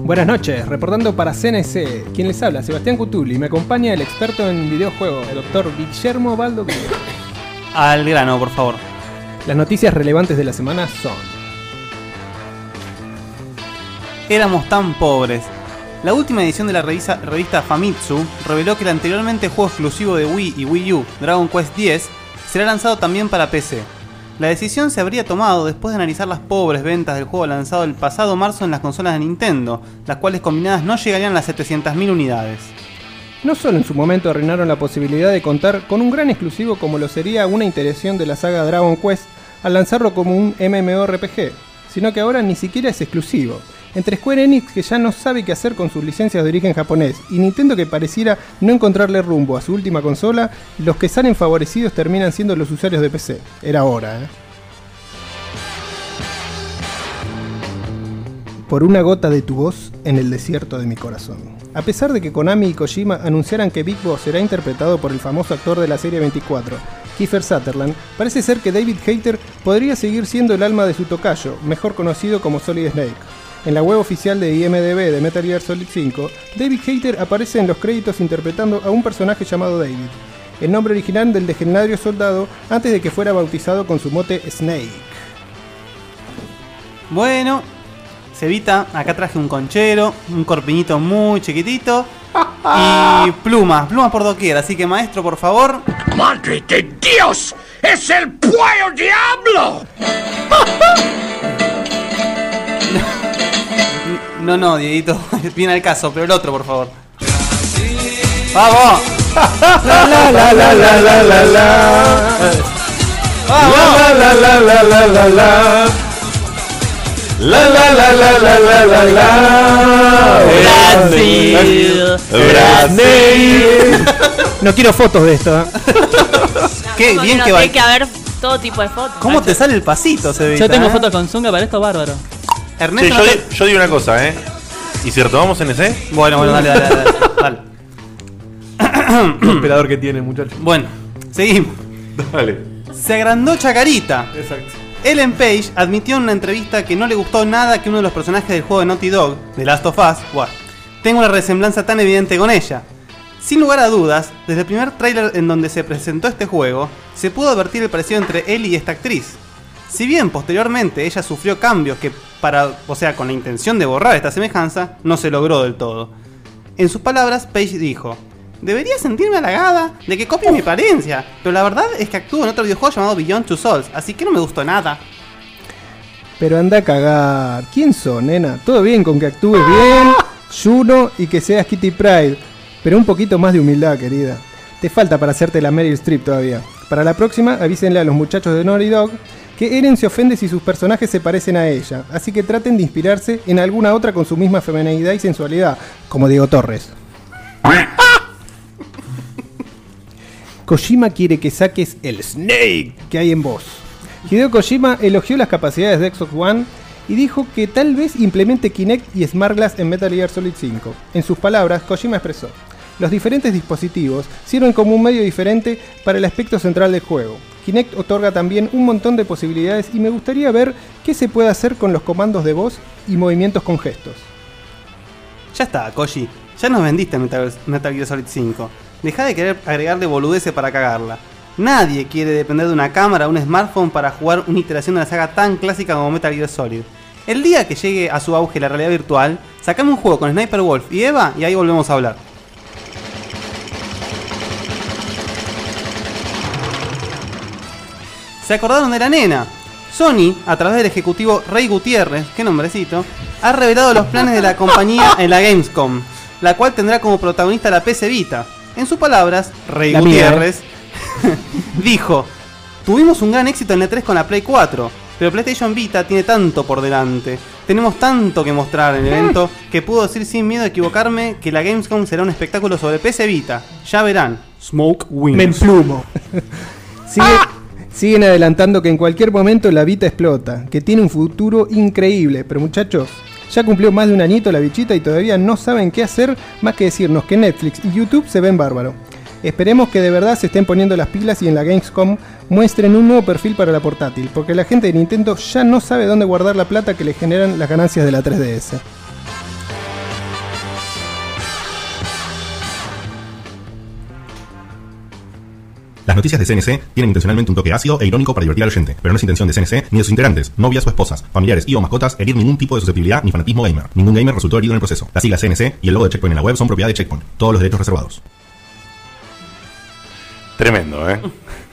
E: Buenas noches, reportando para CNC. Quien les habla, Sebastián Cutuli. Me acompaña el experto en videojuegos, el doctor Guillermo Baldo.
B: Al grano, por favor.
E: Las noticias relevantes de la semana son.
B: Éramos tan pobres. La última edición de la revista, revista Famitsu reveló que el anteriormente juego exclusivo de Wii y Wii U, Dragon Quest X, será lanzado también para PC. La decisión se habría tomado después de analizar las pobres ventas del juego lanzado el pasado marzo en las consolas de Nintendo, las cuales combinadas no llegarían a las 700.000 unidades.
E: No solo en su momento arruinaron la posibilidad de contar con un gran exclusivo como lo sería una iteración de la saga Dragon Quest al lanzarlo como un MMORPG, sino que ahora ni siquiera es exclusivo. Entre Square Enix que ya no sabe qué hacer con sus licencias de origen japonés y Nintendo que pareciera no encontrarle rumbo a su última consola, los que salen favorecidos terminan siendo los usuarios de PC. Era hora, ¿eh? Por una gota de tu voz en el desierto de mi corazón. A pesar de que Konami y Kojima anunciaran que Big Boss será interpretado por el famoso actor de la serie 24, Kiefer Sutherland, parece ser que David Hayter podría seguir siendo el alma de su tocayo, mejor conocido como Solid Snake. En la web oficial de IMDB de Metal Gear Solid 5, David Hayter aparece en los créditos interpretando a un personaje llamado David, el nombre original del legendario soldado antes de que fuera bautizado con su mote Snake.
B: Bueno, Cevita, acá traje un conchero, un corpiñito muy
A: <laughs>
B: chiquitito y plumas, plumas por doquier. Así que maestro, por favor.
H: ¡Madre de Dios! ¡Es el pueblo diablo!
B: No, no, Dieguito, <laughs> viene al caso, pero el otro, por favor. ¡Vamos!
H: La, la, la, la, la, la, la, la.
A: La, la, la, la, la, la, la. La, la, la, la, la, la, la, la.
E: Brasil.
A: <coughs> Brasil.
E: No quiero fotos de esto. ¿eh?
B: Qué
C: Como
B: bien
C: no,
B: que
C: Tiene
B: bail-
C: que haber todo tipo de fotos.
B: ¿Cómo te sale el pasito, Cevita?
G: Yo tengo
B: eh?
G: fotos con Zunga para esto, bárbaro.
A: Che,
B: Ernesto.
A: yo, di- yo digo una cosa, ¿eh? ¿Y si retomamos NC?
B: Bueno, bueno, dale, dale, dale.
A: <laughs>
F: El operador que tiene, muchacho.
B: Bueno, seguimos.
A: Dale.
B: Se agrandó Chacarita.
F: Exacto.
B: Ellen Page admitió en una entrevista que no le gustó nada que uno de los personajes del juego de Naughty Dog, The Last of Us, buah, tenga una resemblanza tan evidente con ella. Sin lugar a dudas, desde el primer tráiler en donde se presentó este juego, se pudo advertir el parecido entre él y esta actriz. Si bien posteriormente ella sufrió cambios que para, o sea, con la intención de borrar esta semejanza, no se logró del todo. En sus palabras, Page dijo: Debería sentirme halagada de que copie mi apariencia, pero la verdad es que actúo en otro videojuego llamado Beyond Two Souls, así que no me gustó nada.
E: Pero anda a cagar. ¿Quién son, nena? Todo bien con que actúes bien, Juno y que seas Kitty Pride. Pero un poquito más de humildad, querida. Te falta para hacerte la Meryl Streep todavía. Para la próxima, avísenle a los muchachos de Naughty Dog que Eren se ofende si sus personajes se parecen a ella. Así que traten de inspirarse en alguna otra con su misma feminidad y sensualidad, como Diego Torres. Kojima quiere que saques el Snake que hay en vos. Hideo Kojima elogió las capacidades de Xbox One y dijo que tal vez implemente Kinect y Smart Glass en Metal Gear Solid 5. En sus palabras, Kojima expresó, los diferentes dispositivos sirven como un medio diferente para el aspecto central del juego. Kinect otorga también un montón de posibilidades y me gustaría ver qué se puede hacer con los comandos de voz y movimientos con gestos.
B: Ya está, Koji. Ya nos vendiste Metal, Metal Gear Solid 5. Deja de querer agregarle boludeces para cagarla. Nadie quiere depender de una cámara o un smartphone para jugar una iteración de la saga tan clásica como Metal Gear Solid. El día que llegue a su auge la realidad virtual, sacame un juego con Sniper Wolf y Eva y ahí volvemos a hablar. Se acordaron de la nena. Sony, a través del ejecutivo Rey Gutiérrez, qué nombrecito, ha revelado los planes de la compañía en la Gamescom, la cual tendrá como protagonista la PC Vita. En sus palabras, Rey
E: La mía,
B: Gutiérrez <laughs> dijo, tuvimos un gran éxito en E3 con la Play 4, pero PlayStation Vita tiene tanto por delante. Tenemos tanto que mostrar en el evento que puedo decir sin miedo a equivocarme que la Gamescom será un espectáculo sobre PC Vita. Ya verán. Smoke Wings.
E: Me emplumo. Sigue- Siguen adelantando que en cualquier momento la Vita explota, que tiene un futuro increíble, pero muchachos, ya cumplió más de un añito la bichita y todavía no saben qué hacer más que decirnos que Netflix y YouTube se ven bárbaro. Esperemos que de verdad se estén poniendo las pilas y en la Gamescom muestren un nuevo perfil para la portátil, porque la gente de Nintendo ya no sabe dónde guardar la plata que le generan las ganancias de la 3DS.
L: Las noticias de CNC tienen intencionalmente un toque ácido e irónico para divertir al oyente, pero no es intención de CNC ni de sus integrantes, novias o esposas, familiares y o mascotas herir ningún tipo de susceptibilidad ni fanatismo gamer. Ningún gamer resultó herido en el proceso. Las siglas CNC y el logo de Checkpoint en la web son propiedad de Checkpoint. Todos los derechos reservados.
A: Tremendo, ¿eh?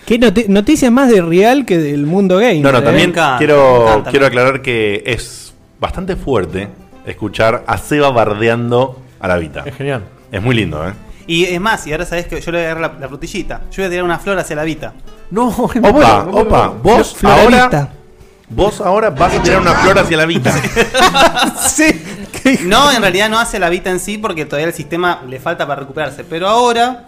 E: ¿Qué noticia más de Real que del mundo game?
A: No, no, también quiero, quiero aclarar que es bastante fuerte escuchar a Seba bardeando a la Vita. Es
F: genial.
A: Es muy lindo, ¿eh?
B: Y es más, y ahora sabes que yo le voy a agarrar la, la frutillita. Yo voy a tirar una flor hacia la vita.
F: No,
A: Opa, opa, vos ahora, vos ahora vas a tirar una flor hacia la Vita.
B: sí. No, en realidad no hace la Vita en sí porque todavía el sistema le falta para recuperarse. Pero ahora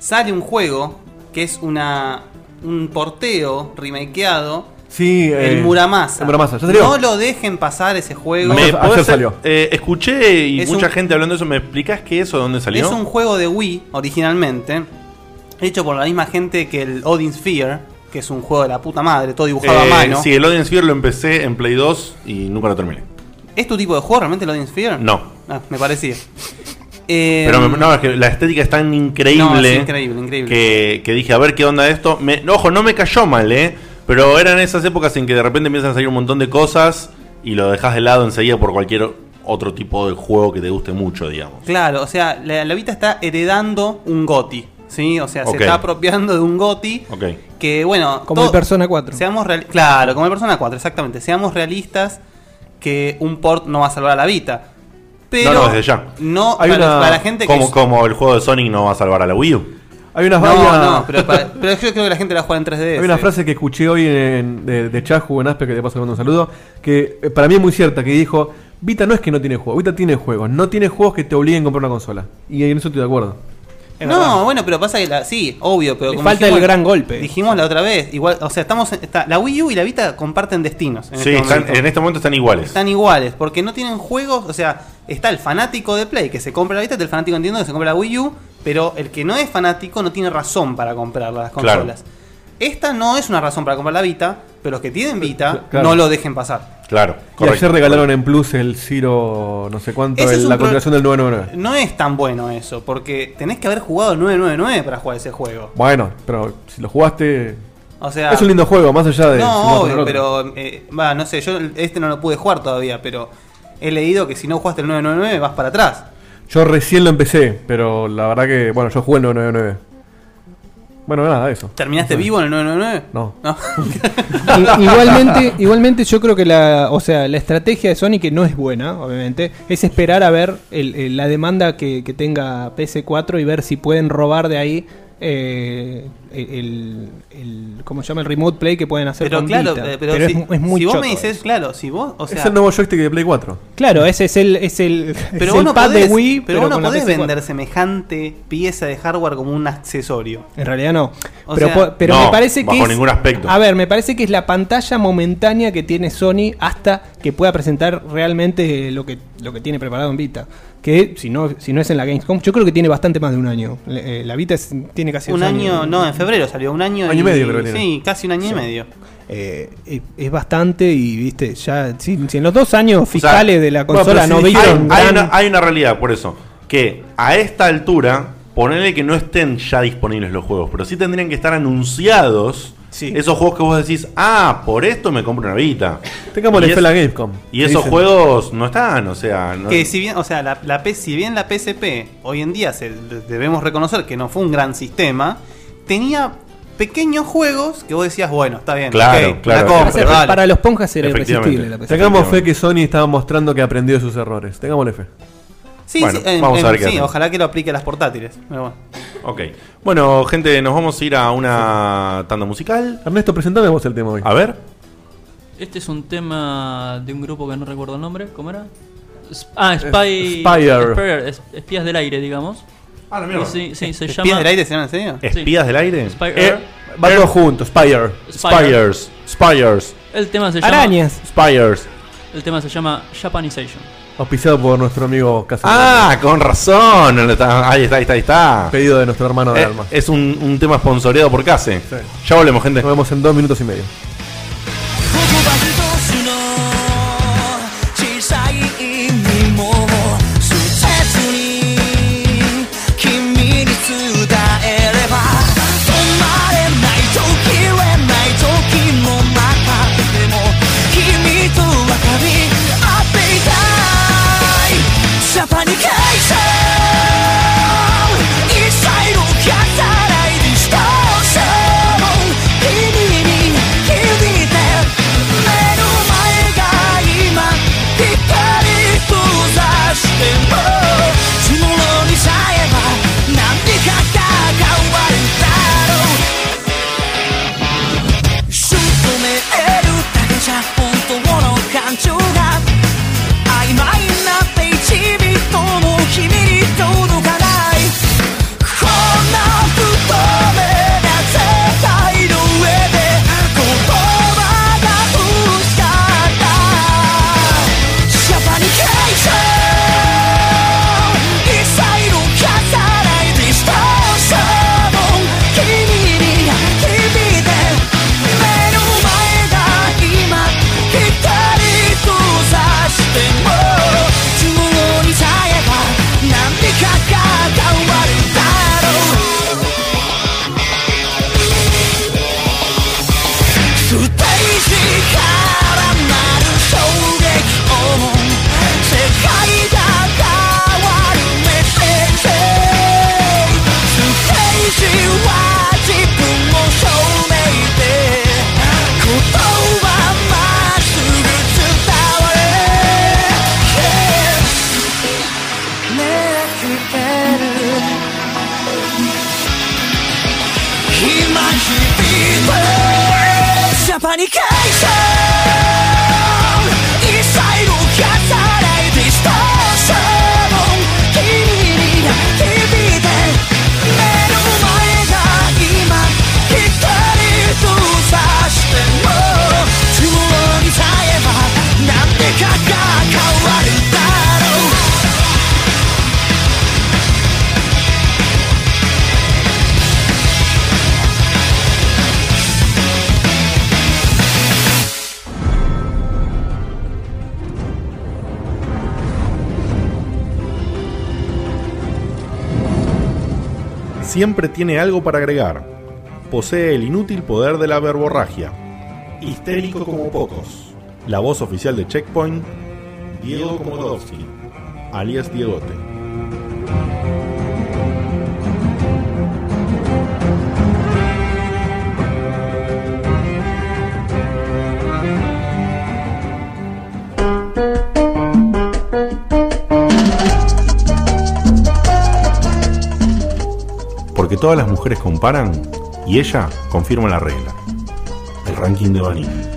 B: sale un juego que es una un porteo remakeado.
F: Sí,
B: el
F: eh,
B: Muramasa.
F: el Muramasa, ¿ya salió?
B: no lo dejen pasar ese juego.
A: Me- ¿podés ser- eh, escuché y
B: Es
A: mucha
B: un-
A: gente hablando de eso. ¿Me explicás qué eso? ¿Dónde salió?
B: Es un juego de Wii originalmente, hecho por la misma gente que el Odin Sphere, que es un juego de la puta madre, todo dibujado a
A: Eh,
B: mano.
A: Sí, el Odin Sphere lo empecé en Play 2 y nunca lo terminé.
B: ¿Es tu tipo de juego realmente el Odin Sphere?
A: No.
B: Ah, me parecía. Eh,
A: <laughs> Pero me- no, es que la estética es tan increíble.
B: No, es increíble, increíble.
A: Que, que dije, a ver qué onda esto. Me- ojo, no me cayó mal, ¿eh? Pero eran esas épocas en que de repente empiezan a salir un montón de cosas y lo dejas de lado enseguida por cualquier otro tipo de juego que te guste mucho, digamos.
B: Claro, o sea, la, la Vita está heredando un GOTI, ¿sí? O sea, se
A: Ok.
B: está apropiando de un GOTI
A: Ok.
B: que, bueno...
E: Como
B: to-
E: el Persona 4.
B: Seamos real- claro, como el Persona 4, exactamente. Seamos realistas que un port no va a salvar a la Vita. Pero
A: no, no, desde ya.
B: no para, para la gente que...
A: como, como el juego de Sonic no va a salvar a la Wii U.
F: Hay unas hay
B: No,
F: una-
B: no, pero, para- pero yo creo que la gente la juega en 3D.
F: <laughs> Hay una frase que escuché hoy en- de, de Chaju en Aspe, que te paso le mando un saludo, que eh, para mí es muy cierta, que dijo, Vita no es que no tiene juegos, Vita tiene juegos, no tiene juegos que te obliguen a comprar una consola. Y en eso estoy de acuerdo.
B: no, bueno, pero pasa que la, sí, obvio, pero
F: Le falta el gran
B: golpe. Dijimos la otra vez, igual, o sea, estamos en- está- la Wii U y la Vita comparten destinos. En
A: sí,
B: este
A: están-
B: momento.
A: en este momento están iguales.
B: Están iguales, porque no tienen juegos, o sea, está el fanático de Play que se compra la Vita, está el fanático de Nintendo que se compra la Wii U, pero el que no es fanático no tiene razón para comprar las
A: Claro.
B: consolas. Esta no es una razón para comprar la Vita, pero los que tienen Vita
F: Claro.
B: no lo dejen pasar.
A: Claro,
F: y ayer regalaron en Plus el Ciro, no sé cuánto,
B: Ese
F: el-
B: es un
F: la
B: pro-
F: continuación del 999.
B: No es tan bueno eso, porque tenés que haber jugado el 999 para jugar ese juego.
F: Bueno, pero si lo jugaste...
B: O sea,
F: es un lindo juego, más allá de... si vamos a
B: No,
F: poner
B: obvio, pero
F: otro.
B: eh, va, no sé, yo este no lo pude jugar todavía, pero he leído que si no jugaste el 999 vas para atrás.
F: Yo recién lo empecé, pero la verdad que, bueno, yo jugué el 999. Bueno, nada, eso.
B: ¿Terminaste
F: No sé.
B: vivo en el 999?
F: No.
E: <laughs> I- igualmente, igualmente yo creo que la, o sea, la estrategia de Sony, que no es buena, obviamente, es esperar a ver el- el- la demanda que, que tenga PS4 y ver si pueden robar de ahí eh, el, el- ¿cómo se llama? El remote play que pueden hacer
B: <laughs> Pero
E: con
B: claro,
E: Vita.
B: eh, pero,
E: es
B: si,
E: mu- es, muy
B: si vos
E: choto
B: me dices, claro, si vos, o sea,
F: es el nuevo joystick de Play 4.
E: Claro, ese es el, es el, es
B: pero vos
E: el
B: no
E: pad
B: podés,
E: de Wii,
B: pero vos no
E: con la
B: podés
E: PS4.
B: vender semejante pieza de hardware como un accesorio.
E: En realidad no.
B: O
E: pero
B: sea,
E: po- pero
B: no,
E: me parece que.
B: bajo
E: es-
B: ningún aspecto.
E: A ver, me parece que es la pantalla momentánea que tiene Sony hasta que pueda presentar realmente lo que, lo que tiene preparado en Vita. Que si no, si no es en la Gamescom, yo creo que tiene bastante más de un año. Le- eh, la Vita es- tiene casi
B: Un
E: dos
B: año,
E: años.
B: no, en febrero salió, un año,
E: Año y medio creo que tiene.
B: Sí, casi un año
E: Sí.
B: y medio.
E: Eh, es, es bastante y viste, ya. Si, si en los dos años fiscales de la consola no
A: hay,
E: vieron.
A: hay
E: gran-
A: una, hay una realidad por eso. Que a esta altura, ponerle que no estén ya disponibles los juegos, pero sí tendrían que estar anunciados esos juegos que vos decís, ah, por esto me compro una Vita.
F: Tengamos
A: Y
F: la fe
A: es-
F: la Gamescom.
A: Y esos
F: Dicen.
A: juegos no están, o sea, no-
B: Que si bien, o sea, la, la P- si bien la PSP hoy en día se, debemos reconocer que no fue un gran sistema, tenía pequeños juegos que vos decías, bueno, está bien,
A: Claro,
B: ok,
A: claro.
B: la compro,
A: O sea,
B: dale.
E: para los ponjas era Efectivamente. irresistible la PC.
F: Tengamos fe que Sony estaba mostrando que aprendió de sus errores. Tengámosle fe.
B: Sí, sí, en- en- sí, ojalá que lo aplique a las portátiles. Pero bueno.
A: Ok. Bueno, gente, nos vamos a ir a una tanda musical.
F: Ernesto, presentame vos el tema hoy.
A: A ver.
G: Este es un tema de un grupo que no recuerdo el nombre. ¿Cómo era? Es-
B: Eh,
G: Ah, Spy.
A: Spire.
G: Spire, es- espías del aire, digamos.
A: Ah, la mierda.
G: Sí, sí, se
B: ¿Espías
G: llama.
B: del aire se llama en serio?
G: Sí.
A: ¿Espías del aire?
G: Spire.
A: Eh, va todo junto. Spire.
G: Spire.
A: Spires. Spires.
G: El tema se llama.
E: Arañas.
A: Spires.
G: El tema se llama Japanization.
F: Auspiciado por nuestro amigo Casado.
A: Ah, con razón. Ahí está, ahí está, ahí está.
F: Pedido de nuestro hermano de
A: Eh,
F: alma.
A: Es un, un tema sponsoreado por Case.
F: Sí.
A: Ya volvemos, gente.
F: Nos vemos en dos minutos y medio.
H: 小さい意味も捨てずに君に伝えれば止まれない時はない時の中でも君と分かり合っていたいジャパニケーション一切の逆らいにした君に響いて目の前が今光とざしても積もろにさえば何かが変わるだろうシュッと見えるだけじゃ本当の感情が曖昧になって一ビとも君に届かないこんな不透明な世界の上で言葉がぶつかったシャパニケーション一切の重ないディストーション君に響いて目の前が今光と差しても中央にさえば何かが変わるだろうステージからなる衝撃音世界が変わるメッセージステージは自分を証明で言葉まっすぐ伝われ Yeah ねえ聞ける今響いてジャパニケーション一切のキャサライディストーション君に響いて目の前が今光と差しても中央にさえば何でかが変わるだろう
A: Siempre tiene algo para agregar. Posee el inútil poder de la verborragia. Histérico como pocos. La voz oficial de Checkpoint, Diego Komodowski, alias Diegote. Porque todas las mujeres comparan y ella confirma la regla. El ranking de Vanilla.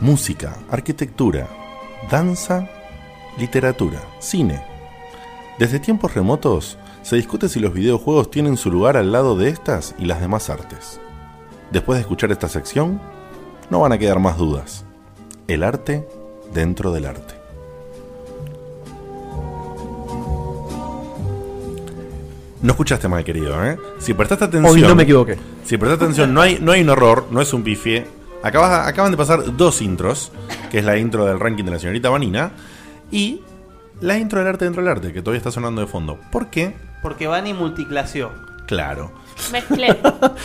A: Música, arquitectura, danza, literatura, cine. Desde tiempos remotos se discute si los videojuegos tienen su lugar al lado de estas y las demás artes. Después de escuchar esta sección, no van a quedar más dudas. El arte dentro del arte. No escuchaste mal, querido, ¿eh? Si prestaste atención.
F: Hoy no me equivoqué.
A: Si prestaste atención, no hay, no hay un error, no es un pifie. Acabas- acaban de pasar dos intros, que es la intro del ranking de la señorita Vanina y la intro del arte dentro del arte, que todavía está sonando de fondo. ¿Por qué?
B: Porque Bani multiclaseó.
A: Claro.
C: Mezclé.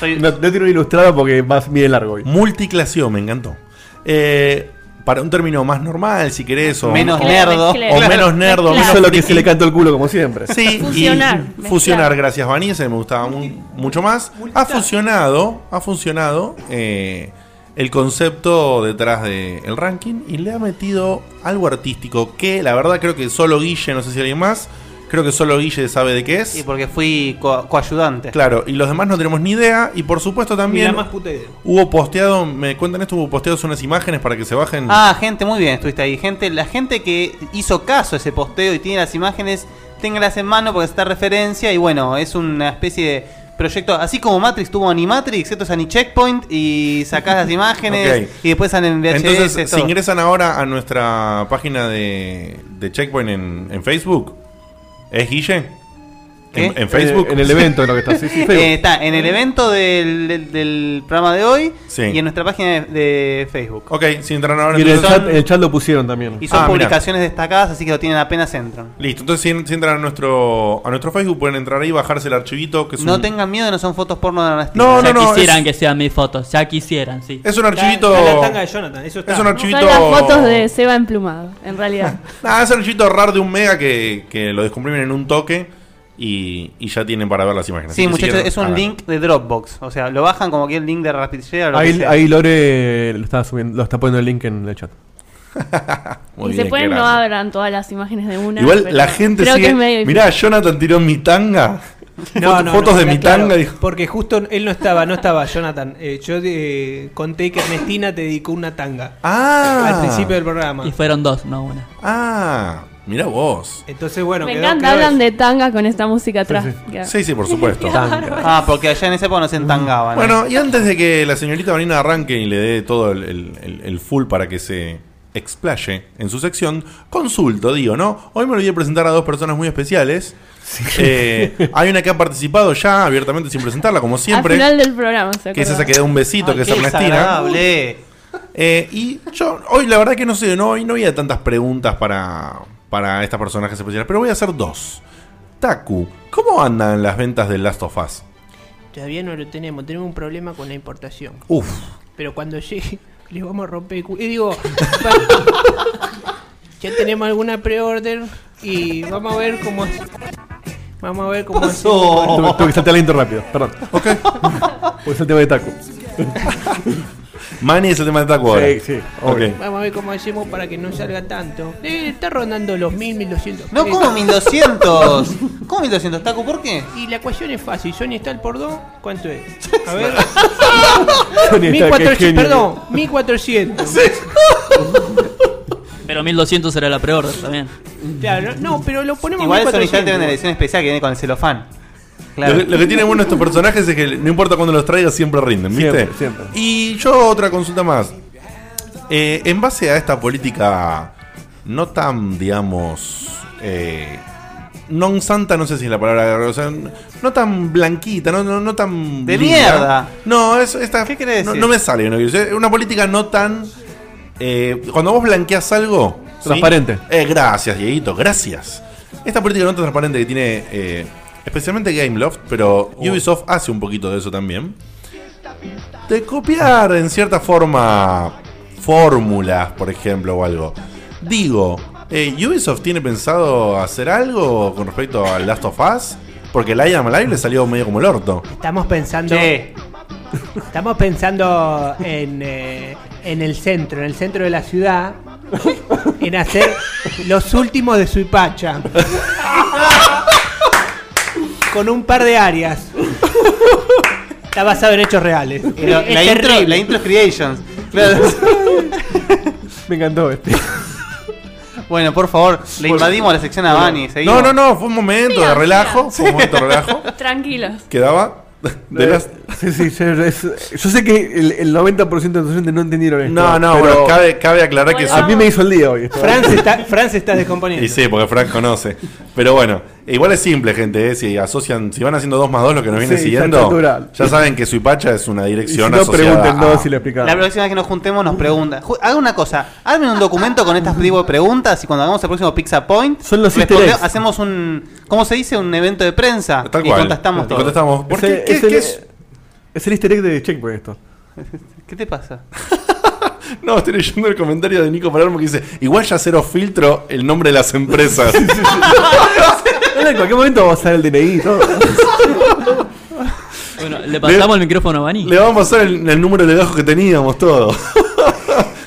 A: Eh.
F: No, no tiene un ilustrado porque más mide largo hoy.
A: Multiclaseo, me encantó. Eh, para un término más normal, si querés, o
F: Menos
A: o-
F: nerdo.
A: o
F: Claro.
A: menos nerdo,
F: Eso
A: menos
F: es lo que
A: friki.
F: se le canta el culo, como siempre.
A: Sí,
F: Fusionar,
A: y
F: mezclar.
A: fusionar, gracias Vanessa, me gustaba mu- mucho más. Ha funcionado, ha funcionado eh, el concepto detrás del ranking y le ha metido algo artístico que la verdad creo que solo Guille, no sé si alguien más, creo que solo Guille sabe de qué es.
B: Sí, porque fui co- coayudante.
A: Claro, y los demás no tenemos ni idea y por supuesto
E: Ni la
A: también
E: más puta idea.
A: hubo posteado, me cuentan esto, hubo posteados unas imágenes para que se bajen.
B: Ah, gente, muy bien, estuviste ahí. Gente, la gente que hizo caso a ese posteo y tiene las imágenes, téngalas en mano porque está referencia y bueno, es una especie de proyecto, así como Matrix tuvo Animatrix, esto es Ani Checkpoint y sacás
A: <laughs>
B: las imágenes
A: Ok.
B: y después salen en VHS.
A: Entonces, si
B: todo.
A: ingresan ahora a nuestra página de, de Checkpoint en, en Facebook, ¿es Guille?
B: ¿Qué?
A: En, en Facebook.
F: En- en el evento, en lo que está,
B: Eh, está en el evento del, del- del programa de hoy
A: Sí.
B: y en nuestra página de, de Facebook.
A: <laughs> Ok, si entran ahora
F: Y en el,
A: entonces-
F: chat, en el chat lo pusieron también.
B: Y son
A: Ah, mirá.
B: publicaciones destacadas, así que lo tienen apenas entran.
A: Listo, entonces si, en- si entran a nuestro, a nuestro Facebook pueden entrar ahí y bajarse el archivito. Que es
B: No
A: un,
B: tengan miedo, no son fotos porno de Ernestina.
A: No, no,
G: ya
A: no,
G: quisieran
A: es-
G: que sean mis fotos, ya quisieran, sí.
A: es un archivito.
E: Está en la tanga de Jonathan, eso está.
A: Es un archivito.
C: Son las fotos de Seba emplumado, en
F: <laughs>
C: realidad.
A: Nada, es un archivito raro de un mega que, que lo descomprimen en un toque y, y ya tienen para ver las imágenes.
B: Sí,
A: Así que si
B: muchachos,
A: quieren,
B: es un
A: hagan.
B: link de Dropbox. O sea, lo bajan como que el link de Rapidshare o lo que
F: Ahí,
B: sea.
F: ahí Lore lo está, subiendo, lo está poniendo el link en el chat.
C: y se pueden no abran todas las imágenes de una.
A: Igual
C: pero
A: la gente
C: creo
A: sigue.
C: que es medio
A: Mirá, Jonathan tiró
E: <laughs>
A: mi tanga. Foto- fotos de
E: era
A: mi
E: claro,
A: tanga. dijo.
E: Porque justo él no estaba, no estaba, Jonathan. Eh, yo eh, conté que Ernestina te dedicó una tanga.
A: Ah.
E: Al principio del programa.
G: Y fueron dos, no una.
A: Ah, mira vos.
E: Entonces, bueno,
C: Me
E: quedó-
C: encanta,
E: quedó
C: hablan
E: eso.
C: de tanga con esta música atrás. Que-
B: Ah, porque allá en esa época no se entangaban. ¿eh?
A: Bueno, y antes de que la señorita Vanina arranque y le dé todo el, el- el- el full para que se explaye en su sección, consulto, digo, ¿no? Hoy me olvidé presentar a dos personas muy especiales. Eh, hay una que ha participado ya abiertamente sin presentarla, como siempre.
C: Al final del programa, ¿se
A: Que es esa
C: acuerdan?
A: que da un besito,
B: Ay,
A: que es
B: qué
A: Ernestina.
B: desagradable.
A: Eh, y yo, hoy la verdad que no sé, no, hoy no había tantas preguntas para, para estas personajes especiales, pero voy a hacer dos. Taku, ¿cómo andan las ventas de Last of Us?
M: Todavía no lo tenemos, tenemos un problema con la importación.
A: Uf.
M: Pero cuando llegue, <laughs> les vamos a romper el culo. Y
C: <laughs>
M: digo, pa- ya tenemos alguna pre-order y vamos a ver cómo es. Vamos a ver cómo es.
F: Tuve, tuve que saltar la intro rápido, perdón. Ok. Pues es el tema de Taco.
A: Manny es el tema de Taku ahora.
F: Sí, sí, obvio.
A: Ok.
M: Vamos a ver cómo hacemos para que no salga tanto. Eh, está rondando los 1000, 1200.
B: No, ¿cómo 1200? ¿Cómo 1200, Taco? ¿Por qué?
M: Y la ecuación es fácil. Sony está el por 2, ¿cuánto es? A ver.
G: Sony está,
M: 1400,
G: qué genio.
M: perdón, 1400.
G: Pero 1200 era la pre-order también.
M: Claro, no, pero lo ponemos
B: Igual eso
M: 1400.
B: ya tiene la edición especial que viene con el celofán. Claro.
A: Lo, que- lo que tiene bueno estos personajes es que no importa cuándo los traiga, siempre rinden, ¿viste?
F: Siempre, siempre.
A: Y yo otra consulta más. Eh, en base a esta política no tan, digamos, eh, non santa, no sé si es la palabra, o sea, no tan blanquita, no, no, no tan...
B: ¡De
A: linda.
B: mierda!
A: No, es, esta,
B: ¿Qué querés
A: No,
B: decir?
A: no me sale, no quiero decir. una política no tan... eh, cuando vos blanqueas algo... ¿sí?
F: Transparente.
A: Eh, gracias, Dieguito, gracias. Esta política no tan transparente que tiene eh, especialmente Gameloft, pero Ubisoft hace un poquito de eso también. De copiar en cierta forma fórmulas, por ejemplo, o algo. Digo, eh, ¿Ubisoft tiene pensado hacer algo con respecto al Last of Us? Porque el I Am Alive le salió medio como el orto.
M: Estamos pensando. Estamos pensando en, eh, en el centro, en el centro de la ciudad, en hacer los últimos de Suipacha. Con un par de áreas. Está basado en hechos reales.
B: Y lo-
M: Es
B: la, intro,
M: terrible.
B: la intro es Creations.
A: <laughs>
B: Claro.
F: Me encantó este.
B: Bueno, por favor, le invadimos la sección a Bani.
A: No, no, no, fue un momento de relajo. Fue un momento de relajo.
C: Tranquilos.
A: Quedaba. De las-
F: Sí, sí, sí, es- yo sé que el, el 90% de los oyentes no entendieron esto.
A: No, no,
F: pero
A: bueno, cabe, cabe aclarar que
F: A mí me hizo el día hoy.
E: Fran se está, Fran se está descomponiendo.
A: Y sí, porque Frank conoce. Pero bueno, igual es simple, gente. ¿eh? Si asocian, si van haciendo 2 más 2 lo que nos viene
F: Sí, ya está
A: siguiendo,
F: natural.
A: ya saben que Suipacha es una dirección
F: Y si no,
A: asociada.
F: pregunten,
A: a-
F: no, si le explicamos.
B: La próxima vez que nos juntemos nos pregunta. Ju- Haga una cosa, armen un documento con estas tipo de preguntas y cuando hagamos el próximo Pizza Point,
F: Son los easter
B: responde-
F: eggs.
B: hacemos un, ¿cómo se dice? Un evento de prensa
A: Tal
B: y
A: cual.
B: contestamos
A: Y
B: todo.
A: contestamos. ¿Por qué? ¿Qué-
F: es,
A: qué
F: el,
A: es?
F: es el easter egg de Checkpoint esto.
B: ¿Qué te pasa?
A: No, estoy leyendo el comentario de Nico Palermo que dice: Igual ya cero filtro el nombre de las
F: <laughs>
A: empresas.
F: en cualquier momento va a usar el DNI y todo.
G: Bueno, le pasamos el micrófono a Bani.
A: Le vamos a pasar el, el número de legajo que teníamos
F: <laughs>
A: todo.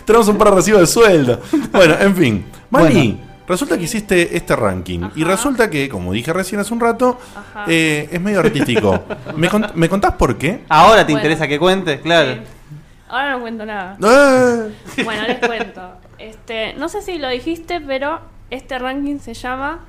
A: Tenemos un par de recibos de sueldo. Bueno, en fin. Mani, resulta que hiciste este ranking. Y resulta que, como dije recién hace un rato, eh, es medio artístico. ¿Me, cont- me contás por qué?
B: Ahora te
C: Bueno.
B: interesa que cuentes, claro.
C: Ahora no cuento nada.
A: Eh.
C: Bueno, les cuento. Este, no sé si lo dijiste, pero este ranking se llama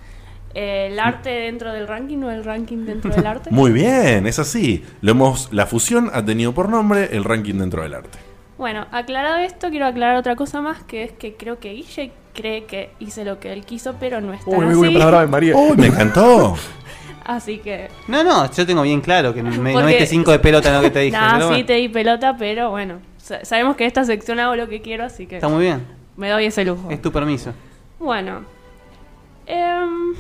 C: eh, El arte dentro del ranking o el ranking dentro del arte.
A: Muy bien, es así. Lo hemos, la fusión ha tenido por nombre el ranking dentro del arte.
C: Bueno, aclarado esto, quiero aclarar otra cosa más, que es que creo que Guille cree que hice lo que él quiso, pero no es tan
F: Uy,
C: así.
F: uy, palabra de María.
A: Uy, me
F: <laughs>
A: encantó.
C: Así que...
B: No, no, yo tengo bien claro que me, me
C: Porque-
B: metiste 5 de pelota en lo que te dije.
C: Nah,
B: pero
C: sí,
B: bueno,
C: te di pelota, pero bueno. sa- Sabemos que en esta sección hago lo que quiero, así que...
B: Está muy bien,
C: Me doy ese lujo.
B: es tu permiso.
C: Bueno. Em,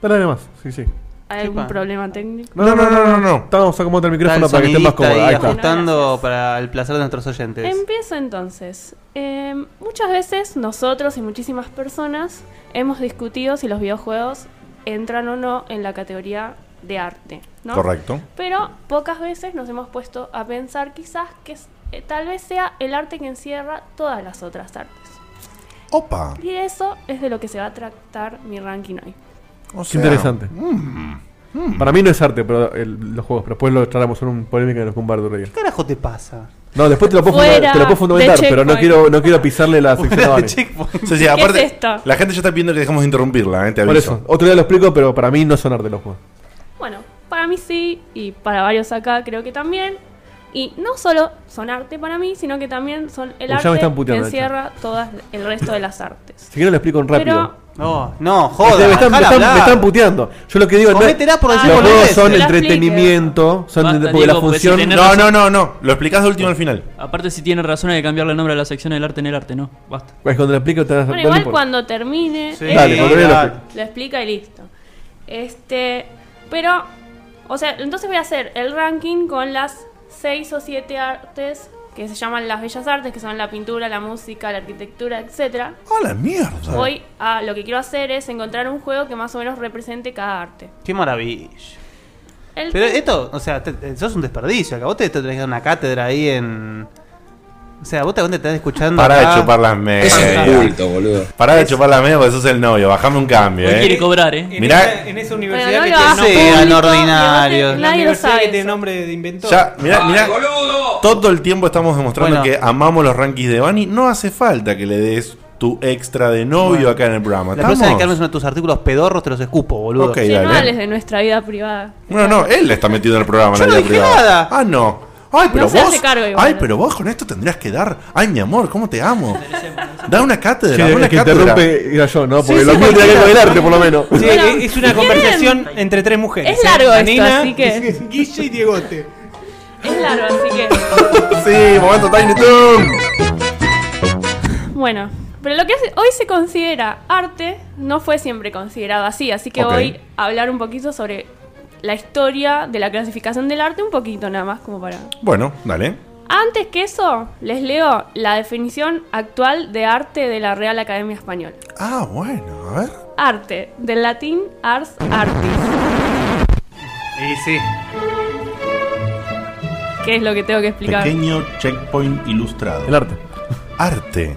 F: Dale nomás, sí, sí.
C: ¿Hay algún problema técnico?
F: Estábamos acomodando el
B: Está
F: micrófono
B: el
F: para que esté más
B: sonidista
F: cómodo.
B: ahí
F: Ahí está.
B: ajustando para el placer de nuestros oyentes.
C: Empiezo entonces. Eh, muchas veces nosotros y muchísimas personas hemos discutido si los videojuegos entran o no en la categoría de arte, ¿no?
A: Correcto.
C: Pero pocas veces nos hemos puesto a pensar quizás que es- eh, tal vez sea el arte que encierra todas las otras artes.
A: Opa.
C: Y de eso es de lo que se va a tratar mi ranking hoy.
A: O
F: Qué interesante. Mm. Para mí no es arte, pero el- los juegos. Pero después lo charlamos en un polémica de los cumbardos de ¿Qué
B: carajo te pasa?
F: No, después te lo puedo,
C: Fuera
F: funda- te lo puedo
C: de
F: fundamentar, pero no
C: Checkpoint.
F: quiero, no quiero pisarle
B: <laughs>
F: la sección a Vane.
A: O sea, sí, aparte, la gente ya está pidiendo que dejemos de interrumpirla, eh, te
F: Por
A: aviso.
F: eso, otro día lo explico, pero para mí no son arte los juegos.
C: Bueno, para mí sí, y para varios acá creo que también. Y no solo son arte para mí, sino que también son el
F: Ya me
C: arte
F: están
C: que
F: puteando, de hecho.
C: encierra todas el resto de las artes.
F: Si quiero lo explico en rápido. Este,
B: No, no, joda,
F: me, están,
B: dejala
F: me están- me
B: hablar.
F: están puteando. Yo lo que digo
B: Cométela
C: Ah,
B: por decir
F: los
B: boludeces.
F: juegos son
B: Que la
F: entretenimiento, son
G: Basta,
F: de- porque la
G: Diego, pues, si
F: función.
G: tenés razón-
A: no. Lo explicás de último al final.
G: Aparte, si tiene razón, hay que cambiarle el nombre a la sección del arte en el arte, no. Basta.
F: Es Pues, cuando lo explico, te das
C: Bueno, igual cuando termine, este,
G: Sí, dale, cuando termine lo
C: lo,
G: explico.
C: explica y listo. Este, pero, o sea, entonces voy a hacer el ranking con las seis o siete artes que se llaman las bellas artes, que son la pintura, la música, la arquitectura, etcétera.
A: la mierda!
C: Hoy ah, lo que quiero hacer es encontrar un juego que más o menos represente cada arte.
B: Qué maravilla.
C: El
B: Pero esto, o sea, te- te- sos un desperdicio. Acá vos te, te tenés que dar una cátedra ahí en. O sea, vos te, vos te estás escuchando.
A: Pará
B: acá.
A: de chupar las medias.
F: Eh.
A: boludo. Pará de chupar las medias porque sos el novio. Bajame un cambio,
G: Hoy
A: eh.
G: quiere cobrar, eh.
A: Mirá,
E: En esa
C: Bueno,
E: universidad
C: no
E: que
C: lo
E: tiene
C: hagas
E: nombre-
A: Sí, al
E: público,
A: ordinario.
E: que vos
C: Nadie lo
E: te- la universidad
C: sabe
E: que tiene
C: eso.
E: nombre de inventor.
A: ya, mirá, mirá. Todo el tiempo estamos demostrando que amamos los rankings de Bani. No hace falta que le des tu extra de novio
B: Bueno.
A: acá en el programa.
B: La próxima vez que
A: ¿Estamos?
B: armes uno de tus artículos pedorros, te los escupo, boludo.
A: Ok,
C: Che, no
A: dale.
C: hables de nuestra vida privada.
A: No, no, él está metido en el programa.
B: Yo
A: en la
B: no
A: vida
B: dije nada.
A: Ah, no. Ay, pero
C: No se
A: vos.
C: hace cargo igual.
A: ay, pero vos con esto tendrías que dar. Ay, mi amor, ¿cómo te amo? Da una cátedra,
F: Che,
A: da una
F: el que
A: cátedra.
F: interrumpe era yo, ¿no? Porque
A: Sí,
F: lo
A: sí,
F: mío tiene que ver con el
A: cualquiera.
F: arte, por lo menos. <laughs>
E: Sí, es- es una
C: si quieren-
E: conversación entre tres mujeres.
C: Es largo esto,
E: Anina,
C: así que-
E: Guille y Diegote.
C: Es largo, así que.
A: <laughs> Sí, momento Tiny Toon.
C: Bueno, pero lo que hace- hoy se considera arte no fue siempre considerado así, así que
A: Ok.
C: voy a hablar un poquito sobre la historia de la clasificación del arte, un poquito nada más como para...
A: Bueno, dale.
C: Antes que eso, les leo la definición actual de arte de la Real Academia Española.
A: Ah, bueno, a ver.
C: Arte, del latín ars artis.
B: Y sí.
C: ¿Qué es lo que tengo que explicar?
A: Pequeño checkpoint ilustrado. El
F: arte.
A: Arte.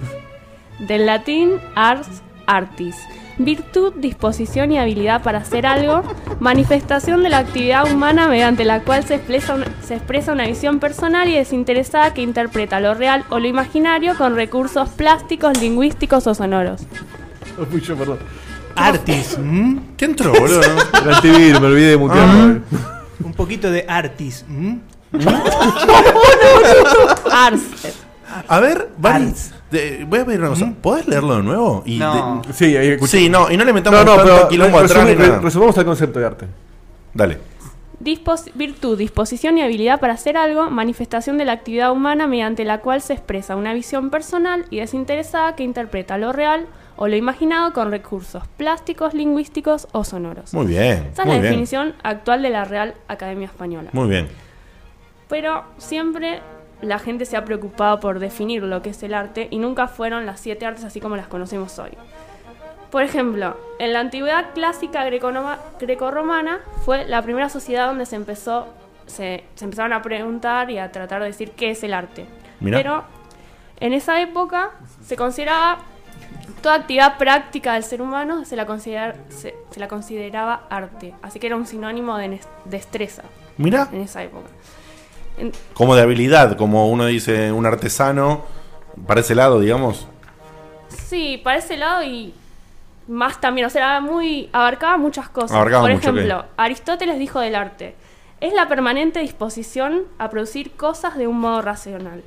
C: Del latín ars artis. Virtud, disposición y habilidad para hacer algo. Manifestación de la actividad humana mediante la cual se expresa, una, se expresa una visión personal y desinteresada que interpreta lo real o lo imaginario con recursos plásticos, lingüísticos o sonoros.
F: Fui yo, perdón.
E: Artis.
A: ¿Qué entró, boludo? <laughs>
F: Era antivir, me olvidé de mutearlo. eh.
E: Un poquito de artis. ¿m?
C: Ars.
A: A ver, Vani, de- voy a pedir una cosa. ¿Podés leerlo de nuevo? Y
B: No.
A: de-
F: Sí, ahí escuché.
A: Sí, no, y no le metamos
F: No, no,
A: tanto
F: pero
A: quilombo atrás
F: resume-
A: ni nada.
F: re- resumamos el concepto de arte.
A: Dale.
C: Dispos- virtud, disposición y habilidad para hacer algo, manifestación de la actividad humana mediante la cual se expresa una visión personal y desinteresada que interpreta lo real o lo imaginado con recursos plásticos, lingüísticos o sonoros.
A: Muy bien,
C: Esa es
A: muy
C: la
A: bien.
C: definición actual de la Real Academia Española.
A: Muy bien.
C: Pero siempre la gente se ha preocupado por definir lo que es el arte y nunca fueron las siete artes así como las conocemos hoy. Por ejemplo, en la antigüedad clásica greconoma- grecorromana fue la primera sociedad donde se empezó se, se empezaron a preguntar y a tratar de decir qué es el arte.
A: Mirá.
C: Pero en esa época se consideraba toda actividad práctica del ser humano se la, considerar- se- se la consideraba arte, así que era un sinónimo de nes- destreza.
A: Mirá.
C: En esa época. En-
A: Como de habilidad, como uno dice, un artesano, para ese lado, digamos.
C: Sí, para ese lado y más también. O sea, era muy, abarcaba muchas cosas.
A: Abarcaba
C: Por
A: mucho,
C: ejemplo, Aristóteles dijo del arte: es la permanente disposición a producir cosas de un modo racional.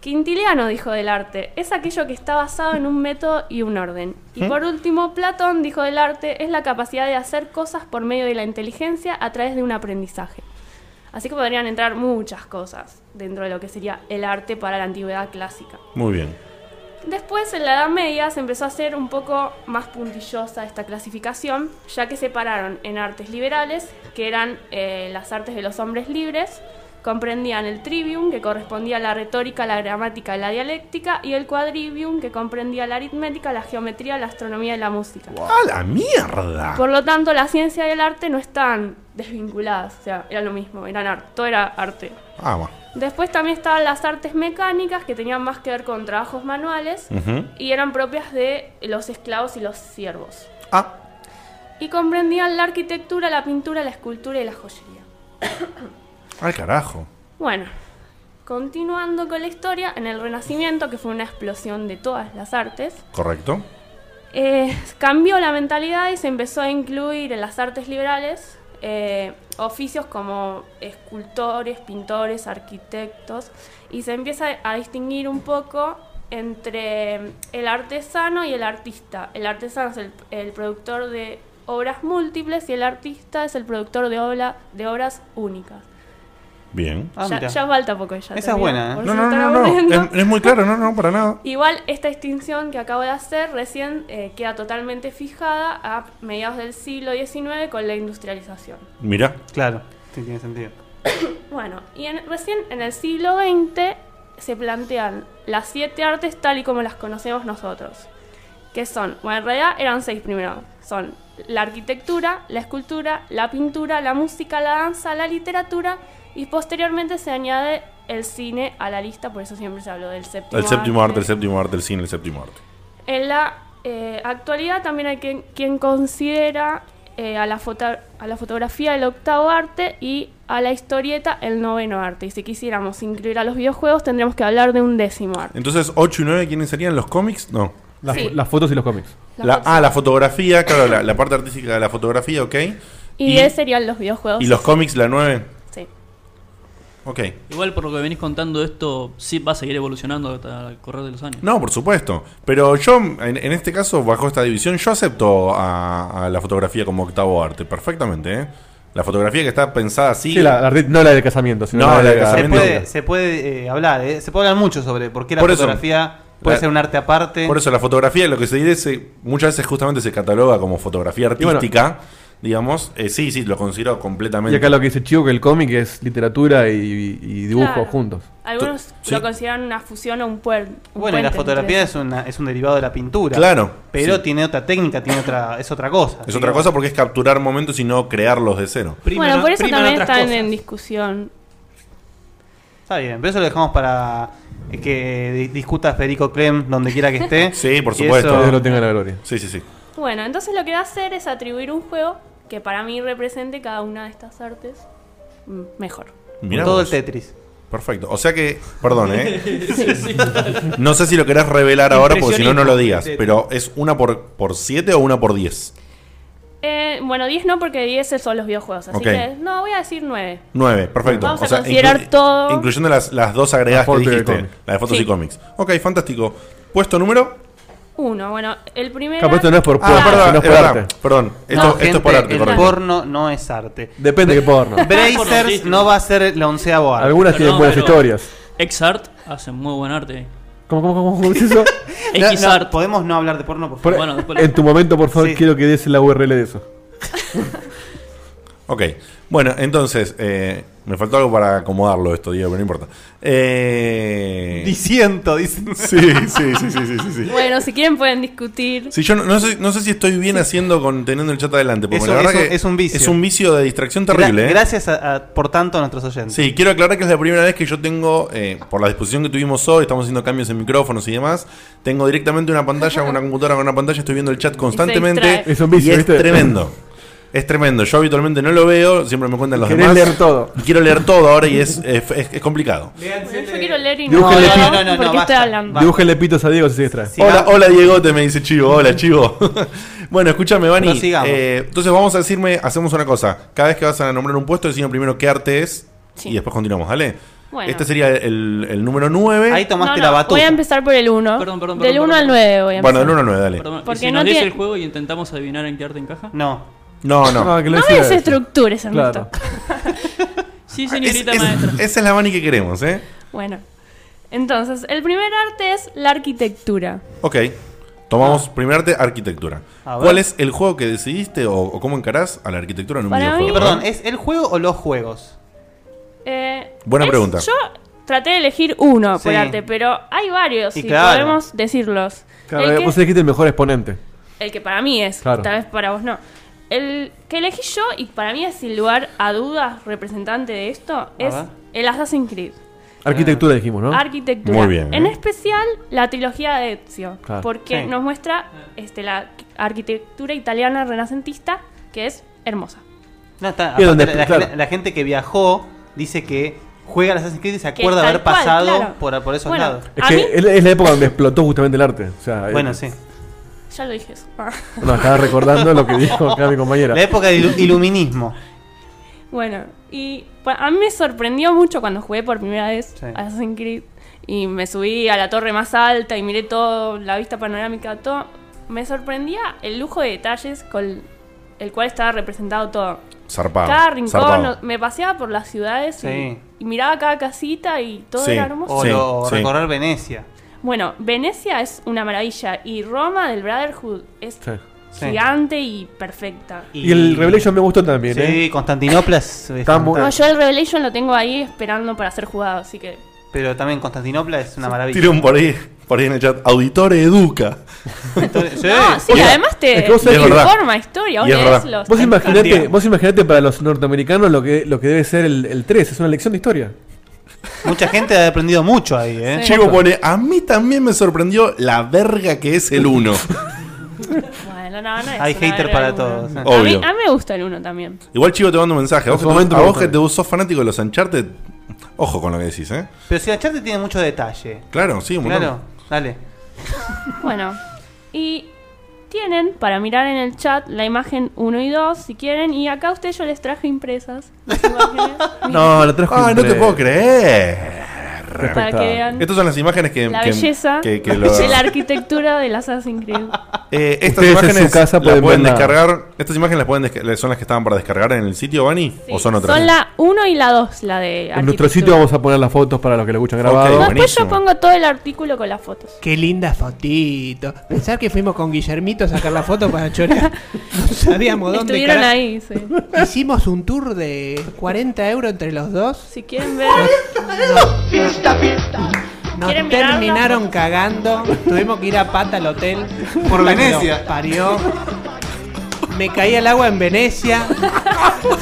C: Quintiliano dijo del arte: es aquello que está basado en un método y un orden. Y
N: ¿Mm?
C: por último, Platón dijo del arte: es la capacidad de hacer cosas por medio de la inteligencia a través de un aprendizaje. Así que podrían entrar muchas cosas dentro de lo que sería el arte para la antigüedad clásica.
A: Muy bien.
C: Después, en la Edad Media, se empezó a hacer un poco más puntillosa esta clasificación, ya que separaron en artes liberales, que eran eh, las artes de los hombres libres, comprendían el trivium, que correspondía a la retórica, la gramática y la dialéctica, y el quadrivium, que comprendía la aritmética, la geometría, la astronomía y la música.
A: ¡A la mierda!
C: Por lo tanto, la ciencia y el arte no están desvinculadas, o sea, era lo mismo, eran arte, todo era arte.
A: Ah, bueno.
C: Después también estaban las artes mecánicas, que tenían más que ver con trabajos manuales,
A: Ujú.
C: y eran propias de los esclavos y los siervos.
A: Ah.
C: Y comprendían la arquitectura, la pintura, la escultura y la joyería.
A: Al carajo.
C: Bueno, continuando con la historia, en el Renacimiento, que fue una explosión de todas las artes,
A: ¿Correcto?
C: eh, cambió la mentalidad y se empezó a incluir en las artes liberales eh, oficios como escultores, pintores, arquitectos, y se empieza a distinguir un poco entre el artesano y el artista. El artesano es el, el productor de obras múltiples y el artista es el productor de, obra, de obras únicas.
A: Bien.
C: Ya- ya, falta poco ella.
B: Ah, Esa es buena, ¿eh?
A: No, no, no, no. Es, es muy claro, no, no, para nada.
C: Igual esta distinción que acabo de hacer recién eh, queda totalmente fijada a mediados del siglo XIX con la industrialización.
A: Mirá.
B: Claro, sí, tiene sentido.
C: Bueno, y en- recién en el siglo XX se plantean las siete artes tal y como las conocemos nosotros. Que son, bueno, en realidad eran seis primero. Son la arquitectura, la escultura, la pintura, la música, la danza, la literatura y posteriormente se añade el cine a la lista, por eso siempre se habló del séptimo
A: El séptimo arte, el séptimo arte, el cine, el séptimo arte.
C: En la eh, actualidad también hay quien, quien considera eh, a, la foto- a la fotografía el octavo arte y a la historieta el noveno arte. Y si quisiéramos incluir a los videojuegos tendríamos que hablar de un décimo arte.
A: Entonces, 8 y 9, ¿quiénes serían? ¿Los cómics? No.
C: Las- Sí.
F: las fotos y los cómics.
C: Las fotos.
A: ah, la fotografía, claro, la, la parte artística de la fotografía, ok.
C: Y, diez serían los videojuegos.
A: ¿Y los cómics, la 9?
C: Sí.
A: Ok.
G: Igual por lo que venís contando esto, sí va a seguir evolucionando hasta el correr de los años.
A: No, por supuesto. Pero yo, en, en este caso, bajo esta división, yo acepto a, a la fotografía como octavo arte, perfectamente, ¿eh? La fotografía que está pensada así.
F: Sí, la- la arti- no la del casamiento, sino
A: no,
F: la
A: la del
F: del
B: Se
A: casamiento.
B: puede, se puede eh, hablar, ¿eh? se puede hablar mucho sobre por qué la
A: Por eso,
B: fotografía puede
A: la-
B: ser un arte aparte.
A: Por eso la fotografía, lo que se dice, muchas veces justamente se cataloga como fotografía
F: Y bueno-
A: artística, digamos. Eh, sí, sí, lo considero
F: Y
A: completamente.
F: acá lo que dice Chico que el cómic es literatura y, y dibujo
C: Claro.
F: juntos.
C: Algunos
A: sí.
C: lo consideran una fusión o un puer- un puente.
B: Bueno, y la
C: entre
B: fotografía
C: eso.
B: es, una, es un derivado de la pintura.
A: Claro,
B: Pero
A: sí.
B: tiene otra técnica, tiene otra, es otra cosa.
A: Es otra
B: digamos.
A: cosa porque es capturar momentos y no crearlos de cero.
C: Bueno, por eso
B: priman
C: también
B: otras
C: están
B: cosas.
C: en discusión.
B: Está bien, pero eso lo dejamos para eh, que di- discuta Federico Clem donde quiera que esté.
A: <laughs> Sí, por
B: Y
A: supuesto.
B: eso-
A: Dios
F: lo tenga en la gloria.
A: Sí, sí, sí.
C: Bueno, entonces lo que va a hacer es atribuir un juego que para mí represente cada una de estas artes mm, mejor.
A: Mirá
B: Todo
A: vos.
B: el Tetris.
A: Perfecto. O sea que, perdón,
B: Sí,
A: ¿eh?
B: sí.
A: No sé si lo querés revelar ahora porque si no, no lo digas.
B: Impresionismo.
A: Pero es una por, por siete o una por diez.
C: Eh, bueno, 10 no, porque 10 es solo los videojuegos. Así
A: Ok.
C: que, no, voy a decir 9.
A: 9, perfecto.
C: Vamos a considerar todo.
A: Incluyendo las, las dos agregadas
F: Las
A: que
F: fotos y
A: dijiste,
F: cómics.
A: la de fotos
C: Sí.
A: y cómics. Ok, fantástico. Puesto número.
C: Uno, bueno, el primero.
A: Claro, pero esto no es por Ah, puerto, perdón, no es por es verdad. arte. Perdón, esto- esto es por arte,
B: El
A: correcto.
B: porno no
C: <laughs>
B: es arte.
F: Depende de qué porno.
B: Brazers no va a ser la onceavo arte.
F: Algunas tienen buenas historias.
G: Exart hace muy buen arte.
F: ¿Cómo, cómo, cómo, cómo
C: <laughs>
F: es eso?
B: No, no,
G: Xart.
B: podemos no hablar de porno, por
F: Por-
B: favor. Bueno, después-
F: en tu momento, por favor,
B: Sí.
F: quiero que des la URL de eso.
A: Ok. Bueno, entonces, eh, me faltó algo para acomodarlo esto, Diego, pero no importa. Eh...
B: Disiento, dicen.
A: <laughs> Sí, sí, sí, sí, sí, sí, sí.
C: Bueno, si quieren pueden discutir.
A: Sí, yo no, no sé, no sé si estoy bien haciendo con teniendo el chat adelante, porque
B: Es un-
A: la verdad
B: es un-
A: que
B: es un vicio.
A: Es un vicio de distracción
B: Gra-
A: terrible. ¿eh?
B: Gracias a- a- por tanto a nuestros oyentes.
A: Sí, quiero aclarar que es la primera vez que yo tengo, eh, por la disposición que tuvimos hoy, estamos haciendo cambios en micrófonos y demás, tengo directamente una pantalla, una computadora con una pantalla, estoy viendo el chat constantemente.
F: distrae. Es un vicio,
A: y es
F: ¿viste?
A: tremendo. Es tremendo. Yo habitualmente no lo veo, siempre me cuentan los
F: Querés
A: demás.
F: leer todo.
A: Y Quiero leer todo ahora y es, es, es- es complicado.
C: Bueno, yo quiero leer y no,
F: Dibújenle
C: no,
F: pi-
C: no, no, porque estoy hablando.
F: Dibújenle pitos a Diego si se distrae.
A: hola, hola Diegote, me dice Chivo. Hola, Chivo. <laughs> bueno, escúchame, Vani.
F: Prosigamos.
A: eh, entonces vamos a decirme, hacemos una cosa. Cada vez que vas a nombrar un puesto, decimos primero qué arte es
C: Sí.
A: y después continuamos, ¿dale?
C: Bueno.
A: Este sería el, el número 9. Ahí
C: No, no, Voy a empezar por el 1. Del 1 al 9 voy a empezar.
A: Bueno, del 1 al 9, dale.
G: Perdón, ¿y
C: Porque
G: si
C: no
G: nos dice
C: tiene-
G: el juego y intentamos adivinar en qué arte encaja?
A: Mm.
B: No.
A: No, no.
F: Oh, <laughs> No, que
C: No me desestructures, Ernesto.
G: Sí,
A: Ah, Es-
G: señorita
A: es-
G: maestra.
A: esa es la Vani que queremos, ¿eh?
C: <laughs> Bueno. Entonces, el primer arte es la arquitectura.
A: Ok. Tomamos primer arte, arquitectura.
B: A ver.
A: ¿Cuál es el juego que decidiste o, o cómo encarás a la arquitectura en un
C: Para mí-
A: videojuego?
B: Perdón, ¿es el juego o los juegos?
C: Eh,
A: Buena
C: es-
A: pregunta.
C: Yo traté de elegir uno por
F: Sí.
C: arte, pero hay varios,
F: Y
C: si
F: claro.
C: podemos decirlos.
F: Claro,
A: eh,
C: el,
F: vos
C: que,
F: elegiste el mejor exponente.
C: el que para mí es,
F: Claro.
C: tal vez para vos no. El que elegí yo, y para mí es sin lugar a dudas representante de esto, es
F: ver.
C: el Assassin's Creed.
F: Arquitectura dijimos, ¿no? ¿eh?
C: Arquitectura. En especial la trilogía de Ezio,
F: Claro.
C: porque
F: Sí.
C: nos muestra este, la arquitectura italiana renacentista, que es hermosa.
B: No, está-
F: Y donde-
B: aparte la, la-
F: claro.
B: la gente que viajó dice que juega al Assassin's Creed y se
C: Que
B: acuerda
C: tal
B: haber
C: cual,
B: pasado
C: claro.
B: por, por esos
C: Bueno,
B: lados.
F: Es que es la- es la época donde explotó justamente el arte. O sea,
B: Bueno,
F: eh,
B: sí.
C: Ya lo dije eso. <laughs>
F: No, estaba recordando lo que dijo acá mi compañera.
B: La época del ilu- iluminismo.
C: Bueno, y pa- a mí me sorprendió mucho cuando jugué por primera vez
B: Sí.
C: a Assassin's Creed y me subí a la torre más alta y miré todo, la vista panorámica, todo. Me sorprendía el lujo de detalles con el cual estaba representado todo.
A: Zarpado.
C: cada rincón,
A: zarpado.
C: o- me paseaba por las ciudades y-
B: Sí.
C: y, miraba cada casita y todo
A: Sí,
C: era hermoso.
B: O
A: Sí,
B: lo-
A: sí.
B: recorrer Venecia.
C: Bueno, Venecia es una maravilla y Roma del Brotherhood es
F: Sí.
B: Sí.
C: gigante y perfecta.
F: Y el Revelation me gustó también,
B: Sí,
F: ¿eh?
B: Constantinopla es- es
F: Está muy-
C: No, yo el Revelation lo tengo ahí esperando para ser jugado, así que
B: Pero también Constantinopla es una maravilla.
A: Tira un por ahí, por ahí en el chat. Auditore educa.
C: No, sí,
F: Oye,
C: además te,
F: es que vos
C: te
F: sabés que-
C: informa historia. Vos
A: Y es
C: lees
A: verdad.
C: los
F: Vos imaginate,
C: textos.
F: vos imaginate para los norteamericanos lo que, lo que debe ser el, el 3, es una lección de historia.
B: Mucha gente ha aprendido mucho ahí, ¿eh?
A: Chivo pone, a mí también me sorprendió la verga que es
C: <laughs>
A: el 1.
C: Bueno, no, no es
B: Hay
C: una
B: hater
C: verga
B: para
C: el uno.
B: todos, eh.
C: A mí,
A: Obvio.
C: a mí me gusta el uno también.
A: Igual Chivo te mando un mensaje. A vos,
F: En su
A: que,
F: momento
A: te, a
F: me
A: vos
F: gustó.
A: que te sos fanático de los Uncharted, ojo con lo que decís, ¿eh?
B: Pero si la charte tiene mucho detalle.
A: Claro, sí, un montón.
B: Claro, dale.
C: Bueno, y tienen para mirar en el chat la imagen 1 y 2 si quieren. Y acá a ustedes yo les traje
F: <laughs>
C: impresas. las imágenes.
F: No, la trajo
A: Ah, no te
F: impresa.
A: puedo creer.
C: Para que vean.
A: Estas son las imágenes que.
C: la
A: que-
C: belleza
A: que- que lo-
C: de la arquitectura del Assassin's Creed.
F: Ah.
A: Eh, estas
F: Ustedes en
A: imágenes
F: su casa
A: las
F: pueden
A: pueden,
F: verla.
A: descargar. Estas imágenes las pueden desca- son las que estaban para descargar en el sitio, Bani, o son otras. eh.
C: Son la 1 y la 2, la de
F: En nuestro
C: arquitectura.
F: sitio vamos a poner las fotos para los que lo escuchan grabado.
A: Ok,
C: Después yo pongo todo el artículo con las fotos.
M: Qué linda fotito. Pensar que fuimos con Guillermito a sacar la foto para
C: <laughs>
M: chorear. No sabíamos dónde.
C: Estuvieron
M: carajo.
C: ahí, sí.
M: Hicimos un tour de 40 euros entre los dos.
C: Si quieren
F: <laughs>
C: ver.
M: Nos
C: ¿Quieren mirarla?
M: terminaron cagando. Tuvimos que ir a pata al hotel.
B: Por
M: Puta que
B: Venecia.
M: nos Parió. Me caí al agua en Venecia.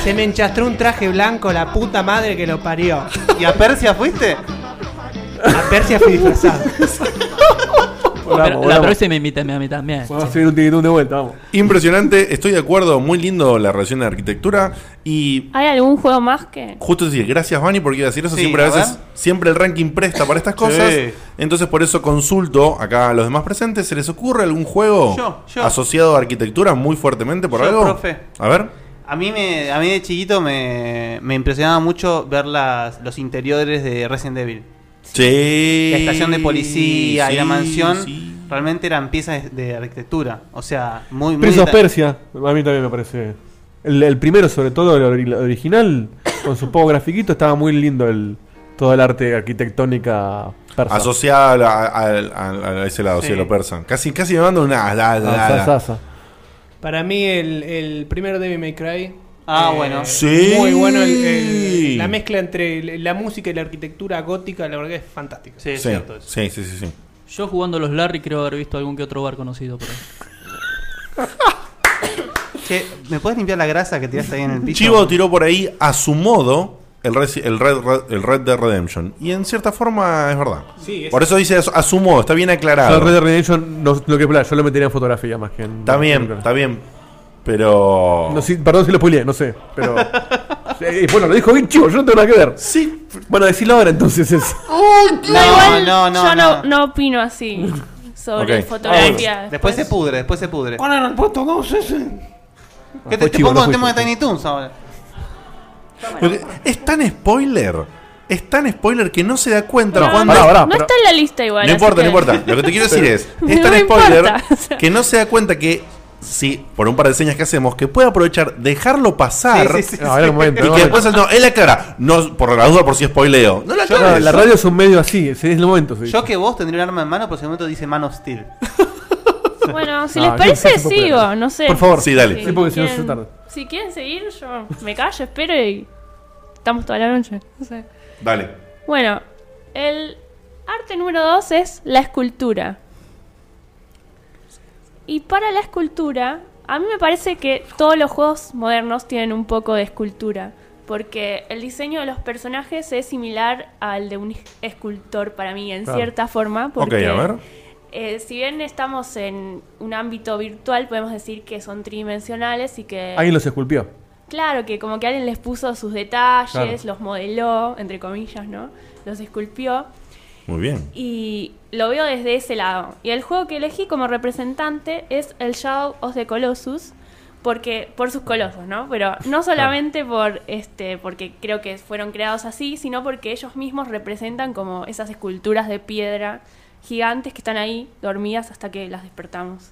M: Se me enchastró un traje blanco, la puta madre que lo parió.
F: <laughs>
B: ¿Y a Persia fuiste?
M: A Persia fui disfrazado.
G: Pero
F: Volamos,
G: la
F: volamos.
G: próxima me invita a mí también.
F: Vamos a subir un tiquitún de vuelta, vamos.
A: Impresionante, estoy de acuerdo, muy lindo la relación de arquitectura. Y
C: ¿Hay algún juego más que.?
A: justo decir, gracias Vani porque iba a decir eso,
C: Sí,
A: siempre a
C: a
A: veces,
C: ver.
A: siempre el ranking presta para estas cosas.
B: Sí.
A: Entonces por eso consulto acá a los demás presentes, ¿se les ocurre algún juego
B: Yo, yo.
A: asociado a arquitectura muy fuertemente por
B: Yo,
A: algo?
B: profe.
A: A ver,
B: A mí, me, a mí de chiquito me, me impresionaba mucho ver las, los interiores de Resident Evil.
A: sí.
B: La estación de policía y la
A: Sí,
B: mansión
A: sí.
B: realmente eran piezas de, de arquitectura. O sea, muy... muy
F: Prince of
B: deta-
F: Persia, a mí también me parece. El, el primero, sobre todo, el ori- el original, con su poco grafiquito, estaba muy lindo el, todo el arte arquitectónica persa.
A: asociada a, la- al- al- a ese lado,
F: Sí.
A: sí, lo persan. Casi, casi me mando una... la- la-
F: Ah,
A: la-
F: sa- sa- sa.
E: Para mí, el, el primero Devil May Cry. eh,
B: Ah, bueno.
A: Sí.
E: Muy bueno. el- el- la mezcla entre el- la música y la arquitectura gótica, la verdad que es fantástica.
A: Sí, sí, sí, sí, sí.
G: Yo jugando a los Larry creo haber visto algún que otro bar conocido por ahí.
B: Che, ¿me puedes limpiar la grasa que tiraste ahí en el piso?
A: Chivo tiró por ahí a su modo el, Resi- el Red, Red- el Red Dead Redemption. Y en cierta forma es verdad.
B: Sí, es-
A: por eso dice a su- a su modo, está bien
F: Yo
A: aclarado.
F: el Red Dead Redemption, no, no que yo lo metería en fotografía más que en.
A: Está bien, está bien. Pero.
F: No, sí, perdón si lo spoileé, no sé. Pero. Eh, bueno, lo dijo bien chivo, yo no tengo nada que ver.
A: Sí.
F: Bueno, decirlo ahora entonces es.
C: No, igual
B: no, no,
C: yo no. no opino así sobre
F: Ok.
C: fotografía.
B: Después se pudre, después se pudre.
C: Ponen el puesto dos ese.
B: ¿Qué
A: fue
B: te, te
A: chivo,
B: pongo
A: no
B: el
A: fue
B: tema de
A: chivo.
B: Tiny Toons ahora?
A: Lo que- es tan spoiler. Es tan spoiler que no se da cuenta
C: No,
A: cuando.
C: no, no está en la lista igual.
A: No
C: así
A: importa,
C: que-
A: no importa. Lo que te quiero decir es, es
C: No
A: tan
C: me
A: spoiler
C: importa, o sea.
A: que no se da cuenta que, si, por un par de señas que hacemos, que puede aprovechar, dejarlo pasar.
F: Sí, sí, sí, No, sí. era el momento,
A: y
F: era
A: que
F: el
A: después no, él aclara. No, por la duda, por si spoileo. No la
F: Yo-
A: aclares.
F: la radio es un medio así, ese es el momento.
B: <laughs>
F: sí.
B: Yo que vos tendría un arma en mano, por ese momento dice Man of Steel.
C: <laughs> Bueno, si
F: Ah,
C: les
F: No, no,
C: parece,
F: no se puede.
C: sigo, no sé.
F: Por favor. Sí, dale.
C: Si
F: Sí, porque si no se
C: quieren-
F: tarda.
C: Si quieren seguir, yo me callo, espero y estamos toda la noche. no sé.
A: Dale.
C: Bueno, el arte número dos es la escultura. Y para la escultura, a mí me parece que todos los juegos modernos tienen un poco de escultura. Porque el diseño de los personajes es similar al de un escultor para mí, en
A: Claro.
C: cierta forma.
A: Ok,
C: Porque
A: a ver.
C: eh, si bien estamos en un ámbito virtual, podemos decir que son tridimensionales y que...
F: Alguien los esculpió.
C: Claro, que como que alguien les puso sus detalles,
F: Claro.
C: los modeló, entre comillas, ¿no? Los esculpió.
A: Muy bien.
C: Y lo veo desde ese lado. Y el juego que elegí como representante es el Shadow of the Colossus. Porque, por sus colosos, ¿no? Pero no solamente por este, porque creo que fueron creados así, sino porque ellos mismos representan como esas esculturas de piedra gigantes que están ahí dormidas hasta que las despertamos.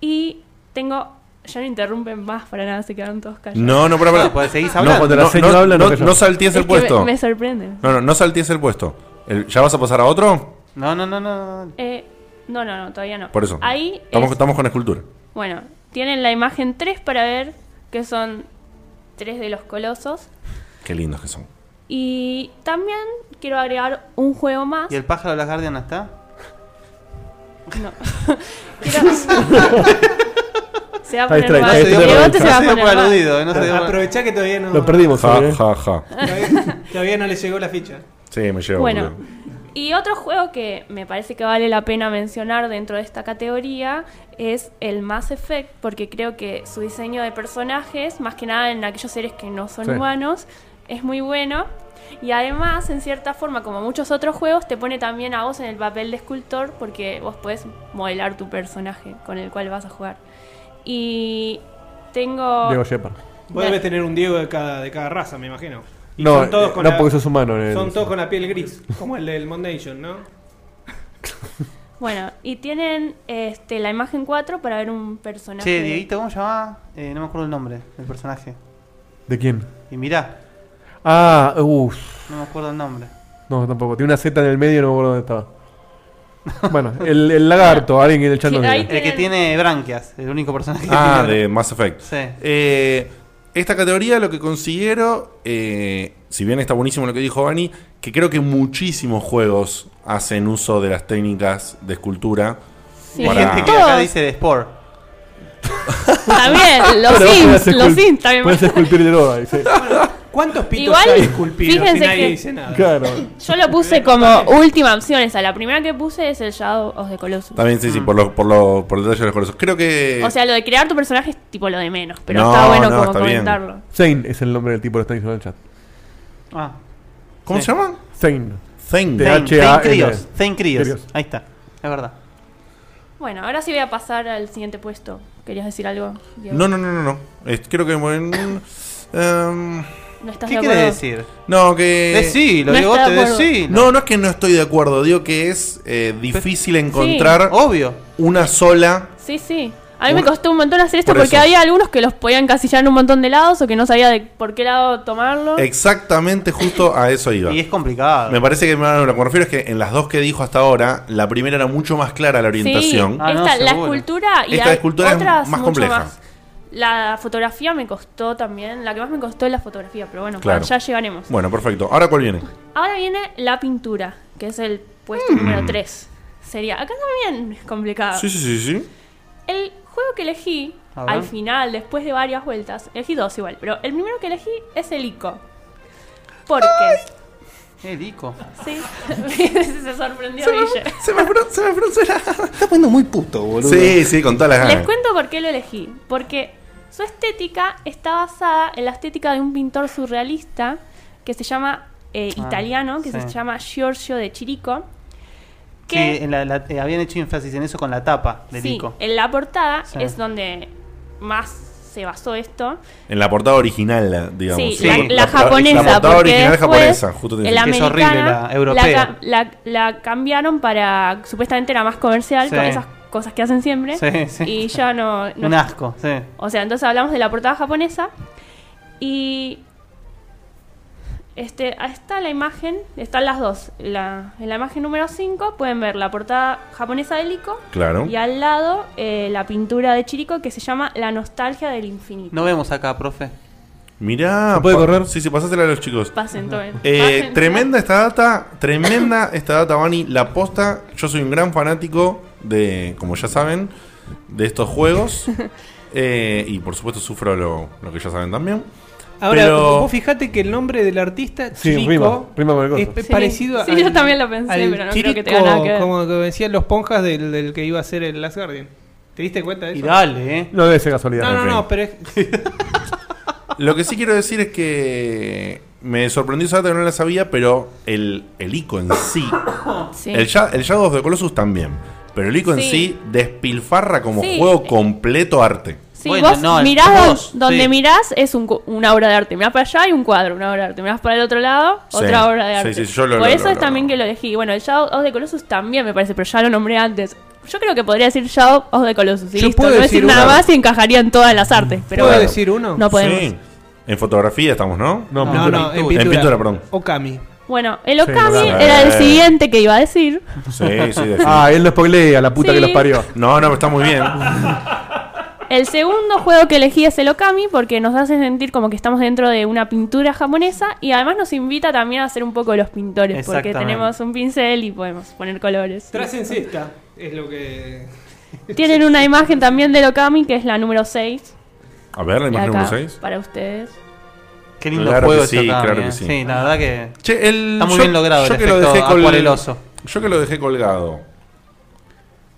C: Y tengo. Ya no interrumpen más para nada, se quedan todos callados.
A: No, no, para, para.
B: No, pues, seguís
A: No,
B: hablando.
A: cuando la
B: No,
A: señora
B: no,
A: habla, no,
B: no,
A: no saltees
C: Es
A: el
C: que me-
A: puesto.
C: me sorprende.
A: No, no, no saltees el puesto. El- ¿Ya vas a pasar a otro?
B: No, no, no, no. no.
C: Eh, no, no, no, todavía no.
A: Por eso.
C: Ahí
A: Estamos,
C: es-
A: estamos con escultura.
C: Bueno, tienen la imagen 3 para ver que son tres de los colosos.
A: Qué lindos que son.
C: Y también quiero agregar un juego más.
B: ¿Y el pájaro de las Guardianas está?
C: No.
B: <laughs>
C: Quiero- <laughs> se va a poner
F: distrae,
C: mal.
F: está distraído.
C: Diego te se va a
B: No se dio
C: poner
B: por
C: mal.
B: aludido, eh, no se
A: Ah,
B: dio por-
E: Aprovechá que todavía no.
F: Lo perdimos.
A: Ja,
F: Javier, ¿eh?
A: ja, ja.
E: Todavía, todavía no le llegó la ficha.
A: Sí, me llevo.
C: Bueno,
A: boludo.
C: y otro juego que me parece que vale la pena mencionar dentro de esta categoría es el Mass Effect, porque creo que su diseño de personajes, más que nada en aquellos seres que no son
N: Sí.
C: humanos, es muy bueno. Y además, en cierta forma, como muchos otros juegos, te pone también a vos en el papel de escultor, porque vos podés modelar tu personaje con el cual vas a jugar. Y tengo...
F: Diego Shepard.
C: Bueno.
E: Vos debes tener un Diego de cada, de cada raza, me imagino.
F: No, eh, no, porque sos humano, eh.
E: Son todos con la piel gris, como el del Mondation, ¿no?
C: Bueno, y tienen este, la imagen 4 para ver un personaje...
B: Che, Dieguito, ¿cómo se llamaba? Eh, no me acuerdo el nombre del personaje.
F: ¿De quién?
B: Y mirá,
F: Ah, uff.
B: no me acuerdo el nombre.
F: No, tampoco. Tiene una Z en el medio, no me acuerdo dónde estaba. Bueno, el, el lagarto, alguien en el chat nos diga.
B: El que tiene branquias, el único personaje que
A: Ah,
B: tiene.
A: de Mass Effect.
B: Sí.
A: Eh, esta categoría lo que considero, eh, si bien está buenísimo lo que dijo Vani, que creo que muchísimos juegos hacen uso de las técnicas de escultura.
C: Sí.
B: Hay gente Este que acá dice de Sport.
C: También, los
F: Pero vos podés
C: Sims, los
F: esculpir-
C: Sims también. <laughs>
F: Podés esculpir de droga, dice.
M: ¿Cuántos pitos
C: Igual,
M: hay esculpidos? Y
C: fíjense
M: nadie
C: que-
M: dice nada.
F: Claro.
C: Yo lo puse como última opción esa. La primera que puse es el Shadow of the Colossus.
A: También, sí, sí, por, lo, por, lo, por el detalle de los colores. Creo que.
C: O sea, lo de crear tu personaje es tipo lo de menos, pero
A: No,
C: está bueno
A: no,
C: como
A: está bien.
C: comentarlo.
F: Zane es el nombre del tipo, lo está diciendo en el chat.
B: Ah.
A: ¿Cómo se llama?
F: Zane.
A: Zane.
B: Zane, Zane
F: T-H-A-N-E.
B: Krios. Zane Krios.
F: Krios.
B: Ahí está. Es verdad.
C: Bueno, ahora sí voy a pasar al siguiente puesto. ¿Querías decir algo? Diego?
A: No, no, no, no. no. Es- creo que. Bueno, em,
C: ¿No estás
B: ¿Qué
C: de
B: quiere
C: acuerdo?
B: decir?
A: No, que.
B: Decilo, Eh, No Diego, está de te acuerdo. decilo.
A: No, no es que no estoy de acuerdo. Digo que es eh, difícil encontrar.
B: Obvio.
A: Una sola.
C: Sí, sí. A mí me
A: Una-
C: costó un montón hacer esto
A: Por
C: porque
A: eso.
C: había algunos que los podían encasillar en un montón de lados o que no sabía de por qué lado tomarlo.
A: Exactamente justo a eso iba.
B: Y es complicado.
A: Me parece que bueno, lo que me refiero es que en las dos que dijo hasta ahora, la primera era mucho más clara la orientación.
C: Sí, esta, la escultura y
A: Ah, Esta
C: hay
A: escultura es
C: otras
A: más
C: mucho
A: compleja.
C: más. La fotografía me costó también. La que más me costó es la fotografía, pero bueno,
A: Claro.
C: ya llegaremos.
A: Bueno, perfecto. Ahora cuál viene.
C: Ahora viene la pintura, que es el puesto
A: Mm.
C: número 3. Sería. Acá también es complicado.
A: Sí, sí, sí, sí.
C: El juego que elegí
A: A ver.
C: al final, después de varias vueltas, elegí dos igual, pero el primero que elegí es el ICO. Porque.
B: El ICO.
C: Sí, <laughs> se sorprendió Guille.
A: Se me, se me
N: Está poniendo muy puto, boludo.
A: Sí, sí, con
B: Ah.
A: todas las
C: Les
A: ganas.
C: cuento por qué lo elegí. Porque su estética está basada en la estética de un pintor surrealista que se llama eh,
B: Ah,
C: italiano, que se
B: sí.
C: llama Giorgio de Chirico.
B: Sí, en la- la- eh, habían hecho énfasis en eso con la tapa del
C: Sí,
B: ICO.
C: en la portada
B: Sí.
C: es donde más se basó esto.
A: En la portada original, la- digamos.
C: Sí, la, la
A: portada-
C: japonesa.
A: La portada
C: porque
A: original
C: después
A: japonesa, justo te
C: el
A: decía.
C: americana, ca- La, la cambiaron para. Supuestamente era más comercial,
B: Sí.
C: con esas cosas que hacen siempre.
B: Sí, sí.
C: Y ya no. no
B: Un asco, sí.
C: O sea, entonces hablamos de la portada japonesa. Y. Este, ahí está la imagen, están las dos. La, en la imagen número 5 pueden ver la portada japonesa del ICO.
A: Claro.
C: Y al lado eh, la pintura de Chirico que se llama La nostalgia del infinito.
B: No vemos acá, profe.
A: Mirá.
F: ¿Se puede
A: pa-
F: correr?
A: Sí, sí, pasásela a los chicos.
C: Pasen todo bien.
A: Eh,
C: Pasen todo
A: tremenda esta data, tremenda esta data, Bani. La posta, yo soy un gran fanático de, como ya saben, de estos juegos.
C: <laughs>
A: Eh, y por supuesto sufro lo, lo que ya saben también.
E: Ahora,
A: Pero-
E: vos fijate que el nombre del artista
A: Sí,
E: Chirico
A: rima, rima con el coso.
E: es pe-
A: Sí,
E: parecido
C: sí,
E: al-
C: yo también lo pensé,
E: al
C: pero no creo que tenga
E: Chirico,
C: nada que ver.
E: Como que decían los ponjas del, del que iba a ser el Last Guardian. ¿Te diste cuenta de eso?
B: Y dale, eh.
F: No debe ser casualidad.
E: No, no,
A: En fin.
E: no, pero es.
A: Lo que sí quiero decir es que me sorprendió esa data que no la sabía, pero el, el ICO en sí.
C: Sí.
A: El, Sha- el Shadow of the Colossus también. Pero el ICO en
C: Sí.
A: sí despilfarra como
C: Sí.
A: juego completo arte.
C: Sí,
A: Bueno,
C: vos
A: no, el-
C: mirás don-
A: vos,
C: donde
A: sí.
C: mirás es un cu- una obra de arte. Mirás para allá hay un cuadro, una obra de arte. Mirás para el otro lado,
A: Sí,
C: otra obra de
A: sí,
C: arte.
A: sí, yo lo-
C: Por
A: lo-
C: eso
A: lo-
C: es
A: lo-
C: también que lo elegí. Bueno, el Shadow of the Colossus también me parece, pero ya lo nombré antes. Yo creo que podría decir Shadow of the Colossus y
E: Yo
C: listo. No
E: puedo
C: decir,
E: decir
C: nada
E: una-
C: más y encajaría en todas las artes. Pero
E: ¿Puedo
C: bueno,
E: decir uno?
C: No podemos.
A: Sí. En fotografía estamos, ¿no?
E: No, no, no, en pintura.
A: En pintura, perdón.
E: Okami.
C: Bueno, el
A: Sí,
C: Okami
A: claro.
C: era el
A: Sí.
C: siguiente que iba a decir.
E: <laughs>
A: Sí, sí, definitivamente.
F: Ah, él lo spoilea, la puta
C: Sí.
F: que los parió.
A: No, no, está muy bien.
C: El segundo juego que elegí es el Okami porque nos hace sentir como que estamos dentro de una pintura japonesa y además nos invita también a ser un poco los pintores porque
E: Exactamente.
C: tenemos un pincel y podemos poner colores.
E: Tras en cesta es lo que.
C: Tienen una imagen también del Okami que es la número 6.
A: A ver, la imagen número 6.
C: Para ustedes.
B: Qué lindo
A: Claro
B: juego
A: que sí,
B: esto acá,
A: claro
B: eh.
A: que sí.
B: la verdad que
A: Che, el-
B: está muy
A: yo-
B: bien logrado
A: yo
B: el
A: que lo
B: efecto
A: dejé col-
B: acuareloso.
A: Yo que lo dejé colgado.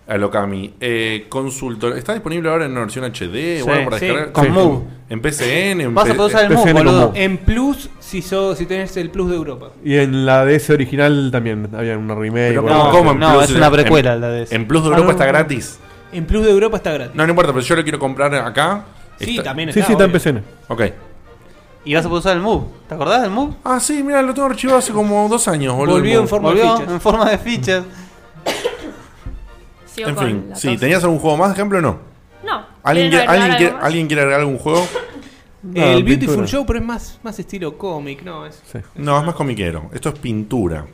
A: Al Okami. Eh, consulto. ¿Está disponible ahora en una versión HD
E: Sí,
A: o algo para
E: sí,
A: descargar?
E: con Move.
A: En PCN. En P-
E: mouse,
A: PCN con Move.
E: En plus, si, sos, si tenés el plus de Europa.
F: Y en la DS original también había una remake.
A: Pero
F: bueno,
A: ¿cómo- cómo en
F: no,
A: Plus?
F: es una precuela
A: en,
F: la DS.
A: En Plus de
F: Ah,
A: Europa
F: no,
A: está
F: no.
A: gratis.
E: En plus de Europa está gratis.
A: No, no importa, pero yo lo quiero comprar acá.
E: Sí, también
F: Sí, está, sí, está en obvio. PCN.
A: Ok.
B: Y vas a poder usar el Move. ¿Te acordás del Move?
A: Ah, sí, mira, lo tengo archivado hace como dos años, boludo.
B: Volvió en forma de
A: Volvió
B: fichas. en forma de fichas.
A: En fin, sí, ¿tenías algún juego más, de ejemplo o no?
C: No.
A: ¿Alguien quiere,
E: ¿Quieren agregar
A: alguien, quiere,
E: algo más?
A: ¿alguien quiere agregar algún juego?
E: el Beautiful Show, pero es más, más estilo cómic, ¿no? Es,
A: No, es más comiquero. Esto es pintura.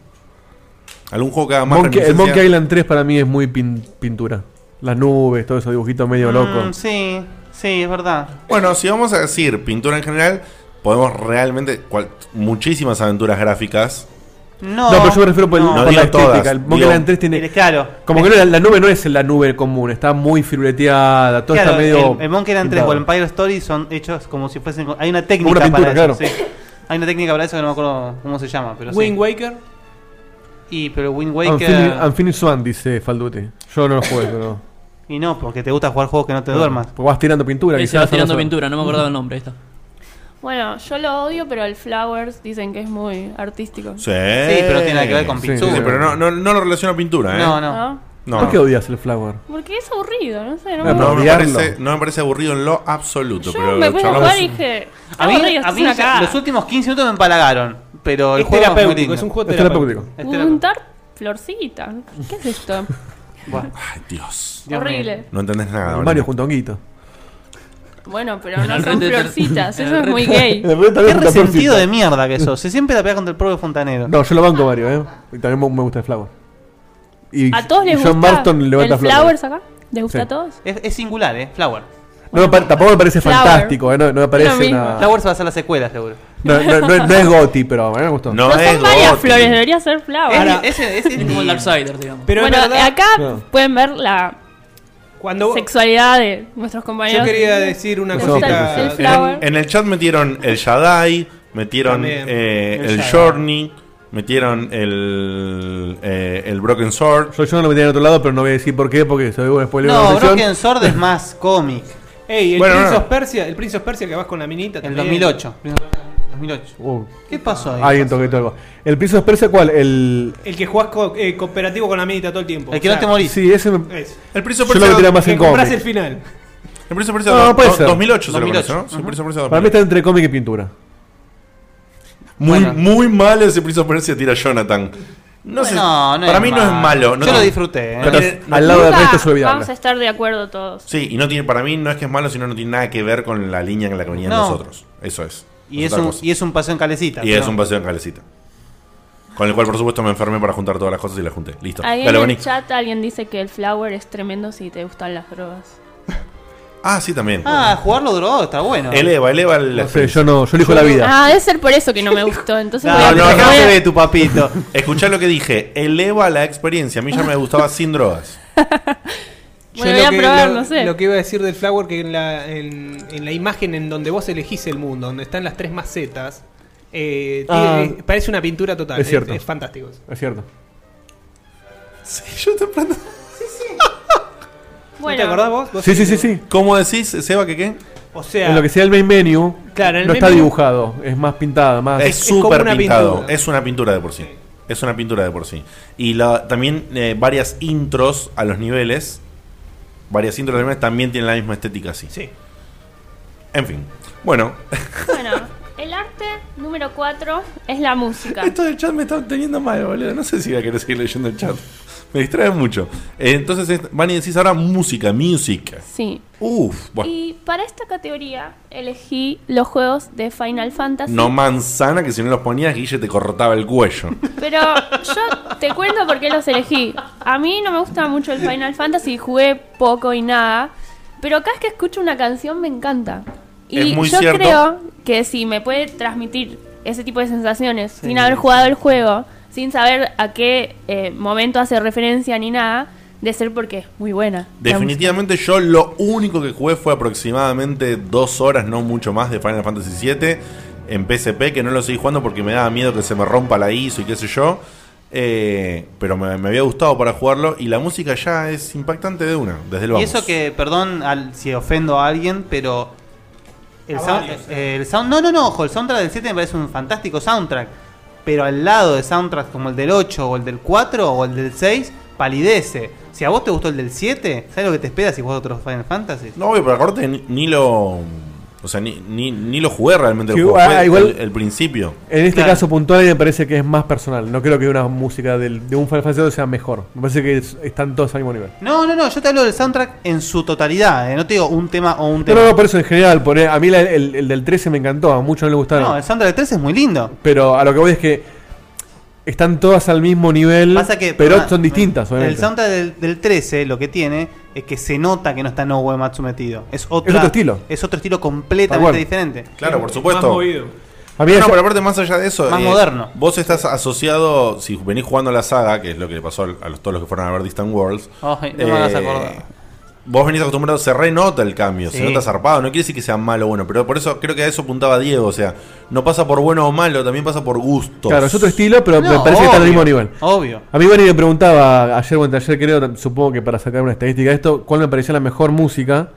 A: ¿Algún juego que haga más
F: Monkey- el
A: reminiscencia?
F: Monkey Island 3 para mí es muy pin- pintura. Las nubes, todos esos dibujitos medio
B: Mm,
F: locos.
B: sí, sí, es verdad.
A: Bueno, si vamos a decir pintura en general, podemos realmente cual- muchísimas aventuras gráficas.
B: No, Eh,
F: No, pero yo me refiero por, el-
A: no.
F: por
A: No
F: la
A: digo
F: estética.
A: todas,
F: el Monkey
A: digo-
F: Island 3 tiene.
B: Claro.
F: Como que no, la, la nube no es la nube común, está muy firuleteada, todo
B: Claro,
F: está medio.
B: el, el Monkey Island 3
F: pintado.
B: o el Empire Story son hechos como si fuesen. Hay una técnica
F: Una pintura,
B: para eso.
F: claro.
B: sí. Hay una técnica para eso que no me acuerdo cómo se llama, pero sí.
E: Wind Waker.
B: Y pero Wind
F: Unfinished,
B: Waker.
F: Unfinished Swan, dice Falduti. Yo no lo
B: <laughs>
F: juego, pero.
B: Y no, porque te gusta jugar juegos que no te duermas.
F: Porque vas tirando pintura,
G: Ese va
F: quizás,
G: tirando
F: no sé.
G: pintura, no me acordaba el nombre. ahí está.
C: Bueno, yo lo odio, pero el Flowers dicen que es muy artístico.
A: Sí,
B: pero tiene nada que ver con
A: Sí,
B: pintura.
A: sí, pero no, no, no lo relaciono a pintura, ¿eh?
B: No,
C: no.
A: No.
F: ¿Por qué odias el Flower?
C: Porque es aburrido, no sé, no,
A: No,
C: me
A: me
C: gusta.
A: parece, no me parece aburrido en lo absoluto.
C: Yo
A: pero
C: me puse a
A: charlamos-
C: jugar y dije.
B: A mí,
C: aburrido,
B: a
C: esto
B: mí
C: es una cagada.
B: los últimos 15 minutos me empalagaron. Pero el
E: Es
B: juego muy
E: terapéutico,
B: lindo.
E: es un juego Es terapéutico.
B: Es terapéutico.
C: Untar florcita. ¿Qué es
E: <laughs>
C: esto?
B: Bueno.
A: Ay, Dios.
C: Dios Horrible. mío.
A: No entendés nada.
F: Mario junto a Honguito.
C: Bueno, pero
G: En
C: no
G: el
C: son
G: Red Dead-
E: <laughs>
C: florcitas,
G: en
C: eso
G: el
C: es
G: Red
C: muy
G: Dead-
C: gay.
F: En el Red Dead-
B: Qué
F: También está
B: resentido
F: Florcita.
B: de mierda que sos. Se siempre la pega contra el propio fontanero.
F: No, yo lo banco Mario, ¿eh? Y también me me gusta el Flower. Y
C: ¿A todos les
F: John
C: gusta
F: Marston levanta
C: el
F: flores.
C: Flowers acá? ¿Les gusta
F: Sí.
C: a todos?
B: Es, es singular, eh. Flower.
F: No me pare- tampoco me parece
C: Flower.
F: fantástico, ¿eh? No, no me parece
C: mismo.
F: una.
B: Flowers va a hacer la secuela, seguro.
F: No, no, no, es- no es Gotti, pero a mí me gustó.
A: No,
C: No Pues son varias flores, debería ser Flowers.
B: Ese, ese es
G: como el Darksider, digamos.
E: Pero
C: bueno,
E: es verdad-
C: acá
F: No.
C: pueden ver la
E: Cuando
C: sexualidad de nuestros compañeros.
E: Yo quería decir una
C: Les
E: cosita.
C: gusta El flower.
A: En, en el chat metieron el Shaddai, metieron
E: También.
A: eh,
E: El
A: el,
E: Shaddai.
A: Journey, metieron el, eh, el Broken Sword.
F: Yo, yo no lo metí en otro lado, pero no voy a decir por qué, porque se ve un spoiler. de
B: No,
F: la sesión.
B: Broken Sword es más cómic.
E: Ey, el
F: Bueno,
E: Prince
F: no.
E: of Persia, el Prince of Persia que vas con la minita.
B: El
E: también.
B: 2008. 2008.
F: Uh,
B: ¿Qué pasó ahí?
F: alguien toquetó algo. ¿El Prince of Persia cuál? El.
E: El que jugás co- eh, cooperativo con la minita todo el tiempo.
B: El que no te morís.
F: Sí, ese me.
E: Es.
A: El Prince of
F: Yo lo
A: Persia-
F: metí más
E: Que
F: en
E: compras
F: cómic.
E: el final.
A: El Prince of Persia
F: No, no
A: do-
F: puede
A: do-
F: ser.
A: 2008 se lo
B: 2008,
A: conoce, ¿no? Sí,
B: ujú.
A: Prince of Persia
F: Para
A: 2008.
F: mí está entre cómic y pintura.
A: Muy,
B: Bueno.
A: muy mal ese Prince of Persia tira Jonathan. No sé,
B: Bueno, no
A: para
B: es
A: mí no es
B: malo.
A: malo. no-
B: Yo lo disfruté, ¿eh?
A: no tiene-
F: Pero al lado del
C: Nunca
F: resto sube vida.
C: Vamos a estar de acuerdo todos.
A: Sí, y no tiene, para mí no es que es malo, sino no tiene nada que ver con la línea en la que venían
B: No.
A: nosotros. Eso es.
B: Y
A: es
B: es,
A: otra
B: un,
A: cosa.
B: y es un paseo en calecita.
A: Y es
B: ¿no?
A: un paseo en calecita. Con el cual, por supuesto, me enfermé para juntar todas las cosas y las junté. Listo.
C: Ahí
A: Dale,
C: en
A: vení.
C: el chat alguien dice que el flower es tremendo si te gustan las drogas.
A: Ah, sí, también.
B: Ah, jugarlo drogado está bueno.
A: Eleva, eleva la
F: No sé,
A: experiencia.
F: yo no, yo elijo la vida.
C: Ah, debe ser por eso que no me gustó.
E: <laughs>
C: Entonces
B: No,
C: voy a-
B: no,
C: voy
B: no
C: a-
B: se ve tu
C: <laughs>
B: papito.
A: Escuchá lo que dije. Eleva la experiencia. A mí ya me gustaba sin drogas.
C: Bueno,
E: Yo
C: voy a
E: que-
C: probar, no sé.
E: Lo que iba a decir del Flower, que en la, en, en la imagen en donde vos elegís el mundo, donde están las tres macetas, eh,
F: Ah.
E: tiene- parece una pintura total.
F: Es cierto.
E: Es, fantástico. eso.
F: Es cierto.
A: Sí, yo te prendo.
E: ¿No te acordás
C: Bueno,
E: vos? ¿Vos
F: Sí, sí, sí, sí.
A: ¿Cómo decís, Seba, que qué?
E: O sea,
F: En lo que sea el main menu,
E: Claro, el
F: no
E: main
F: está
E: menu-
F: dibujado, es más pintada, más.
A: Es
E: es como
A: súper
E: una
A: pintado.
E: pintura.
A: Es una pintura de por sí. Es una pintura de por sí. Y la- también eh, varias intros a los niveles. Varias intros a los niveles también tienen la misma estética así.
E: Sí.
A: En fin. Bueno,
C: bueno, el arte número 4 es la música.
A: Esto del chat me está teniendo mal, boludo. No sé si voy a querer seguir leyendo el chat. Me distrae mucho. Eh, Entonces, es- van y decís ahora música, music.
C: Sí.
A: Uf, bueno.
C: Y para esta categoría elegí los juegos de Final Fantasy.
A: No manzana, que si no los ponías, Guille te cortaba el cuello.
C: Pero yo te cuento por qué los elegí. A mí no me gusta mucho el Final Fantasy, jugué poco y nada. Pero cada vez que escucho una canción me encanta. Y
A: Es muy
C: yo
A: cierto.
C: creo que si me puede transmitir ese tipo de sensaciones sin haber jugado el juego, sin saber a qué eh, momento hace referencia ni nada, de ser porque es muy buena. la
A: Definitivamente, yo lo único que jugué fue aproximadamente dos horas, no mucho más, de Final Fantasy VII en PSP, que no lo seguí jugando porque me daba miedo que se me rompa la ISO y qué sé yo. Eh, pero me, me había gustado para jugarlo y la música ya es impactante de una, desde el
B: Y
A: vamos.
B: eso que, perdón al- si ofendo a alguien, pero. El, sound, eh, el sound- No, no, no, ojo, el soundtrack del 7 me parece un fantástico soundtrack. Pero al lado de soundtracks como el del 8 o el del 4 o el del 6, palidece. Si a vos te gustó el del 7, ¿sabes lo que te espera si jugás otros Final Fantasy?
A: No, obvio, pero acordate, ni, ni lo. O sea, ni, ni, ni lo jugué realmente. el
F: Sí,
A: juego.
F: ah,
A: Fue
F: igual-
A: el, el principio.
F: En este
B: Claro.
F: caso puntual me parece que es más personal. No creo que una música del- de un Final Fantasy sea mejor. Me parece que es- están todos al mismo nivel.
B: No, no, no, yo te hablo del soundtrack en su totalidad, eh, no te digo un tema o un
F: No,
B: tema.
F: no, no, por eso en general. por- a mí la- el, el del 13 me encantó, a muchos no les gustaron.
B: No, el soundtrack del 13 es muy lindo.
F: Pero a lo que voy es que están todas al mismo nivel,
B: Pasa que,
F: pero
B: perdona,
F: son distintas, obviamente.
B: El soundtrack del, del 13 lo que tiene es que se nota que no está No Uematsu metido. Es, otra-
F: Es otro estilo.
B: Es otro estilo completamente
F: Acuerdo.
B: diferente.
A: Claro, por supuesto.
F: A mí
A: No,
F: esa-
A: no, pero aparte, más allá de eso. eh,
B: Más moderno.
A: Vos estás asociado, si venís jugando la saga, que es lo que le pasó a los, todos los que fueron a ver Distant Worlds. eh,
B: Ay, no me hagas acordar.
A: Vos venís acostumbrado, se renota el cambio, se
B: Sí.
A: nota zarpado, no quiere decir que sea malo o bueno, pero por eso creo que a eso apuntaba Diego, o sea, no pasa por bueno o malo, también pasa por gusto.
F: Claro, es otro estilo, pero me
A: No,
F: parece que está al
A: obvio,
F: mismo nivel.
B: obvio.
F: A mí Bani me preguntaba ayer o anteayer, creo, supongo que para sacar una estadística de esto, cuál me parecía la mejor música.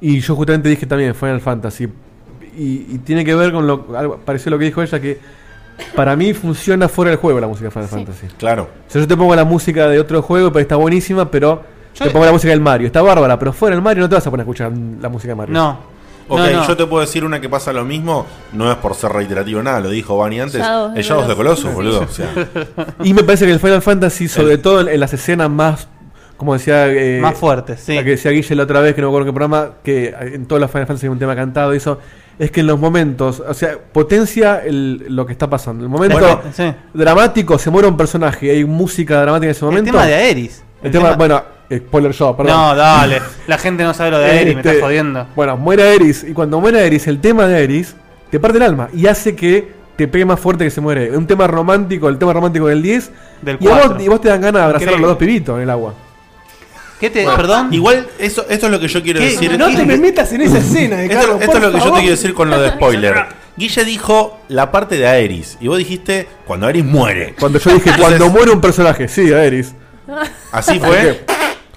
F: Y yo justamente dije también Final Fantasy. Y, y tiene que ver con lo algo, pareció lo que dijo ella, que para mí funciona fuera del juego la música de Final
A: Sí.
F: Fantasy.
A: Claro.
F: O sea, yo te pongo la música de otro juego, pero está buenísima, pero
B: Yo-
F: te pongo la música del Mario. Está bárbara, pero fuera del Mario no te vas a poner a escuchar la música de Mario.
A: Ok,
F: No, no.
A: yo te puedo decir una que pasa lo mismo, no es por ser reiterativo nada, lo dijo Bani antes,
F: Shadow
A: el
F: of the
A: Shadows de
F: Colossus.
A: Colossus, boludo. o sea.
F: Y me parece que el Final Fantasy, sobre todo en las escenas más, como decía. eh,
B: Más fuertes, sí.
F: La que decía Guille la otra vez, que no me acuerdo qué programa, que en todas las Final Fantasy hay un tema cantado y eso. Es que en los momentos, o sea, potencia el- lo que está pasando. El momento
B: Bueno, sí.
F: dramático, se muere un personaje, hay música dramática en ese momento.
B: tema de Aeris.
F: El,
B: El
F: tema,
B: tema-
F: bueno, eh, spoiler yo, perdón.
B: No, dale. La gente no sabe lo de Aeris, me
F: Este,
B: está jodiendo.
F: Bueno, muere Aeris. Y cuando muere Aeris, el tema de Aeris te parte el alma y hace que te pegue más fuerte que se muere. Un tema romántico, el tema romántico del 10.
B: Del
F: y, a vos,
B: 4.
F: y vos te dan ganas de abrazar a
B: Increíble.
F: los dos pibitos en el agua.
B: ¿Qué te,
A: Bueno,
B: perdón?
A: Igual, eso, esto es lo que yo quiero
B: ¿Qué?
A: decir.
B: No te me
E: metas en esa escena,
A: Esto,
E: Carlos,
A: esto
E: por
A: es lo que yo
E: favor.
A: te quiero decir con lo
F: <laughs>
A: de spoiler. Guille dijo la parte de Aeris. Y vos dijiste cuando Aeris muere.
F: Cuando yo
B: <laughs>
F: dije, cuando muere un personaje, sí, Aeris. <laughs>
A: Así fue.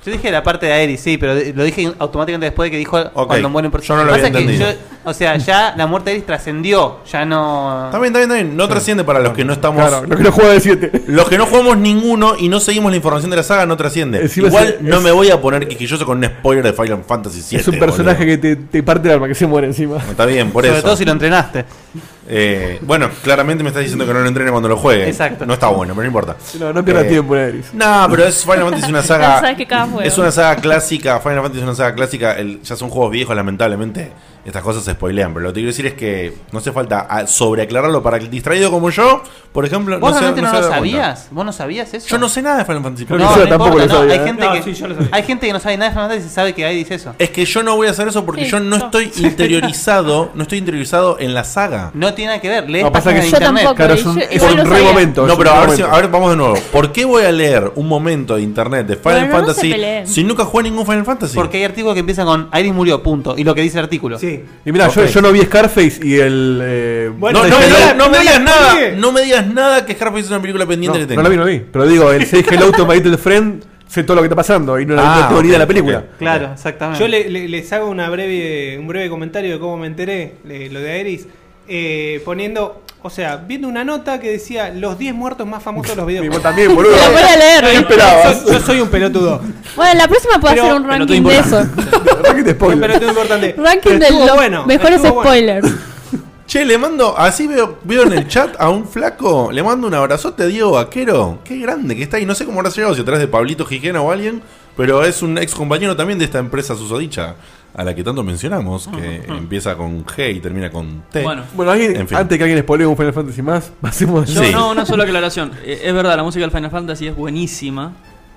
B: Yo dije la parte de Aeris, sí, pero de- lo dije automáticamente después de que dijo cuando muere un personaje.
A: yo no lo
B: Pasa
A: había
B: que
A: entendido.
B: yo- o sea, ya la muerte de Aeris trascendió, ya no...
A: También, también, también. No trasciende para los que no estamos.
B: Claro,
F: los que no juegan de 7.
A: Los que no jugamos ninguno y no seguimos la información de la saga no trasciende.
F: Encima
A: Igual
F: es-
A: no
F: es-
A: me voy a poner quisquilloso con un spoiler de Final Fantasy VII.
F: es un personaje que te, te parte el alma, que se muere encima.
A: Está bien, por
B: Sobre
A: eso.
B: todo si lo entrenaste.
A: Eh, bueno, claramente me estás diciendo que no lo entrene cuando lo juegue.
B: Exacto.
A: No está bueno, pero no importa. Eh,
F: No, no pierdas tiempo, Aeris.
A: No, pero es Final Fantasy es una
C: Ya
A: saga.
C: sabes que cada juego.
A: Es una saga clásica, Final Fantasy es una saga clásica, el- ya son juegos viejos, lamentablemente estas cosas se spoilean, pero lo que quiero decir es que no hace falta a- sobreaclararlo para el distraído como yo, por ejemplo...
B: ¿Vos
A: se-
B: realmente no,
A: se
B: lo
A: da cuenta.
B: sabías? ¿Vos no sabías eso?
A: Yo no sé nada de Final Fantasy.
B: No, no importa, no, Hay gente, que, hay gente que no sabe nada de Final Fantasy y sabe que Aeris es eso.
F: Eh,
A: Es que yo no voy a hacer eso porque
B: Sí,
A: yo no
B: yo.
A: estoy interiorizado, no estoy interiorizado en
B: <laughs>
A: la saga.
B: No tiene nada que ver, lees
A: No, pasa
B: páginas
A: que-
B: de
A: Yo
B: internet.
F: <laughs>
A: tampoco, Claro, es un- yo- es igual un lo re sabía. momento, es
F: No,
A: un
F: pero
A: re
F: a ver, si,
A: momento.
F: a ver,
A: vamos de nuevo. ¿Por qué voy a leer un momento de internet de
B: Bueno,
A: Final
B: no se
A: Fantasy
B: peleen.
A: si nunca jugué ningún Final Fantasy?
B: Porque hay artículos que empiezan con Aeris murió, punto. Y lo que dice el artículo. Sí.
F: Y mira, yo, yo no vi Scarface y el. eh,
A: no, no,
F: el-
A: me digas, no me
F: la
A: digas nada,
F: spoileé.
A: no me digas nada que Scarface es una película pendiente
F: No,
A: que tengo.
F: no la vi, no la vi. Pero digo, el Say Hello to My Little Friend, sé todo lo que está pasando y no, la
A: Ah,
F: no te olvida la película.
B: Claro,
C: Ah.
B: exactamente.
E: Yo le- le- les hago una breve, un breve comentario de cómo me enteré de lo de Aeris. eh, poniendo, o sea, viendo una nota que decía los 10 muertos más famosos de
F: <laughs>
E: los videojuegos.
F: también, boludo.
C: Lo voy a leer, ¿eh?
E: Yo, yo soy un
F: <laughs>
E: pelotudo.
C: Bueno, la próxima puedo
E: Pero-
C: hacer un
E: pero
C: ranking de eso.
E: <laughs> Un pelotudo importante.
C: Ranking de
E: Estuvo
C: los
E: bueno,
C: mejores
E: estuvo bueno.
C: spoilers.
E: <laughs>
A: Che, le mando, así veo, veo en el chat a un flaco, le mando un abrazote a Diego Vaquero. Qué grande que está y no sé cómo habrá llegado, si atrás de Pablito Gijena o alguien, pero es un ex compañero también de esta empresa susodicha, a la que tanto mencionamos, que empieza con G y termina con T.
G: Bueno.
F: Bueno, alguien-
A: En fin.
F: antes que alguien spoile un Final Fantasy más, <laughs> pasemos
G: Yo, no, <laughs> una sola aclaración. Eh, es verdad, la música del Final Fantasy es buenísima.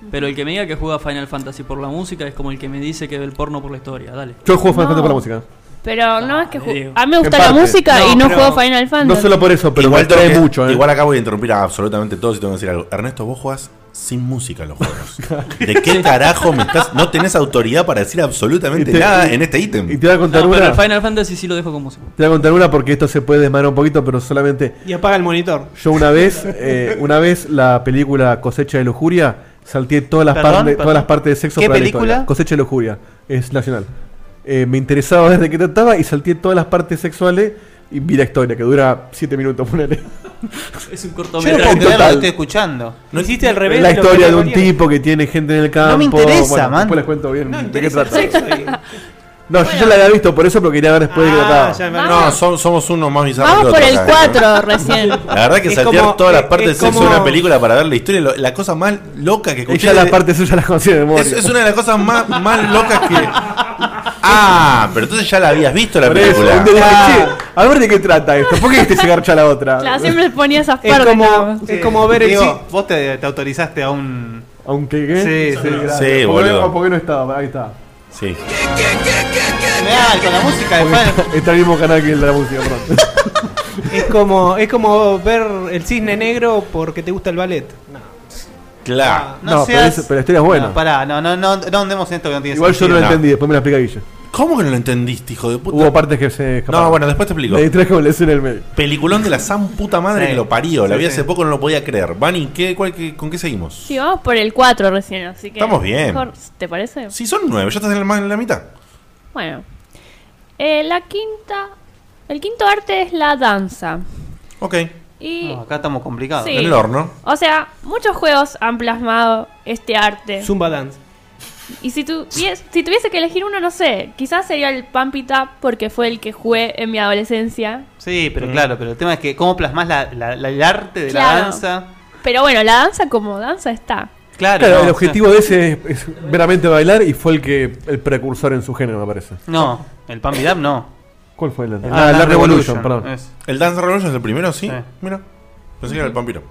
G: Pero el que me diga que juega Final Fantasy por la música es como el que me dice que ve el porno por la historia. Dale.
F: Yo juego Final Fantasy por la música.
C: Pero no es que ju-
G: Diego.
C: a mí me
G: En
C: gusta la
G: parte.
C: música y no
G: pero-
C: juego Final Fantasy.
F: por eso, pero me
A: tengo
F: atrae
A: que-
F: mucho, eh.
A: Igual acá voy a interrumpir a absolutamente todos y tengo que decir algo. Ernesto, vos jugás sin música los juegos.
F: <laughs>
A: ¿De qué carajo me estás? No tenés autoridad para decir absolutamente
F: Y te-
A: nada
F: y-
A: en este ítem.
F: Y te voy a contar
G: No, pero
F: una.
G: el Final Fantasy sí lo dejo con música.
F: Te voy a contar una porque esto se puede desmanar un poquito, pero solamente.
E: Y apaga el monitor.
F: Yo una vez, eh, una vez la película Cosecha de Lujuria, salté todas las,
E: Perdón,
F: partes-
E: perdón.
F: todas las partes de sexo
E: ¿Qué
F: para la
E: película?
F: historia. Cosecha de Lujuria, es nacional. Eh, me interesaba ver de qué trataba y salté todas las partes sexuales y vi la historia, que dura 7 minutos, ponele.
G: Es un
B: Yo no
G: cortometraje.
B: puedo creer lo que
F: Total.
B: estoy escuchando.
E: No hiciste al revés.
F: la
E: de lo
F: historia
E: que
F: de
E: te
F: un
E: ponían.
F: tipo que tiene gente en el campo.
E: No me interesa,
F: bueno,
E: man.
F: Después les cuento bien de qué
E: interesa
F: trata.
E: el sexo ahí.
F: No, yo ya la había visto por eso, pero quería ver después de qué trataba.
E: Ah, ya,
A: No, som- somos unos más bizarros.
C: Vamos
A: que
C: por
A: otros
C: el
A: acá, ¿no?
C: 4 recién.
A: <laughs> La verdad que
F: Es
A: saltear
F: como-
A: todas las
F: es-
A: partes de
F: es
A: sexo
F: como-
A: de una película para ver la historia, lo- la cosa más loca que escuché.
F: Ella las
A: de-
F: partes suyas las conocía de memoria.
A: es, es una de las cosas más, más locas que. Ah, pero entonces ya la habías visto la
F: Por eso,
A: película.
F: un día dije, "Che, a ver de qué trata esto. ¿Por qué este se garcha a la otra?
C: Claro, siempre ponía esas
E: Es
C: partes.
E: como-
C: nada más.
E: es como ver el
B: Diego,
E: sí-
B: vos te, te autorizaste a un...
F: ¿A un qué? qué?
B: Sí, sí,
F: gracias.
B: sí,
F: ¿Por qué-
B: boludo.
F: ¿Por qué no estaba? Ahí está.
A: Sí.
B: con la música de Final
F: <laughs> Porque Está el mismo canal que el de la música, perdón.
E: Es como, es como ver el cisne negro porque te gusta el ballet. No.
A: Claro.
F: Ah, No, pero,
B: seas-
F: eso- pero la historia es buena.
B: No, pará, no, no, no, no andemos en esto que no tiene
F: Igual yo no
B: sentido.
F: lo entendí, después me la explica Guille.
A: ¿Cómo que no lo entendiste, hijo de puta?
F: Hubo partes que se escaparon.
A: No, bueno, después te explico.
F: Me distraje con la escena en el medio.
A: Peliculón de la san puta madre
F: Sí.
A: que lo parió. La
F: Sí,
A: vi
F: sí.
A: hace poco, no lo podía creer. Vani, ¿qué, cuál- qué- ¿con qué seguimos?
C: Sí, vamos por el 4 recién, así que.
A: Estamos bien.
C: mejor, ¿Te parece?
A: Sí, son nueve, ya estás en, el- más en la mitad.
C: Bueno. Eh, la quinta. El quinto arte es la danza.
A: Ok.
C: Y.
B: No, acá estamos complicados.
C: sí. O sea, muchos juegos han plasmado este arte.
E: Zumba Dance.
C: Y si, tuvies- si tuviese que elegir uno, no sé, quizás sería el Pumpy Tap porque fue el que jugué en mi adolescencia.
B: Sí, pero claro, pero el tema es que cómo plasmas la, la- la- el arte de
C: Claro.
B: la danza.
C: Pero bueno, la danza como danza está.
B: Claro,
F: Claro,
B: no,
F: el objetivo de ese es, es meramente bailar y fue el que el precursor en su género, me parece.
B: No, el Pump It Up no.
F: ¿Cuál fue el
B: El
F: anterior?
B: Dance
F: Ah, la
B: Revolution, Eh,
F: Revolution, perdón.
B: es.
A: El Dance Revolution es el primero, sí. Mira. Pensé que era el
C: Ujú.
A: vampiro.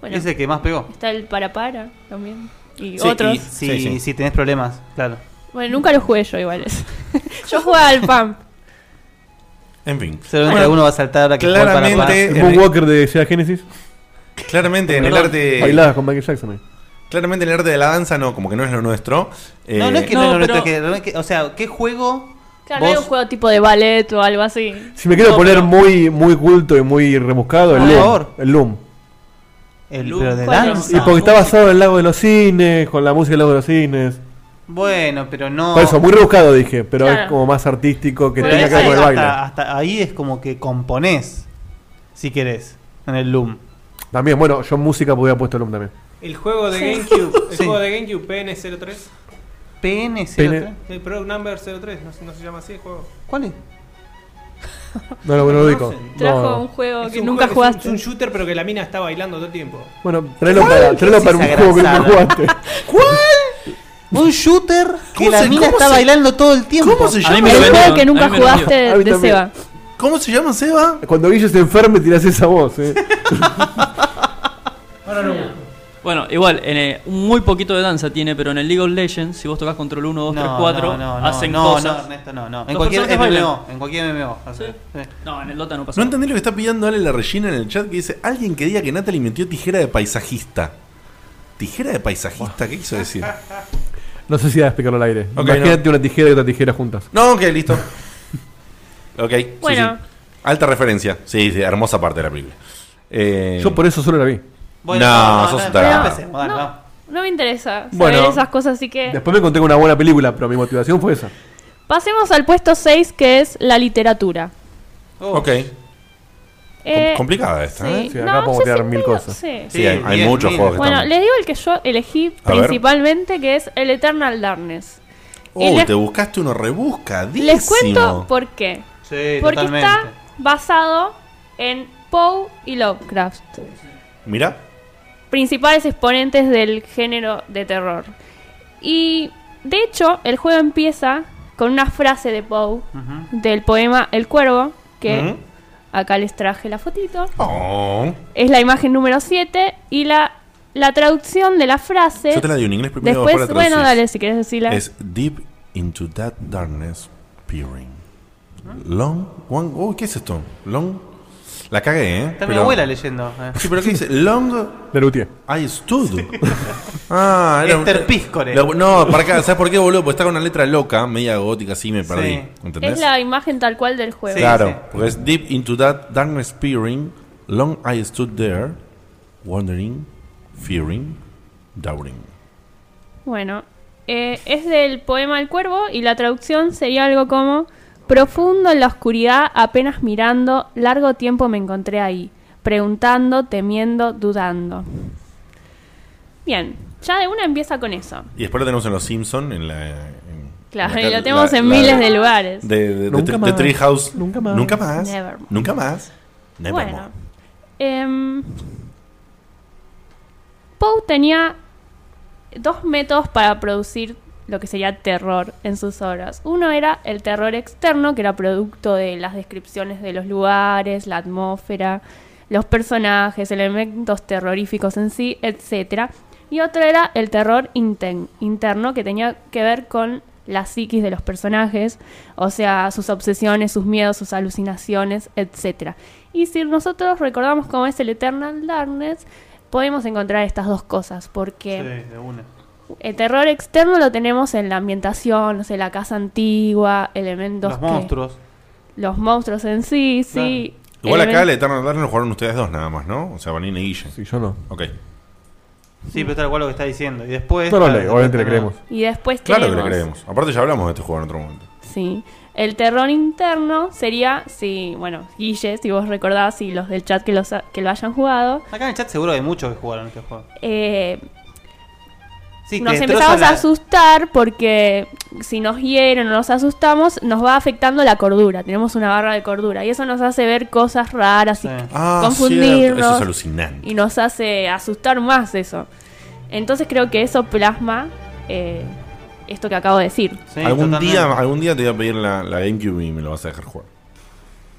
C: Bueno.
B: Ese que más pegó.
C: Está el para para también. Y
B: Sí,
C: otros.
B: y si,
A: Sí, sí.
B: si tenés problemas, claro.
C: Bueno, nunca lo jugué yo igual. <laughs> eso. yo jugaba al Pump.
A: En fin.
B: Seguramente
A: Bueno,
B: alguno va a saltar ahora que jugó al
A: claramente,
B: para- para-
A: en
F: ¿El
A: el-
F: Moonwalker de Sega Genesis?
A: Claramente en el
F: Perdón.
A: arte.
F: Bailaba con Michael Jackson ahí.
A: Claramente en el arte de la danza no, como que no es lo nuestro.
F: eh,
A: Eh,
B: No, no es que no,
C: No,
B: no, no,
C: pero-
B: es que- no es que- O sea, ¿qué juego?
C: Claro, no hay
B: Vos-
C: un juego tipo de ballet o algo así.
F: Si me quiero
C: No,
F: poner
C: pero-
F: muy, muy culto y muy rebuscado, el
B: Por
F: Loom.
B: favor.
F: El Loom.
B: El, pero de
C: ¿cuál
B: danza.
F: Y porque está basado en el lago de los cines, con la música del lago de los cines.
B: Bueno, pero no.
F: Por eso, muy rebuscado dije, pero
B: Claro.
F: es como más artístico que
B: Pero
F: tenga que ver
B: ahí
F: con el
B: hasta-
F: baile.
B: hasta ahí es como que componés, si querés, en el Loom.
F: También, bueno, yo en música podría haber puesto el Loom también.
E: El juego de
B: Sí.
E: GameCube. El
B: Sí.
E: juego de GameCube PN03.
B: PN03.
F: PN.
E: El Product Number 03. No, se- no se llama así el juego.
B: ¿Cuál es?
F: No lo, no lo ubico.
C: Trajo
F: No, no.
C: un juego
E: Es
C: que
E: un
C: nunca
E: juego que es
C: jugaste.
E: un- Es un shooter, pero que la mina está bailando todo el tiempo.
F: Bueno, tráelo
E: ¿Cuál?
F: para, tráelo
E: ¿Qué
F: para
E: es
F: un
E: esa
F: juego que nunca
E: grasada?
F: jugaste.
B: Un shooter que
A: ¿Cómo
B: la
A: se-
B: mina
A: cómo
B: está
A: se-
B: bailando todo el tiempo.
A: ¿Cómo se llama?
C: El juego que nunca jugaste
F: A mí
C: de
F: también.
C: Seba.
A: ¿Cómo se llama Seba?
F: Cuando Guille se enferme, tirás esa voz. <laughs> eh.
G: Bueno, igual, en, eh, muy poquito de danza tiene, pero en el League of Legends, si vos tocas control 1, 2, 3, 4,
B: no, no,
G: hacen
B: no,
G: cosas.
B: No, Ernesto, no, no. En
G: Los
B: cualquier
G: personajes bailan.
B: MMO. En cualquier MMO. o sea, eh. sí.
G: No, en el Dota no pasa
A: No
G: nada.
A: entendí lo que está pidiendo Ale la Regina en el chat que dice alguien que diga que Natalie metió tijera de paisajista. ¿Tijera de paisajista? ¿Qué quiso decir?
F: No sé si da a explicarlo al aire.
A: Ok,
F: Imagínate una tijera y otra tijera juntas.
A: No, ok, listo. <laughs> Ok. sí,
C: Bueno.
A: sí. Alta referencia. Sí, sí, hermosa parte de la película. Eh,
F: Yo por eso solo la vi.
A: Bueno, No, no, sos no, un tarado. no empecemos,
C: No, no me interesa saber
F: Bueno.
C: esas cosas, así que.
F: Después me encontré con una buena película, pero mi motivación fue esa.
C: Pasemos al puesto 6, que es la literatura.
B: Oh.
A: Ok.
C: Eh,
A: complicada esta, ¿eh?
F: Sí, acá podemos
C: sé
F: tirar
C: si
F: mil
C: puedo-
F: cosas.
C: sí.
A: Sí, hay, hay
B: bien,
A: muchos
B: bien.
A: juegos que
C: Bueno,
A: están.
C: les digo el que yo elegí
A: A ver.
C: principalmente, que es el Eternal Darkness. Y
A: Uy,
C: les-
A: te buscaste uno rebuscadísimo.
C: Les cuento por qué.
B: Sí,
C: Porque
A: totalmente.
C: está basado en Poe y Lovecraft,
A: Mira,
C: principales exponentes del género de terror. Y de hecho, el juego empieza con una frase de Poe del poema El Cuervo, que
A: Ujú.
C: acá les traje la fotito.
A: Oh.
C: Es la imagen número 7 y la, la traducción de la frase.
A: Yo te la digo en inglés primero,
C: Eh, Después,
A: después la
C: bueno,
A: traducís.
C: dale, si quieres decirla.
A: es Deep into that darkness peering. Long one. Uy, ¿qué es esto? Long. La cagué, ¿eh?
B: Está mi abuela leyendo. eh.
A: <laughs> Sí, pero ¿qué dice? Long.
F: De Lutia.
A: I stood. <laughs> Ah, era.
B: Esther Píscore.
A: La- no, para acá, ¿sabes por qué, boludo? Porque está con una letra loca, media gótica, así me perdí. ¿Entendés?
C: Es la imagen tal cual del juego.
A: claro, porque es deep into that darkness peering, long I stood there, wondering, fearing, doubting.
C: Bueno, eh, es del poema El Cuervo y la traducción sería algo como Profundo en la oscuridad, apenas mirando, largo tiempo me encontré ahí, preguntando, temiendo, dudando. Bien, ya de una empieza con eso.
A: Y después lo tenemos en Los Simpsons, en la... en-
C: Claro,
A: la-
C: y lo
A: la-
C: tenemos
A: la-
C: en
A: la-
C: miles de lugares.
A: De, de, de,
F: Nunca
A: de
F: más.
A: Treehouse.
F: Nunca más.
A: Nunca más.
C: Nevermore.
A: Nunca más. Nevermore.
C: Bueno. em, Poe tenía dos métodos para producir lo que sería terror en sus obras. Uno era el terror externo, que era producto de las descripciones de los lugares, la atmósfera, los personajes, elementos terroríficos en sí, etc. Y otro era el terror inten- interno, que tenía que ver con la psiquis de los personajes, o sea, sus obsesiones, sus miedos, sus alucinaciones, etc. Y si nosotros recordamos cómo es el Eternal Darkness, podemos encontrar estas dos cosas, porque
B: Sí, de una.
C: el terror externo lo tenemos en la ambientación, no sé, la casa antigua, elementos
A: Los
C: que-
A: monstruos.
C: Los monstruos en sí, sí.
A: Igual acá
C: Elemen-
A: el Eternal Darkness lo jugaron ustedes dos nada más, ¿no? O sea, Vanina y Guille. Sí,
F: yo no.
A: Ok. Mm.
B: Sí, pero tal cual lo que está diciendo. Y después.
A: No, no, le-
B: claro,
A: obviamente
B: no,
A: le
B: no.
A: creemos.
C: Y después
A: Claro que
C: tenemos-
A: lo creemos. Aparte ya hablamos de este juego en otro momento.
C: Sí. El terror interno sería, si, bueno, Guille, si vos recordás, y los del chat que, los, ha- que lo hayan jugado,
B: Acá en el chat seguro hay muchos que jugaron este juego.
C: eh,
B: Sí, te
C: nos
B: destrozan
C: empezamos a
B: la-
C: asustar porque si nos hieren o nos asustamos, nos va afectando la cordura. Tenemos una barra de cordura y eso nos hace ver cosas raras y
A: Ah, cierto.
C: confundirnos.
A: Eso es alucinante.
C: Y nos hace asustar más eso. Entonces creo que eso plasma eh, esto que acabo de decir.
A: algún, día, algún día te voy a pedir la, la GameCube y me lo vas a dejar jugar.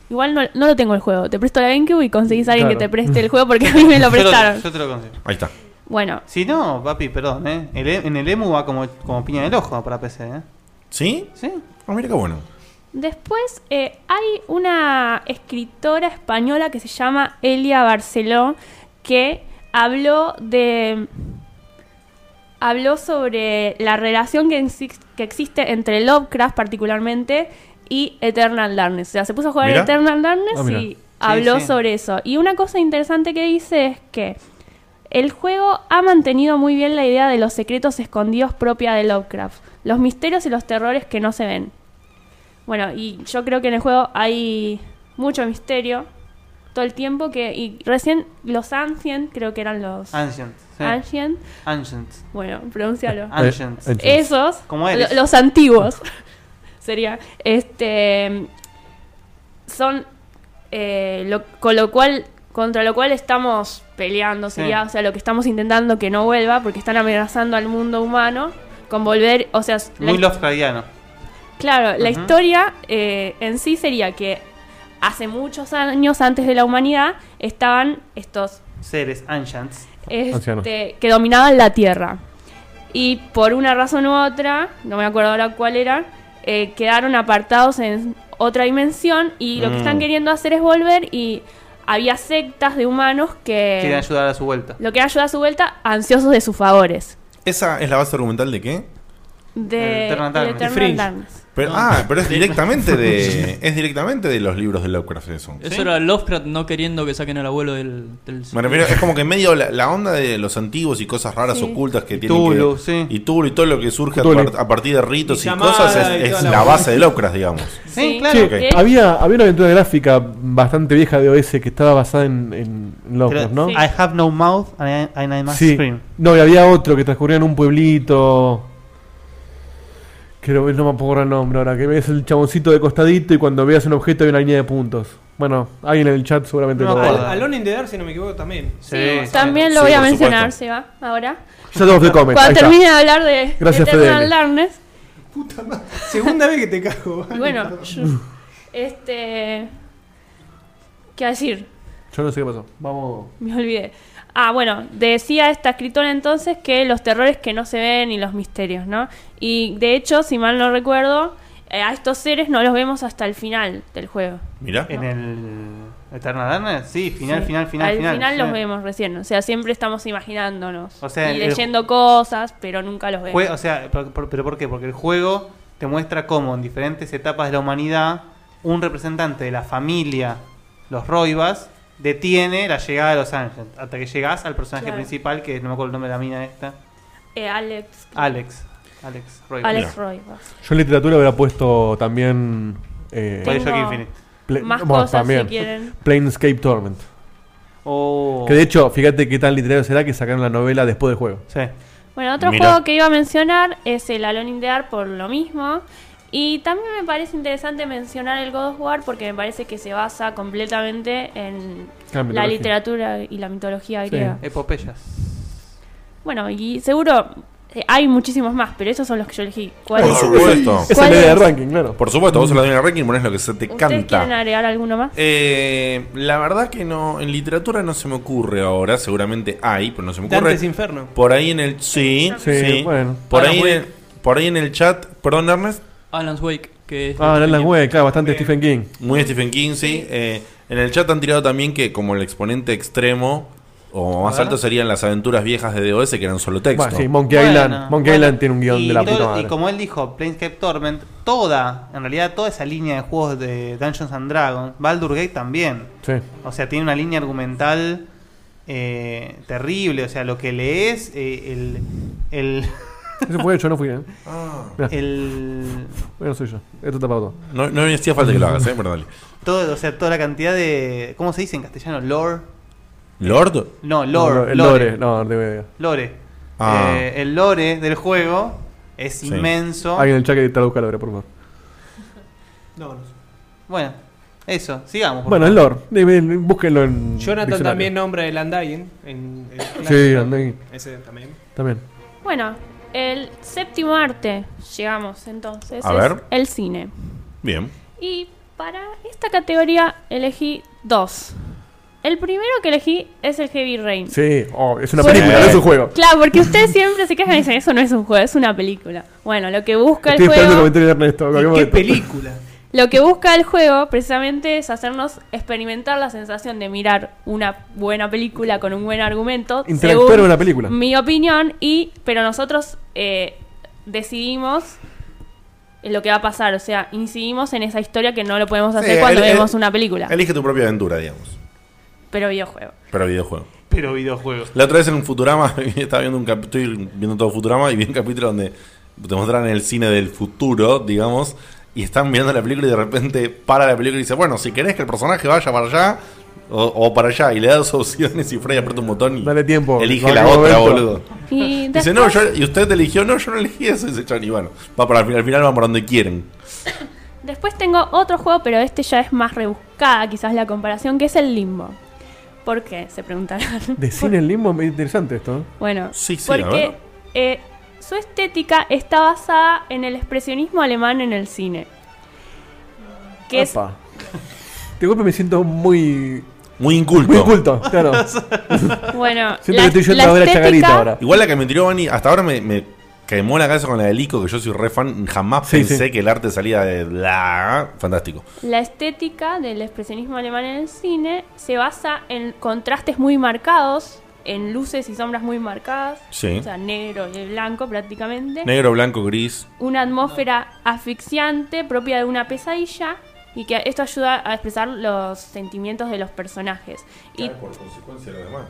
C: Igual no, no lo tengo el juego. Te presto la GameCube y conseguís a alguien
A: Claro.
C: que te preste el juego porque a mí me lo
B: Yo te-
C: prestaron.
B: Yo te lo consigo.
A: Ahí está.
C: Bueno,
B: Si no, papi, perdón, ¿eh? El e- en el EMU va como, como piña del ojo para PC, ¿eh?
A: ¿Sí?
B: Sí.
A: Ah, mira qué bueno.
C: Después eh, hay una escritora española que se llama Elia Barceló que habló de habló sobre la relación que, exis- que existe entre Lovecraft particularmente y Eternal Darkness. O sea, se puso a jugar
O: Mira.
C: Eternal Darkness
O: Ah, mira.
C: y
O: Sí,
C: habló
O: sí.
C: sobre eso. Y una cosa interesante que dice es que el juego ha mantenido muy bien la idea de los secretos escondidos propia de Lovecraft, los misterios y los terrores que no se ven. Bueno, y yo creo que en el juego hay mucho misterio todo el tiempo que y recién los Ancient, creo que eran los
B: Ancient, sí.
C: Ancient,
B: Ancient.
C: bueno, pronúncialo.
F: Eh,
B: Ancient. Ancient.
C: Esos,
B: Como eres.
C: lo- los antiguos. <laughs> Sería este son eh, lo- con lo cual contra lo cual estamos peleando sería
O: Sí.
C: o sea lo que estamos intentando que no vuelva porque están amenazando al mundo humano con volver o sea la
B: Muy Lovecraftiano.
C: Claro, la
B: Ujú.
C: historia eh, en sí sería que hace muchos años antes de la humanidad estaban estos
B: Seres Ancients. Ancianos.
C: este, que dominaban la Tierra. Y por una razón u otra, no me acuerdo ahora cuál era, eh, quedaron apartados en otra dimensión y lo que
B: Mm.
C: están queriendo hacer es volver y había sectas de humanos
B: Quieren
C: que...
B: ayudar a su vuelta.
C: Lo que ayuda a su vuelta, ansiosos de sus favores.
A: ¿Esa es la base argumental de qué?
C: De,
B: Eternal
C: de
B: Darkness.
C: Eternal
B: Fringe.
C: Darkness.
A: Pero, ah, pero es directamente de es directamente de los libros de Lovecraft eso.
G: Eso era Lovecraft no queriendo que saquen al abuelo del. del
A: Me refiero, es como que en medio la, la onda de los antiguos y cosas raras
G: Sí.
A: ocultas que
G: Y
A: tienen
G: Tulu,
A: que, y Tulu y todo lo que surge a,
F: Tulu.
A: par- a partir de ritos y,
F: Y llamada
A: cosas
F: y
A: es, es
F: toda
A: la,
F: la
A: base de Lovecraft, digamos.
B: Sí, Ah,
F: Che, había, había una aventura gráfica bastante vieja de OS que estaba basada en, en Lovecraft,
B: Pero-
F: ¿no?
B: I have no mouth and I, and I must
F: Sí.
B: scream.
F: No, y había otro que transcurría en un pueblito. Creo que no me acuerdo el nombre ahora. Que ves el chaboncito de costadito y cuando veas un objeto hay una línea de puntos. Bueno, alguien en el chat seguramente
E: No,
F: lo
E: Al-
F: va a-
E: Alone in the Dark, si no me equivoco, también.
F: Sí.
C: También lo
F: Sí,
C: voy a
F: por supuesto.
C: mencionar, se va, ahora.
F: Shadow of the Comet, ahí
C: Cuando
F: está.
C: termine de hablar de
F: Gracias,
C: Eternal
F: FDL. <laughs>
C: Darkness.
E: Segunda vez que te cago.
C: Y bueno, yo- este. ¿Qué decir?
F: Yo no sé qué pasó. Vamos.
C: Me olvidé. Ah, bueno, decía esta escritora entonces que los terrores que no se ven y los misterios, ¿no? Y de hecho, si mal no recuerdo, eh, a estos seres no los vemos hasta el final del juego.
A: Mirá.
B: En el Eternal Darkness, sí, final,
C: Sí.
B: final, final,
C: Al
B: final.
C: final, los
B: sí.
C: vemos recién, o sea, siempre estamos imaginándonos
B: O sea,
C: y
B: el-
C: leyendo cosas, pero nunca los vemos.
B: Jue- o sea, por- por- pero ¿por qué? Porque el juego te muestra cómo en diferentes etapas de la humanidad un representante de la familia, los Roibas, detiene la llegada de los Ángeles. Hasta que llegas al personaje
C: Claro.
B: principal, que no me acuerdo el nombre de la mina esta,
C: Eh, Alex.
B: Alex. Alex Roibas.
C: Alex Roivas.
F: Yo en literatura hubiera puesto también. Eh,
B: Bioshock Tengo Infinite.
F: Pla-
C: más
F: bueno,
C: cosas si quieren.
F: Planescape Torment.
B: Oh.
F: Que de hecho, fíjate qué tan literario será que sacaron la novela después del juego.
B: Sí.
C: Bueno, otro
F: Mira.
C: juego que iba a mencionar es el Alone in the Dark por lo mismo. Y también me parece interesante mencionar el God of War porque me parece que se basa completamente en
B: La
C: la,
B: mitología.
C: literatura y la mitología griega.
B: Epopeyas.
C: Bueno, y seguro eh, hay muchísimos más, pero esos son los que yo elegí. ¿Cuál
A: Por
C: es?
A: supuesto.
C: ¿Cuál es?
F: claro. Ah,
A: Por supuesto, vos en la línea de ranking ponés lo que se te
C: ¿Ustedes
A: canta.
C: quieren agregar alguno más?
A: Eh, la verdad que no, en literatura no se me ocurre ahora, seguramente hay, pero no se me ocurre.
E: Dante's Inferno.
A: Por ahí en el sí, sí,
F: Sí, bueno.
A: Por
G: Alan
A: ahí,
G: Wake.
A: en, por ahí en el chat, perdón Ernest,
G: Alan Wake, que es.
F: Ah, Alan Wake, claro, bastante Stephen King.
A: muy Stephen King, sí. eh, en el chat han tirado también que como el exponente extremo O más alto serían las aventuras viejas de DOS que eran solo texto.
F: Bueno, sí, Monkey Island. Monkey Island tiene un guión
B: y
F: de la
B: todo-
F: puta madre.
B: Y como él dijo, Planescape Torment, toda, en realidad toda esa línea de juegos de Dungeons and Dragons, Baldur Gate también.
F: Sí.
B: O sea, tiene una línea argumental eh, terrible. O sea, lo que lees, eh, el...
F: <laughs>
B: el
F: Ese fue hecho, no fui, ¿eh? Mirá.
B: el
F: Bueno, soy yo. Esto está para todo.
A: No, no me hacía falta que lo hagas, ¿eh? Pero dale.
B: todo, o sea, toda la cantidad de... ¿Cómo se dice en castellano? Lore.
A: ¿Lord?
B: No, lore.
F: El
B: lore.
F: lore. No, DVD.
B: Lore.
F: Ah.
B: Eh, el lore del juego es inmenso.
F: Alguien en el chat que traduzca lore, por favor.
B: Bueno, eso, sigamos. por
F: Bueno, el
B: favor.
F: lore. Dime, Búsquenlo en.
E: Jonathan
F: diccionario.
E: también nombra el Undying. En el
F: Sí,
E: clásico.
F: Andén.
E: Ese también.
F: También.
C: Bueno, el séptimo arte, llegamos entonces,
A: A
C: es
A: ver.
C: el cine.
A: Bien.
C: Y para esta categoría elegí dos. El primero que elegí es el Heavy Rain.
F: Sí, oh, es una
C: Porque-
F: película, no es un juego.
C: Claro, porque ustedes siempre se quejan y dicen, eso no es un juego, es una película. Bueno, lo que busca
F: Estoy
C: el
F: esperando el
C: juego...
F: comentario de Ernesto.
E: ¿Qué
F: película?
C: Lo que busca el juego precisamente es hacernos experimentar la sensación de mirar una buena película con un buen argumento.
F: Interactuar
C: según
F: en una película.
C: Mi opinión, y pero nosotros eh, decidimos lo que va a pasar, o sea, incidimos en esa historia que no lo podemos hacer
A: Sí,
C: cuando
A: el- el-
C: vemos una película,
A: Elige tu propia aventura, digamos.
C: pero
A: <laughs>
C: videojuego.
A: Pero videojuego.
B: Pero videojuegos.
A: La otra vez en Futurama, <laughs> estaba viendo un capítulo, estoy viendo todo Futurama y vi un capítulo donde te mostraron el cine del futuro, digamos, y están viendo la película y de repente para la película y dice, bueno, si querés que el personaje vaya para allá o, o para allá, y le da dos <laughs> opciones y Freddy aprieta un botón y
F: Dale tiempo.
A: elige
F: Dale
A: la otra,
F: momento.
A: boludo.
C: Y
A: Dice, no, yo- y usted eligió, no, yo no elegí eso, dice Johnny, bueno, va para el final, al final van para donde quieren.
C: Después tengo otro juego, pero este ya es más rebuscada, quizás la comparación, que es el limbo. ¿Por qué? Se preguntarán.
F: De cine en limbo, es interesante esto. ¿eh?
C: Bueno,
F: sí, a
C: porque
F: ver.
C: eh, su estética está basada en el expresionismo alemán en el cine. Que es,
F: Apa. De golpe me siento muy.
A: Muy inculto.
F: Muy inculto,
C: <laughs>
F: claro. <laughs>
C: bueno,
F: Siento que estoy yendo a ver a Chacarita ahora.
A: Igual la que me tiró Bani, hasta ahora me, me quemó la cabeza con la de Lico, que yo soy re fan. Jamás
F: Sí,
A: pensé
F: sí.
A: que el arte salía de la. Fantástico.
C: la estética del expresionismo alemán en el cine se basa en contrastes muy marcados, en luces y sombras muy marcadas,
A: Sí.
C: o sea, negro y blanco prácticamente.
A: Negro, blanco, gris.
C: una atmósfera asfixiante propia de una pesadilla y que esto ayuda a expresar los sentimientos de los personajes. Y
A: por consecuencia lo demás.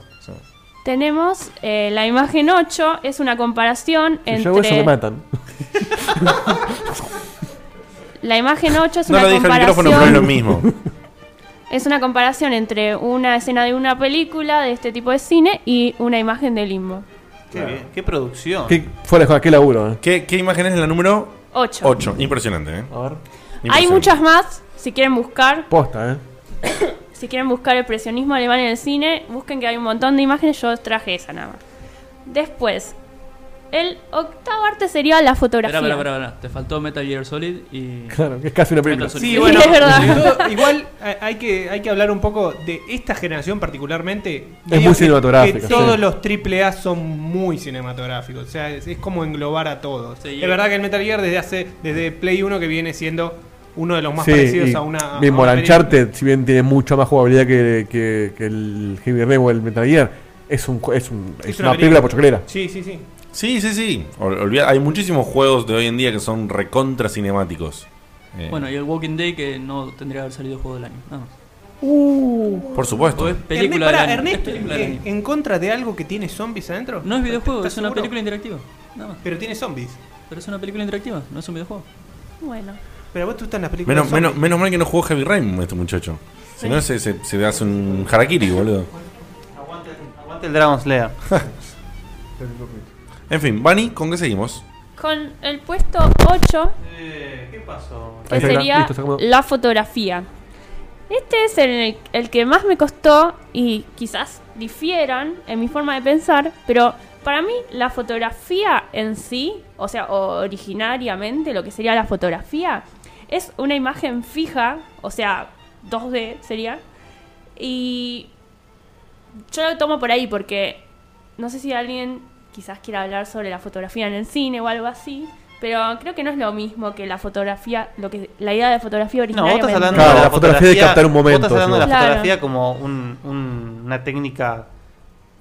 C: tenemos eh, la imagen 8, es una comparación
F: Si yo hago eso me
C: entre...
F: matan.
C: La imagen 8 es
A: No
C: una
A: lo dije al micrófono, pero es lo
C: comparación...
A: mismo.
C: <laughs> Es una comparación entre una escena de una película de este tipo de cine y una imagen de limbo.
B: Qué, bien, qué producción.
F: ¿Qué, fuera de joda, qué laburo, ¿eh?
A: ¿Qué, qué imagen es la número
C: Ocho.
A: 8? Impresionante, ¿eh?
F: A ver.
C: Hay muchas más, si quieren buscar,
F: Posta, ¿eh?
C: si quieren buscar el presionismo alemán en el cine, busquen que hay un montón de imágenes, yo traje esa nada más. Después, el octavo arte sería la fotografía.
G: Espera, espera, espera. Te faltó Metal Gear Solid
F: <laughs>
G: y.
F: Claro, que es casi una película.
G: Metal Solid.
E: Sí,
G: <laughs>
E: bueno,
G: Es
E: sobre todo, igual hay- hay que, hay que hablar un poco de esta generación particularmente. Medio
F: muy
E: que-
F: cinematográfica,
E: que todos
F: sí.
E: los AAA son muy cinematográficos. O sea, es, es como englobar a todos.
G: y-
E: es verdad que el Metal Gear desde hace desde Play 1 que viene siendo uno de los más
F: Sí,
E: parecidos
F: y
E: a una.
F: Mismo
E: a
F: el
E: una
F: Uncharted, si bien tiene mucha más jugabilidad que, que, que el Heavy Rain o el Metal Gear, es, un, es, un, es, una, película pochoclera.
E: Sí, sí, sí.
A: Sí, sí, sí. Ol- olvida- hay muchísimos juegos de hoy en día que son recontra cinemáticos. Eh,
G: Bueno, y el Walking Day que no tendría que haber salido juego del año. Nada más.
A: por supuesto.
G: O es Uh, película del
E: Ernest, pará,
G: año.
E: Ernest,
G: Es película del
E: ¿en,
G: año.
E: en contra de algo que tiene zombies adentro?
G: No es videojuego,
E: ¿Estás
G: es una
E: seguro?
G: película interactiva. Nada más.
E: Pero tiene zombies.
G: Pero es una película interactiva, no es un videojuego.
C: Bueno.
E: Pero a vos te gustan las películas.
A: Menos,
E: de zombies.
A: menos, menos mal que no jugó Heavy Rain este muchacho. Si no, se, se, se hace un harakiri, boludo.
B: Aguante el Dragon Slayer.
A: En fin, Bunny, ¿con qué seguimos?
C: Con el puesto 8,
E: Eh,
B: ¿Qué pasó?
C: que sería
A: Listo, se acomodó.
C: la fotografía. Este es el, el que más me costó y quizás difieran en mi forma de pensar, pero para mí la fotografía en sí, o sea, originariamente lo que sería la fotografía, es una imagen fija, o sea, 2D sería, y yo lo tomo por ahí porque no sé si alguien quizás quiera hablar sobre la fotografía en el cine o algo así, pero creo que no es lo mismo que la fotografía, lo que la idea de fotografía
B: No, vos
C: original.
B: estás hablando
F: Claro,
B: de
F: la
B: la
F: fotografía
B: fotografía
F: de captar un momento,
B: Vos estás hablando de
C: sí.
B: la
C: Claro.
B: fotografía como un- un- una técnica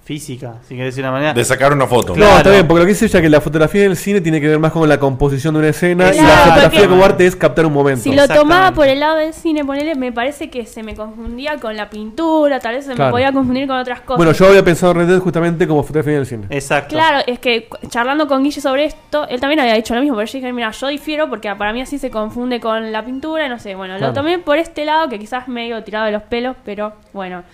B: física, si querés decir de una manera.
A: De sacar una foto.
F: Ah. No,
B: Claro.
F: está bien, porque lo que dice ella es que la fotografía del cine tiene que ver más con la composición de una escena y la
C: Claro,
F: fotografía
C: porque-
F: como arte es captar un momento.
C: Si lo tomaba por el lado del cine, ponele, me parece que se me confundía con la pintura, tal vez se me
F: Claro.
C: podía confundir con otras cosas.
F: Bueno, yo había pensado Red Dead justamente como fotografía del cine.
B: Exacto.
C: Claro, es que cu- charlando con Guille sobre esto, él también había dicho lo mismo, pero yo dije, mira, yo difiero porque para mí así se confunde con la pintura, no sé, bueno,
F: Claro.
C: lo tomé por este lado que quizás medio tirado de los pelos, pero bueno,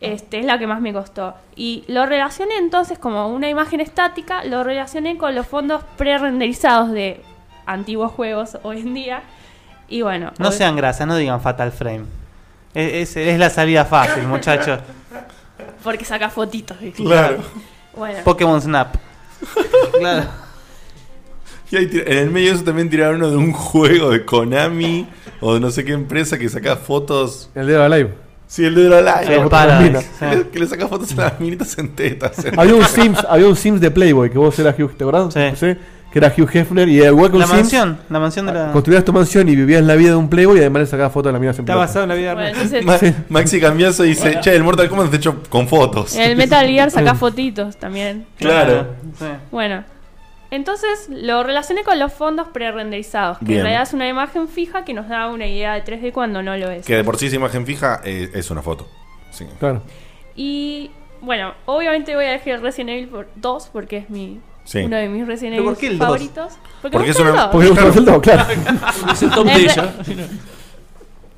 C: este es la que más me costó. Y lo relacioné entonces como una imagen estática, lo relacioné con los fondos pre-renderizados de antiguos juegos hoy en día. Y bueno,
B: No
C: ob-
B: sean grasas, no digan Fatal Frame. Es, es- es la salida fácil, muchachos.
C: porque saca fotitos. ¿viste?
A: Claro.
C: Bueno.
B: Pokémon Snap. Claro.
A: <laughs> Y ahí tira- en el medio de eso también tiraron uno de un juego de Konami o de no sé qué empresa que sacaba fotos.
F: El dedo live.
A: Sí, el dedo
F: Sí,
B: Eh,
A: live.
F: el Paradise, sí.
A: Que le sacaba fotos a las minitas en tetas. <laughs>
F: Había un Sims, había un Sims de Playboy que vos eras Hugh, ¿te acordás? Sí, Que era Hugh Hefner y era igual que un
B: La
F: Sims,
B: mansión, la mansión de la.
F: Construías tu mansión y vivías la vida de un Playboy y además le sacabas fotos de las minas en
B: Está
F: pelota.
B: basado en la vida <laughs> Bueno, real. entonces-
A: Ma- Maxi Cambiazo dice, che, el Mortal Kombat está hecho con fotos.
C: En el Metal Gear
B: <laughs>
C: saca fotitos también.
A: Claro.
C: Bueno, entonces lo relacioné con los fondos prerenderizados, que
A: Bien.
C: en realidad es una imagen fija que nos da una idea de 3D cuando no lo es.
A: Que de por sí esa imagen fija eh, es una foto. Sí.
F: Claro.
C: Y bueno, obviamente voy a elegir Resident Evil por 2 porque es mi
A: Sí.
C: uno de mis Resident
B: ¿Pero
C: Evil
B: por qué el dos?
C: favoritos.
A: Porque
C: me
A: es
C: gusta
A: una-
C: el dos.
A: porque me gusta el dos, claro.
G: Es
E: <laughs>
G: el top
C: En
G: de
C: re-
G: ella.
F: ¿eh?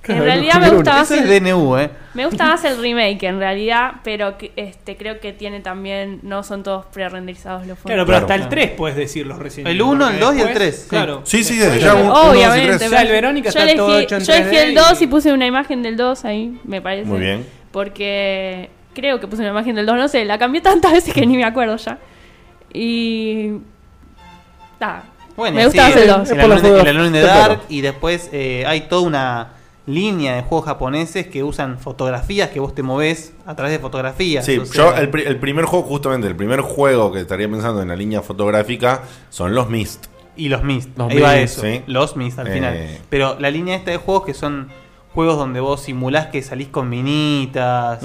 C: En realidad me gusta más
B: Eso es
C: el-
B: DNU, eh.
C: Me gusta más el remake en realidad, pero que- este creo que tiene también, no son todos prerenderizados los fondos.
E: Claro, pero hasta el 3 puedes decir los recién.
B: El uno, el dos y el tres, sí.
E: Claro.
A: Sí, sí,
E: Después-
A: ya un- uno, dos y
C: Obviamente. pero-
E: Ya el Verónica
C: yo
E: está
C: elegí,
E: todo hecho en
C: Yo elegí
E: 3D
C: el
E: y-
C: 2 y... puse una imagen del 2 ahí, me parece.
A: Muy bien.
C: Porque creo que puse una imagen del 2, no sé, la cambié tantas <laughs> veces que ni me acuerdo ya. Y... ta,
B: Bueno,
C: me
B: sí,
C: gusta más el 2.
B: El
F: por
B: Alone
F: las
B: in-
F: dudas.
B: el Alone in the
F: Está claro.
B: Dark. Y después eh, hay toda una línea de juegos japoneses que usan fotografías que vos te movés a través de fotografías.
A: Sí,
B: o sea,
A: yo el, pri- el primer juego, justamente, el primer juego que estaría pensando en la línea fotográfica son los Mist.
B: Y los Mist.
A: Los
B: ahí va
A: Mist,
B: eso.
A: sí.
B: Los Mist al
A: Eh.
B: final. Pero la línea esta de juegos que son juegos donde vos simulás que salís con minitas.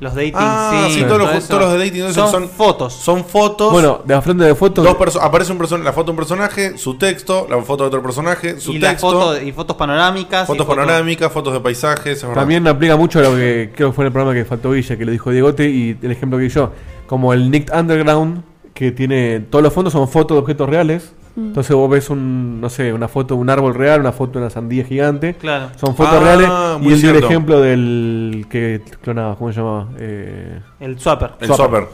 B: Los dating
A: Mm. Ah,
B: sims,
A: sí, todos los,
B: todo
A: ju-
B: eso.
A: todos los de dating entonces, son,
B: fotos.
A: Son fotos.
F: Bueno, de la frente de fotos.
A: Dos perso- aparece un person- la foto de un personaje, su texto, la foto de otro personaje, su
B: y, las
A: texto,
B: fotos, y fotos panorámicas. y
A: fotos panorámicas, fotos de paisajes. es verdad.
F: También aplica mucho lo que creo que fue en el programa que faltó Villa, que lo dijo Diegote y el ejemplo que di yo. Como el Nick Underground, que tiene. Todos los fondos son fotos de objetos reales.
L: Mm.
F: Entonces vos ves un, no sé, una foto de un árbol real, una foto de una sandía gigante.
L: Claro.
F: Son fotos
L: Ah,
F: reales. Y
L: muy
F: él dio el
L: cierto.
F: ejemplo del que clonaba, ¿cómo se llamaba? Eh,
B: El swapper.
A: El swapper.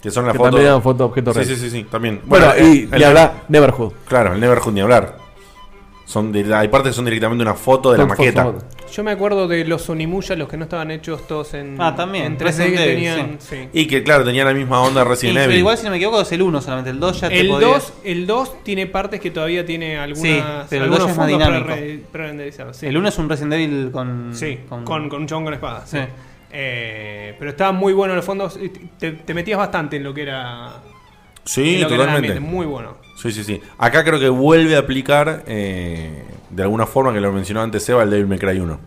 A: Que son las
F: Que
A: fotos.
F: también eran fotos de objetos
A: sí, sí,
F: reales.
A: sí, sí, también.
F: Bueno, y-
A: eh,
F: y habrá Neverhood.
A: Claro, el Neverhood ni hablar. Son de, hay partes que son directamente una foto de la
F: Son fotos,
A: maqueta.
F: fotos.
E: Yo me acuerdo de los Onimuya, los que no estaban hechos todos en,
B: Ah, también,
E: en 3D que
B: Resident Evil,
E: tenían. sí.
A: Y que, claro, tenía la misma onda
B: Y-
A: recién
B: pero
A: Evil.
B: igual, si no me equivoco, es el 1 solamente. El 2 ya te
E: El
B: podía-
E: 2, el 2 tiene partes que todavía tiene algunas,
B: Sí, pero el 2
E: algunos
B: es más
E: fondos
B: dinámico.
E: prere- prerenderizados, sí.
B: El 1 es un Resident Evil con.
E: Sí,
B: con-
E: con, con, un chabón con espada. sí.
B: Sí.
E: Eh, pero estaba muy bueno en los fondos. y te- Te, te metías bastante en lo que era.
A: Sí,
E: en lo que era el
A: totalmente.
E: ambiente, Muy bueno.
A: Sí, sí, sí. Acá creo que vuelve a aplicar, eh, de alguna forma que lo mencionó antes Seba, el Devil May Cry 1.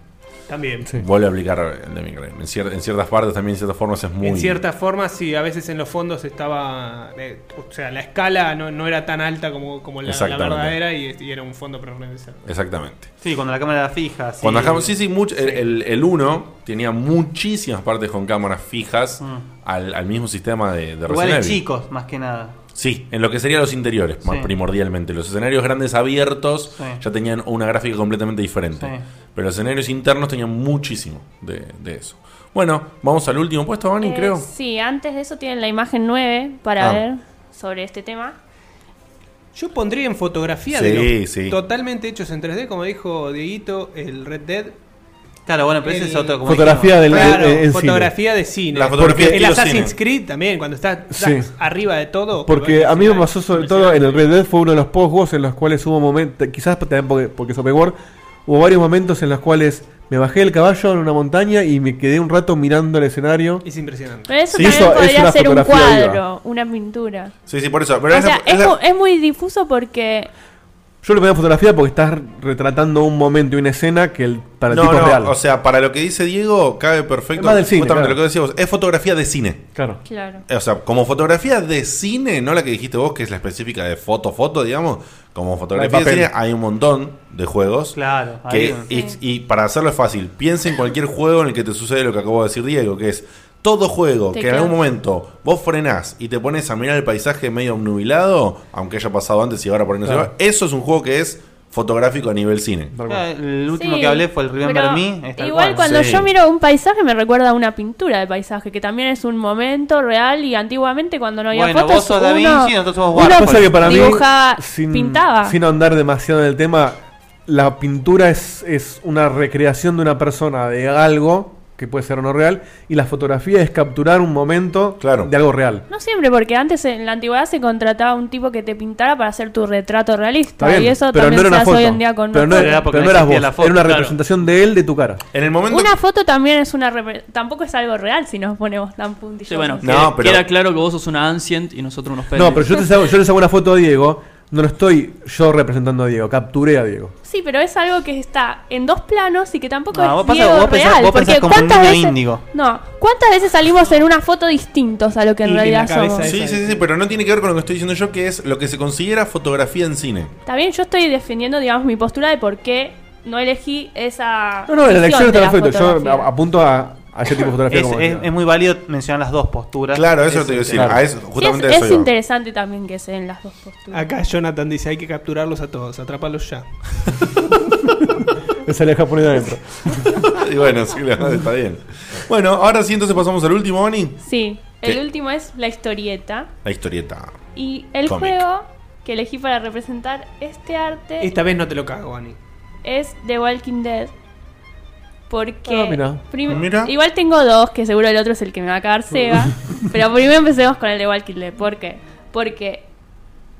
E: También.
A: Vuelve a aplicar el Devil May Cry. En, cier- en ciertas partes también, en ciertas formas es muy...
E: En cierta forma, sí, a veces en los fondos estaba. eh, o sea, la escala no, no era tan alta como, como la, la
A: Exactamente.
E: verdadera y, y era un fondo prerenderizado.
A: Exactamente.
B: Sí, cuando la cámara era fija. Sí.
A: Cuando acá- sí, sí, mucho- el- el- el 1 tenía muchísimas partes con cámaras fijas
B: Mm.
A: al, al mismo sistema de, de Resident
B: Lugares
A: Evil.
B: chicos, más que nada.
A: Sí, en lo que serían los interiores, más
B: Sí.
A: primordialmente. Los escenarios grandes abiertos
B: Sí.
A: ya tenían una gráfica completamente diferente.
B: Sí.
A: Pero los escenarios internos tenían muchísimo de, de eso. Bueno, vamos al último puesto, Vani,
C: Eh,
A: creo.
C: Sí, antes de eso tienen la imagen 9 para
A: Ah.
C: ver sobre este tema.
E: Yo pondría en fotografía
A: Sí,
E: de los
A: sí.
E: totalmente hechos en 3D, como dijo Dieguito, el Red Dead.
B: Claro, bueno, pero ese es otro, como
F: Fotografía dijimos. del-
E: Claro,
F: en- en
E: fotografía de cine.
F: La fotografía
E: Porque el
F: estilo
E: Assassin's Creed también, cuando está
F: Sí.
E: arriba de todo.
F: Porque a mí me pasó sobre todo en el Red Dead, fue uno de los pocos juegos en los cuales hubo momentos, quizás también porque, porque es open world, hubo varios momentos en los cuales me bajé del caballo en una montaña y me quedé un rato mirando el escenario.
E: Es impresionante.
C: Pero eso
F: Sí,
C: también
F: eso es
C: podría
F: una
C: ser un
F: fotografía
C: cuadro,
F: viva.
C: una pintura.
A: Sí, sí, por eso.
C: o sea, es, mu- es muy difuso porque
F: Yo le ponía fotografía porque estás retratando un momento y una escena que el, para el
A: No,
F: tipo es
A: no,
F: real.
A: o sea, para lo que dice Diego, cabe perfecto.
F: Es más del cine,
A: Justamente
F: claro.
A: lo que decíamos, es fotografía de cine.
F: Claro.
C: Claro.
A: O sea, como fotografía de cine, no la que dijiste vos, que es la específica de foto, foto, digamos. Como fotografía
F: Hay
A: de
F: papel.
A: cine, hay un montón de juegos.
B: Claro,
A: que-
B: ahí-
A: y, y para hacerlo es fácil, piensa en cualquier juego en el que te sucede lo que acabo de decir Diego, que es todo juego
B: Te
A: que en
B: quedas-
A: algún momento vos frenás y te pones a mirar el paisaje medio obnubilado, aunque haya pasado antes y ahora por ahí no se
B: Claro.
A: va, eso es un juego que es fotográfico a nivel cine.
B: El último
C: Sí,
B: que hablé fue el Remember
C: pero
B: Me. es tal
C: Igual
B: cual.
C: cuando
A: Sí.
C: yo miro un paisaje me recuerda a una pintura de paisaje, que también es un momento real y antiguamente cuando no había
B: Bueno,
C: fotos
B: vos sos Da
C: uno,
B: Vinci, nosotros somos
C: uno
F: Pasa que para mí,
C: dibujaba,
F: sin,
C: pintaba.
F: sin ahondar demasiado en el tema, la pintura es, es una recreación de una persona, de algo que puede ser o no real, y la fotografía es capturar un momento de algo real.
C: No siempre, porque antes en la antigüedad se contrataba un tipo que te pintara para hacer tu retrato realista.
F: Está bien,
C: Ah, y eso
F: pero no
C: también
F: era
C: se
F: una
C: hace
F: foto.
C: hoy en día con
F: pero
C: una
F: no,
C: foto.
F: era,
B: porque
F: pero
B: no
F: no eras
B: existía
F: vos,
B: la foto,
F: era una
B: claro.
F: representación de él, de tu cara.
A: En el momento
C: Una foto también es una... repre- Tampoco es algo real si nos ponemos tan puntillosos.
G: Sí, bueno,
F: No,
G: queda,
F: pero-
G: queda claro que vos sos una Ancient y nosotros unos
F: No, pero yo, te hago- yo les hago una foto a Diego, no lo estoy yo representando a Diego, capturé a Diego.
C: Sí, pero es algo que está en dos planos y que tampoco
F: No,
C: es
F: vos pensás-
C: Diego
F: vos pensás-
C: real.
F: vos pensás
C: porque
F: como un
C: ¿cuántas
F: niño
C: veces,
F: índigo.
C: No, ¿cuántas veces salimos en una foto distintos a lo que en realidad somos?
A: Sí, sí, sí, pero no tiene que ver con lo que estoy diciendo yo, que es lo que se considera fotografía en cine.
C: También yo estoy defendiendo, digamos, mi postura de por qué no elegí esa...
F: No, no, la
C: visión
F: elección
C: de
F: está
C: la
F: perfecta, yo
C: fotografía.
F: a- apunto a, a ese tipo de fotografía.
B: Es,
F: como
B: es- es muy válido mencionar las dos posturas.
A: Claro, eso te iba a decir, a eso-
C: Sí, es, es interesante también que se den las dos posturas.
E: Acá Jonathan dice, hay que capturarlos a todos, atrápalos ya.
F: Esa le japonés adentro.
A: <laughs> y bueno, sí, la verdad, está bien. Bueno, ahora sí, entonces pasamos al último, Oni.
C: Sí, el
A: Sí.
C: último es la historieta.
A: La historieta.
C: Y el
A: Cómic.
C: juego que elegí para representar este arte
E: Esta vez no te lo cago, Ani.
C: es The Walking Dead. Porque
E: Ah, mira.
C: prim-
E: Mira.
C: igual tengo dos, que seguro el otro es el que me va a cagar
F: <laughs>
C: Seba. pero primero empecemos con el de Walking Dead. ¿Por qué? Porque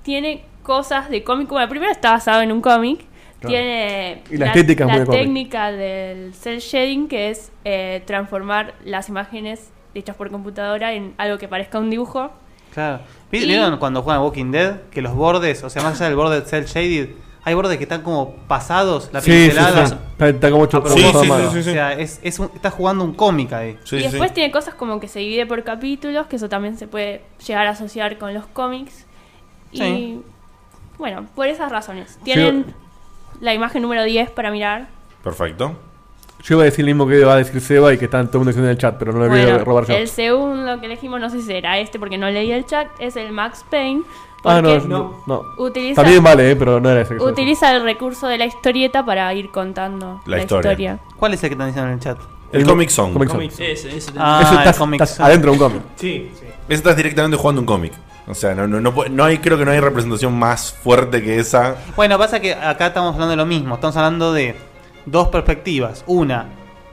C: tiene cosas de cómic. Bueno, primero está basado en un cómic.
F: Claro.
C: Tiene
F: Y la estética es
C: la
F: muy de cómic.
C: técnica del cel shading, que es eh, transformar las imágenes hechas por computadora en algo que parezca un dibujo.
B: Claro.
C: Y-
B: ¿Vi- ¿Vieron cuando juegan Walking Dead? Que los bordes, o sea, más allá del borde cel shaded, hay bordes que están como pasados, la
F: Sí, sí,
B: pincelada. Ah,
F: sí. Está- está como hecho-
B: a propósito.
F: Sí, sí, sí, sí, sí.
B: O sea, es, es un- está jugando un cómic ahí.
C: y después tiene cosas como que se divide por capítulos, que eso también se puede llegar a asociar con los cómics. Y
B: Sí.
C: bueno, por esas razones. Tienen la imagen número 10 para mirar.
A: Perfecto.
F: Yo iba a decir lo mismo que iba a decir Seba y que está todo el mundo diciendo en el chat, pero no lo voy a
C: Bueno,
F: robar yo.
C: el segundo que elegimos, no sé si será este porque no leí el chat, es el Max Payne.
F: Ah, no,
C: porque
F: no. no.
C: Utiliza,
F: También vale, eh, pero no era ese. que-
C: utiliza el recurso de la historieta para ir contando la, historia.
B: ¿Cuál es el que están diciendo en el chat?
A: El Comic Song.
F: Comic
B: Comic
F: Song.
B: Song. Ese, ese
A: Ah,
F: Eso
A: el
F: estás-
A: Comic
F: estás
A: Song.
F: adentro de un cómic.
E: Sí, sí.
A: Ese estás directamente jugando un cómic. O sea, no, no, no, pu- no hay, creo que no hay representación más fuerte que esa.
B: Bueno, pasa que acá estamos hablando de lo mismo. Estamos hablando de dos perspectivas. Una,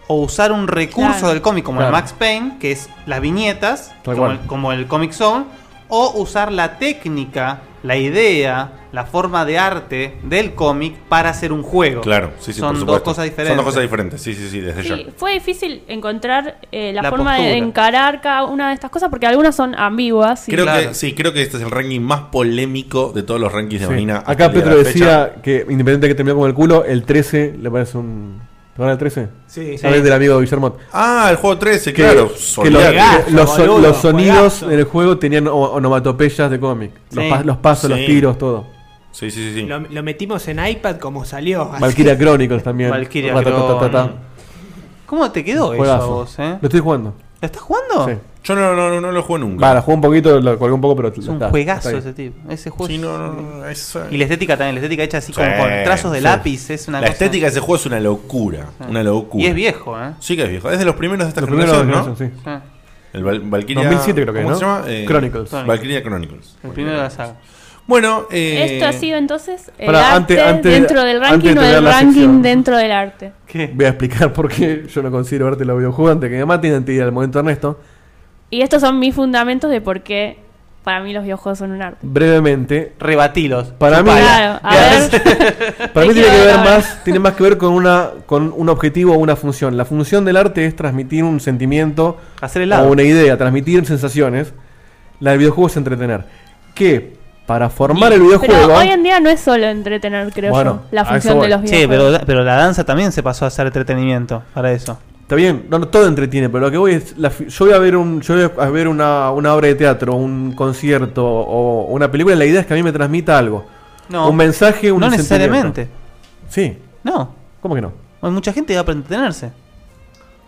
B: o usar un recurso
M: Claro.
B: del cómic como el
M: Claro.
B: Max Payne, que es las viñetas,
M: Tal
B: como
M: cual.
B: el, como el Comic Zone, o usar la técnica, la idea, la forma de arte del cómic para hacer un juego.
A: Claro, sí, sí,
B: Son
A: por
B: dos
A: supuesto.
B: cosas diferentes.
A: Son dos cosas diferentes, sí, sí, sí, desde ya.
C: Sí, fue difícil encontrar eh, la,
A: La
C: forma de
A: postura.
C: encarar cada una de estas cosas porque algunas son ambiguas. y-
A: Creo que, sí, creo que este es el ranking más polémico de todos los rankings de
F: Sí.
A: Marina. hasta
F: Acá
A: el día de
F: Petro
A: la fecha.
F: decía que independiente de que terminó con el culo, el 13 le parece un. ¿Te acuerdas del 13?
A: Sí.
F: También
A: Sí.
F: del amigo Guillermo.
A: Ah, el juego 13,
F: Que-
A: claro.
F: que los,
A: Olvidate.
F: que los, son- los sonidos del juego tenían o- onomatopeyas de cómic. Los,
E: Sí.
F: pas- los pasos, los
E: Sí.
F: tiros, todo.
A: Sí, sí, sí.
E: Lo, lo metimos en iPad como salió. así.
F: Valkyria Chronicles también.
B: Valkyria
F: Ratatatatata.
B: Chronicles. ¿Cómo te quedó eso a
F: Juegazo.
B: vos, eh? Oh.
F: Lo estoy jugando.
B: ¿Lo estás jugando?
F: Sí.
A: Yo no, no, no, no lo juego nunca.
F: Va, lo jugué un poquito, lo colgué un poco, pero.
B: Es un juegazo ese tipo. Ese juego. es- Y la estética también, la estética hecha así como
A: Sí,
B: con trazos de
A: sí.
B: lápiz, es una
A: La
B: cosa- Ah.
A: estética de ese juego es una locura. Una locura.
B: Y es viejo, ¿eh?
A: Sí que es viejo. Es de los primeros de esta
F: Los primeros
A: generación,
F: de la
A: ¿no?
F: generación,
B: sí. Ah.
A: El Val- Valkyria...
F: 2007 creo que,
A: ¿Cómo
F: ¿no?
A: se llama? Eh,
F: Chronicles.
A: Valkyria Chronicles.
B: El primero de la saga.
A: Bueno, eh,
C: Esto ha sido entonces el arte
F: Pará, antes- antes-
C: dentro del
F: antes
C: ranking
F: de
C: o el
F: terminar la
C: ranking
F: sección.
C: dentro del arte.
F: Voy a explicar por qué yo no considero arte los videojuegos antes que me maten, antes de ir al momento Ernesto.
C: Y estos son mis fundamentos de por qué para mí los videojuegos son un arte.
F: Brevemente.
B: Rebatilos.
F: Para mí.
C: Claro, a ver.
F: Para
C: Te
F: mí tiene que
C: quiero
F: ver
C: ver.
F: más, tiene más que ver con una con un objetivo o una función. La función del arte es transmitir un sentimiento
B: Hacer
F: o
B: helado.
F: una idea, transmitir sensaciones. La del videojuego es entretener. Que para formar el videojuego.
C: Pero hoy en día no es solo entretener, creo
F: Bueno,
C: yo, la
F: a eso
C: función de
F: voy.
C: los
F: Sí,
B: Sí,
C: videojuegos.
B: pero, pero la danza también se pasó a hacer entretenimiento para eso.
F: Está bien, no, no, todo entretiene, pero lo que voy es. la fi- yo voy a ver, un, yo voy a ver una, una obra de teatro, un concierto o una película. La idea es que a mí me transmita algo.
B: No.
F: un mensaje, un
B: No
F: sentimiento.
B: necesariamente.
F: Sí.
B: No.
F: ¿Cómo que no?
B: Hay mucha gente que va para entretenerse.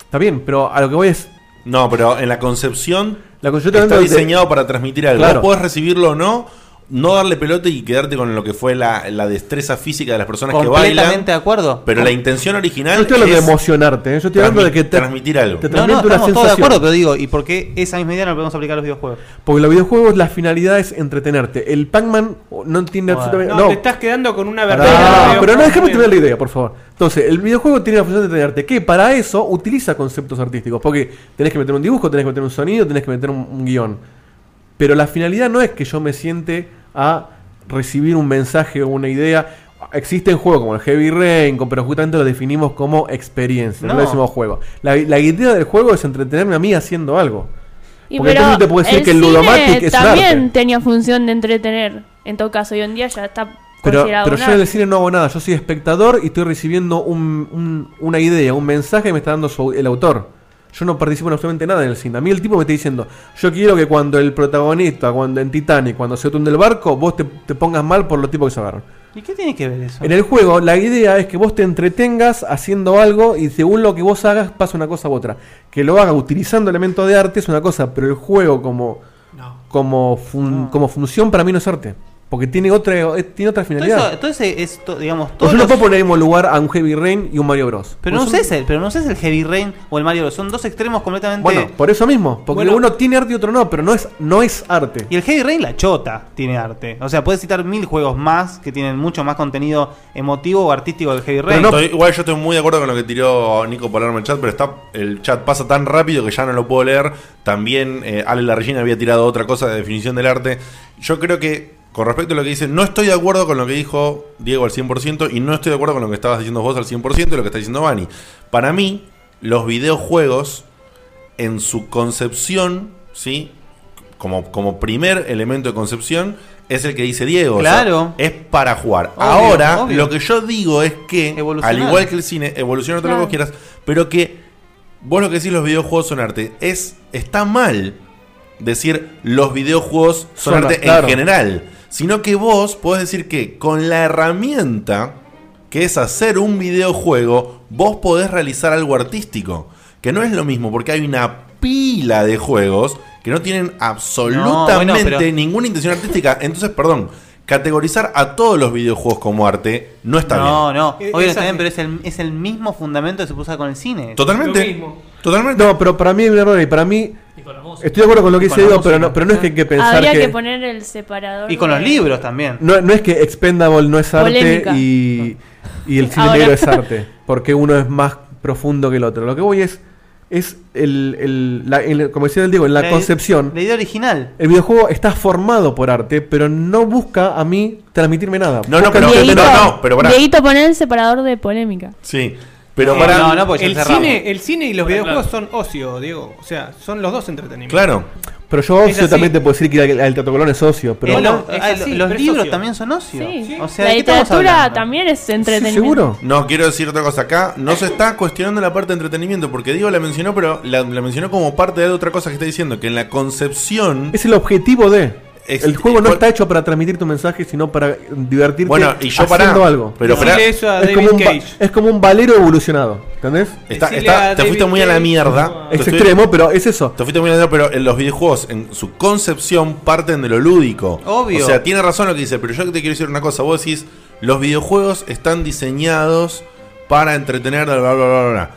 F: Está bien, pero a lo que voy es.
A: No, pero en la concepción
F: La concepción
A: está
F: también-
A: diseñado para transmitir algo.
F: Claro.
A: Vos podés recibirlo o no, no darle pelota y quedarte con lo que fue la, la destreza física de las personas que bailan.
B: Completamente de acuerdo.
A: Pero la intención
F: Yo
A: original
F: estoy hablando
A: es
F: de emocionarte, ¿eh? yo estoy hablando de que
A: transmi- transmitir algo.
F: te
B: No, no,
F: transmite una
B: estamos todos de
F: sensación.
B: acuerdo, pero digo, ¿y por qué esa misma idea no la podemos aplicar a los videojuegos?
F: Porque los videojuegos, la finalidad es entretenerte. El Pac-Man oh, no entiende absolutamente.
E: No,
F: No,
E: te estás quedando con una
F: Pará,
E: verdadera.
F: pero no déjame terminar la idea, por favor. Entonces, el videojuego tiene la función de entretenerte, que para eso utiliza conceptos artísticos, porque tenés que meter un dibujo, tenés que meter un sonido, tenés que meter un, un guión. Pero la finalidad no es que yo me siente a recibir un mensaje o una idea. Existen juegos como el Heavy Rain, con- pero justamente lo definimos como experiencia, no,
C: No.
F: lo decimos juego. La, la idea del juego es entretenerme a mí haciendo algo.
C: Y
F: Porque
C: pero
F: entonces te puedo decir
C: el
F: que el
C: cine
F: Ludomatic es un
C: también
F: arte.
C: tenía función de entretener. En todo caso, hoy en día ya está
F: Pero,
C: considerado
F: pero
C: un
F: yo en el
C: arte.
F: cine no hago nada, yo soy espectador y estoy recibiendo un- un- una idea, un mensaje que me está dando su- el autor. Yo no participo en absolutamente nada en el cine. A mí el tipo me está diciendo, yo quiero que cuando el protagonista, cuando en Titanic, cuando se hunde el barco, vos te, te pongas mal por los tipos que se agarran.
B: ¿Y qué tiene que ver eso?
F: En el juego la idea es que vos te entretengas haciendo algo y según lo que vos hagas pasa una cosa u otra. Que lo hagas utilizando elementos de arte es una cosa, pero el juego como, como, fun- como función para mí no es arte. Porque tiene otra, eh, tiene otra
B: Todo
F: finalidad.
B: eso, todo ese- es to- digamos,
F: Pues
B: todos
F: yo no
B: los-
F: puedo poner en el mismo lugar a un Heavy Rain y un Mario Bros.
B: pero no
F: Pues son-
B: uses el, pero no uses el Heavy Rain o el Mario Bros. Son dos extremos completamente.
F: Bueno, por eso mismo. Porque
B: Bueno.
F: uno tiene arte y otro no, pero no es, no es arte.
B: Y el Heavy Rain la chota tiene arte. O sea, puedes citar mil juegos más que tienen mucho más contenido emotivo o artístico del Heavy Rain.
A: Estoy- igual yo estoy muy de acuerdo con lo que tiró Nico Palermo en el chat, pero está el chat pasa tan rápido que ya no lo puedo leer. También eh, Ale Largina había tirado otra cosa de definición del arte. Yo creo que, con respecto a lo que dice, no estoy de acuerdo con lo que dijo Diego al 100% y no estoy de acuerdo con lo que estabas diciendo vos al 100% y lo que está diciendo Vani. Para mí, los videojuegos, en su concepción, ¿sí? Como, como primer elemento de concepción, es el que dice Diego. o sea,
B: Claro.
A: es para jugar.
B: Obvio,
A: Ahora,
B: obvio.
A: lo que yo digo es que, al
B: Evolucionar.
A: igual que el cine, evoluciona todo lo que
B: Claro.
A: vos quieras, pero que vos lo que decís los videojuegos son arte, es está mal decir los videojuegos son,
F: Son
A: arte
F: arte, claro.
A: en general, sino que vos podés decir que con la herramienta que es hacer un videojuego, vos podés realizar algo artístico, que no es lo mismo, porque hay una pila de juegos que no tienen absolutamente
B: No, bueno, pero-
A: ninguna intención artística. Entonces, perdón, categorizar a todos los videojuegos como arte no está
B: no,
A: bien.
B: no, obvio
A: es
B: está bien, pero es el, es el mismo fundamento que se puso con el cine.
A: Totalmente. Lo mismo. Totalmente.
F: No, pero para mí es un error y para mí. Estoy de acuerdo con lo que
B: Y con
F: dice
B: la
F: Diego, pero
B: música.
F: no, pero no es que hay que pensar
C: Habría que...
F: que.
C: poner el separador.
B: Y con los
C: de-
B: libros también.
F: No, no es que Expendable no es arte
C: Polémica.
F: y, y el cine
C: Ahora.
F: negro
C: <laughs>
F: es arte, porque uno es más profundo que el otro. Lo que voy es. Es el. el- la- el- como decía el Diego, en la
B: La i-
F: concepción.
B: La idea original.
F: El videojuego está formado por arte, pero no busca a mí transmitirme nada.
A: No, no,
F: Busca
A: pero,
F: entretener-
A: no, no, pero pará.
C: Dieguito, poner el separador de polémica.
A: Sí, pero
E: Eh,
A: para.
E: no, no, porque ya El cerramos. cine- el cine y los videojuegos
A: claro.
E: son ocio, Diego. O sea, son los dos entretenimientos.
A: Claro.
F: Pero yo
E: Es
F: ocio
E: así.
F: también te puedo decir que el, el Teatro Colón es ocio. Pero
B: Eh, no,
E: no, es
B: ah,
E: así,
B: los
E: pero es
B: libros
E: ocio.
B: también son ocio.
C: Sí.
B: O sea,
C: la
B: ¿de qué estamos
C: literatura
B: hablando?
C: también es entretenimiento.
A: No, quiero decir otra cosa. Acá no se está cuestionando la parte de entretenimiento, porque Diego la mencionó, pero la, la mencionó como parte de otra cosa que está diciendo, que en la concepción.
F: Es el objetivo de.
A: Es-
F: el juego no está hecho para transmitir tu mensaje, sino para divertirte
A: Bueno, y yo pará,
F: haciendo algo.
A: pero Decile pará. eso a
F: es,
A: David
F: como un va-
A: Cage.
F: es como un valero evolucionado. ¿Entendés?
A: Está- está- te fuiste muy a la mierda.
F: Es
A: Te
F: extremo,
A: estoy-
F: pero es eso.
A: Te fuiste muy a la mierda, pero en los videojuegos, en su concepción, parten de lo lúdico.
B: Obvio.
A: O sea, tiene razón lo que dice, pero yo te quiero decir una cosa. Vos decís, los videojuegos están diseñados para entretener, bla, bla, bla, bla, bla.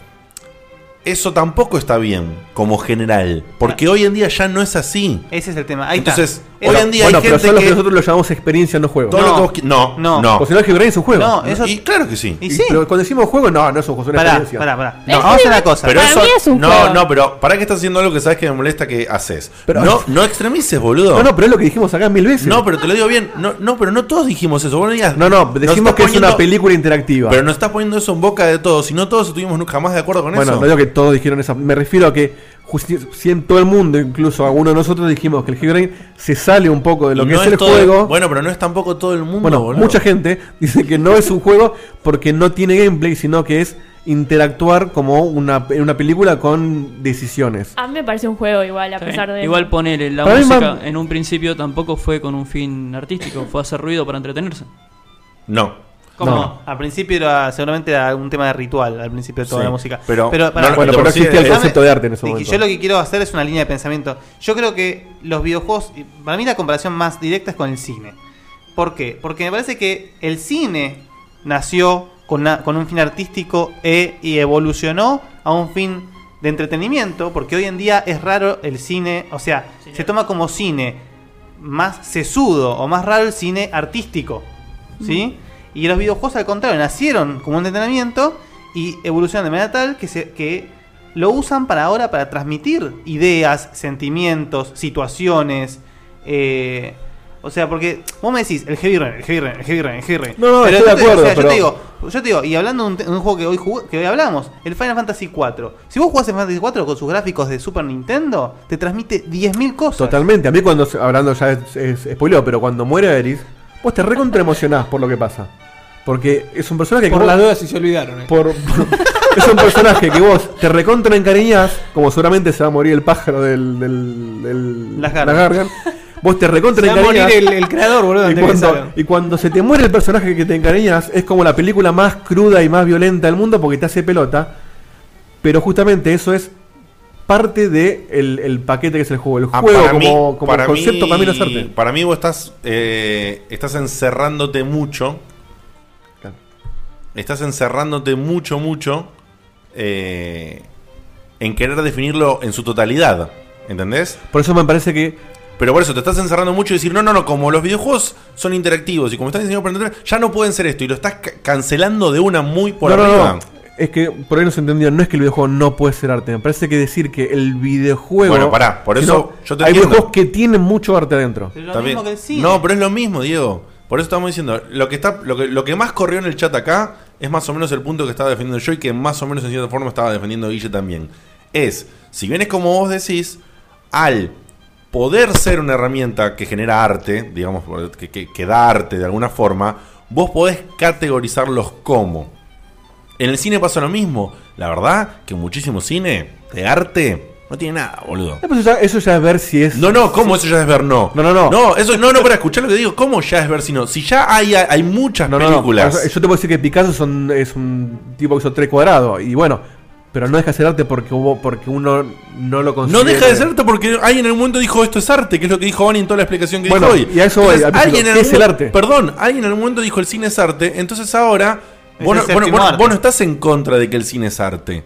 A: Eso tampoco está bien, como general. Porque hoy en día ya no es así.
B: Ese es el tema. Ahí
A: Entonces,
B: está.
A: hoy
B: Eso-
A: en día
F: bueno,
A: hay
F: pero
A: gente
F: son los
A: que-
F: que nosotros lo llamamos experiencia, no juego.
A: Todo lo que vos qui- no, no, no.
F: Porque si no, Heavy Rain es un juego.
B: No, eso-
A: Y claro que sí.
F: Y- Pero cuando decimos juego, no, no es un juego, es una
B: Pará,
F: experiencia.
B: pará, pará. No, vamos a hacer una cosa.
A: Pero
B: Para
A: eso,
B: mí es un
A: no,
B: juego.
A: no, pero ¿para qué estás haciendo algo que sabes que me molesta que haces? no, no extremices, boludo.
F: No, no, pero es lo que dijimos acá mil veces.
A: No, pero te lo digo bien. No, no pero no todos dijimos eso. Vos no digas.
F: No, no,
A: nos
F: decimos
A: estás
F: que es una
A: poniendo-
F: película interactiva.
A: Pero no estás poniendo eso en boca de todos. Si no todos estuvimos nunca jamás de acuerdo con
F: bueno,
A: eso.
F: no digo que todos dijeron eso. Me refiero a que justi- si en todo el mundo, incluso algunos de nosotros, dijimos que el Heavy Rain se sale un poco de lo
A: Y
F: que
A: no
F: es,
A: es
F: el
A: todo-
F: juego.
A: bueno, pero no es tampoco todo el mundo,
F: Bueno,
A: boludo.
F: mucha gente <laughs> dice que no es un juego porque no tiene gameplay, sino que es interactuar como una, en una película con decisiones.
C: A mí me parece un juego igual, a pesar de.
G: Igual poner eh, la
F: Para mí,
G: música
F: mam-
G: en un principio tampoco fue con un fin artístico, fue hacer ruido para entretenerse.
A: No.
B: ¿Cómo?
A: No.
B: Al principio era seguramente era un tema de ritual, al principio de toda
A: Sí,
B: la música.
A: pero-
B: pará.
A: no, bueno, pero no existía el
B: Déjame-
A: concepto de arte en ese
B: Ricky,
A: momento.
B: Yo lo que quiero hacer es una línea de pensamiento. Yo creo que los videojuegos, y para mí la comparación más directa es con el cine. ¿Por qué? Porque me parece que el cine nació con, una- con un fin artístico e- y evolucionó a un fin de entretenimiento, porque hoy en día es raro el cine, o sea, se toma como cine más sesudo o más raro el cine artístico, ¿sí?
F: Mm.
B: Y los videojuegos al contrario, nacieron como un entretenimiento y evolucionan de manera tal que, se, que lo usan para ahora para transmitir ideas, sentimientos, situaciones, eh, o sea, porque vos me decís, el Heavy Rain, el Heavy Rain, el Heavy Rain, el Heavy Rain.
F: No, no, estoy
B: yo
F: de
B: te-
F: acuerdo,
B: o sea, yo,
F: pero-
B: te digo, yo te digo, y hablando de un, te- de un juego que hoy, jugué- que hoy hablamos, el Final Fantasy IV. Si vos jugás el Final Fantasy IV con sus gráficos de Super Nintendo, te transmite 10.000 cosas.
F: Totalmente. A mí cuando, se- hablando ya es, es spoileo, pero cuando muere Eris, vos te recontra emocionás por lo que pasa. Porque es un personaje que
E: Por
F: vos-
E: las dudas si se olvidaron. eh.
F: por- <laughs> es un personaje que vos te recontra encariñás, como seguramente se va a morir el pájaro del. del, del
E: Lagargan.
F: Lagargan. Vos te recontra
E: Se va a
F: encariñás.
E: morir el- el creador, boludo,
F: <laughs> Y
E: antes que
F: cuando,
E: salga.
F: y cuando se te muere el personaje que te encariñás, es como la película más cruda y más violenta del mundo porque te hace pelota. Pero justamente eso es parte de el, el paquete que es el juego. El
A: Ah,
F: juego como, como concepto para mí no es arte.
A: Para mí vos estás, eh, estás encerrándote mucho. Estás encerrándote mucho, mucho eh, en querer definirlo en su totalidad. ¿Entendés?
F: Por eso me parece que.
A: Pero por eso te estás encerrando mucho y decir, no, no, no, como los videojuegos son interactivos y como están diseñados para entretener, ya no pueden ser esto. Y lo estás ca- cancelando de una muy por
F: no, no,
A: arriba.
F: no. Es que por ahí no se entendió. No es que el videojuego no puede ser arte. Me parece que decir que el videojuego.
A: Bueno, pará, por
F: sino
A: eso yo te
F: Hay
A: entiendo.
F: videojuegos que tienen mucho arte adentro.
A: Está bien. No, pero es lo mismo, Diego. Por eso estamos diciendo, lo que está, lo que, lo que más corrió en el chat acá es más o menos el punto que estaba defendiendo yo y que más o menos en cierta forma estaba defendiendo Guille también. Es, si bien es como vos decís, al poder ser una herramienta que genera arte, digamos, por- que, que- que da arte de alguna forma, vos podés categorizarlos como. En el cine pasa lo mismo. La verdad que muchísimo cine de arte no tiene nada, boludo.
F: No, pues eso, ya, eso ya es ver si es.
A: No, no, ¿cómo eso ya es ver no?
F: No, no, no.
A: No, eso, no, no, para escuchar lo que digo, ¿cómo ya es ver si no? Si ya hay, hay muchas
F: No, no, no.
A: películas.
F: O sea, Yo te puedo decir que Picasso son- es un tipo que hizo tres cuadrados. Y bueno, pero no deja de ser arte porque, hubo, porque uno no lo considera.
A: no deja de ser arte porque alguien en el momento dijo esto es arte, que es lo que dijo Bonnie en toda la explicación que
F: Bueno,
A: dijo hoy.
F: y a eso voy, al principio,
A: alguien en
F: ¿qué es
A: algún-
F: el arte?
A: Perdón, alguien en el momento dijo el cine es arte, entonces ahora
F: Es
A: vos no, bueno,
F: el séptimo
A: vos no-
F: arte.
A: vos no estás en contra de que el cine es arte.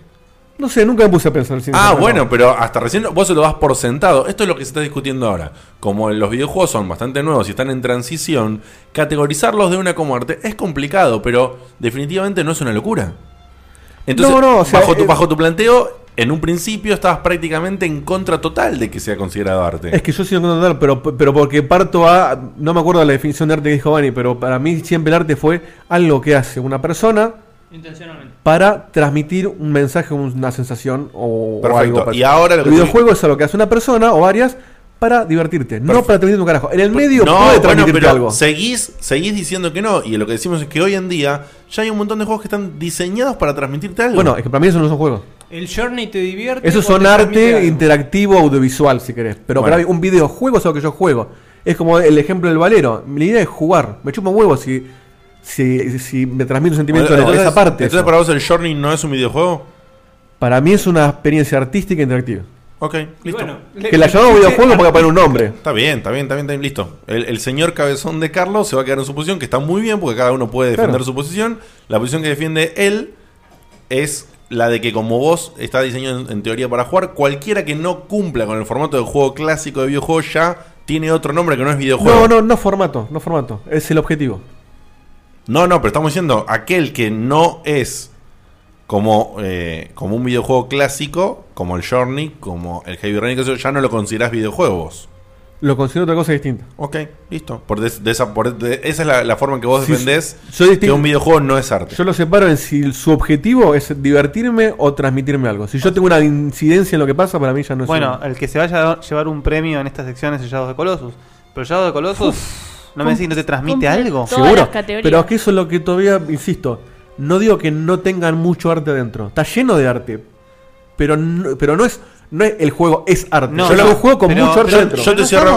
F: No sé, nunca me puse a pensar en el cine.
A: Ah,
F: No.
A: bueno, pero hasta recién vos se lo das por sentado. Esto es lo que se está discutiendo ahora. Como los videojuegos son bastante nuevos y están en transición, categorizarlos de una como arte es complicado, pero definitivamente no es una locura. Entonces,
F: No, no, o sea,
A: bajo, tu,
F: eh,
A: bajo tu planteo, en un principio estabas prácticamente en contra total de que sea considerado arte.
F: Es que yo soy un contador, pero, pero porque parto a. No me acuerdo la definición de arte que dijo Bani, pero para mí siempre el arte fue algo que hace una persona
G: Intencionalmente.
F: para transmitir un mensaje, una sensación o, o
A: Perfecto.
F: algo.
A: Y ahora lo que
F: el videojuego es algo que hace una persona o varias para divertirte, no para transmitir un carajo. En el medio
A: No,
F: puede
A: bueno,
F: transmitirte
A: pero
F: algo.
A: Seguís, seguís diciendo que no, y lo que decimos es que hoy en día ya hay un montón de juegos que están diseñados para transmitirte algo.
F: Bueno, es que para mí eso no son juegos.
E: El Journey te divierte.
F: Eso son
E: cuando Este te transmite
F: arte
E: algo.
F: interactivo audiovisual, si querés. Pero
A: Bueno.
F: para mí, un videojuego es algo que yo juego. Es como el ejemplo del valero. Mi idea es jugar. Me chupa un huevo si, si, si me transmite un sentimiento de
A: Entonces-
F: esa parte.
A: Entonces,
F: eso.
A: para vos, el Journey no es un videojuego.
F: Para mí es una experiencia artística interactiva.
A: Ok, listo.
F: que la llamamos videojuego porque poner un nombre.
A: Está bien, está bien, está bien, está bien, listo. El, el señor cabezón de Carlos se va a quedar en su posición, que está muy bien porque cada uno puede defender
F: Claro.
A: su posición. La posición que defiende él es la de que como vos está diseñado en, en teoría para jugar, cualquiera que no cumpla con el formato de juego clásico de videojuego ya tiene otro nombre que no es videojuego.
F: No, no, no formato, no formato. Es el objetivo.
A: No, no, pero estamos diciendo, aquel que no es como, eh, como un videojuego clásico, como el Journey, como el Heavy Rain, que eso, ya no lo considerás videojuegos.
F: Lo considero otra cosa distinta.
A: Ok, listo. Por des- de esa, por de- esa es la, la forma en que vos
F: Sí,
A: defendés
F: soy
A: que
F: distinto.
A: un videojuego no es arte.
F: Yo lo separo en si su objetivo es divertirme o transmitirme algo. Si yo tengo una incidencia en lo que pasa, para mí ya no es
B: Bueno,
F: un-
A: eh,
B: el que se vaya a llevar un premio en esta sección es el Shadow de Colossus. Pero el Shadow de Colossus, no me decís que no te transmite algo.
F: Seguro. Pero es que eso es lo que todavía, insisto, no digo que no tengan mucho arte adentro. Está lleno de arte. Pero no, pero no es no es el juego es arte.
A: No,
F: Yo
A: no,
F: lo juego con
A: pero-
F: mucho arte
A: pero
F: adentro.
A: Yo te cierro,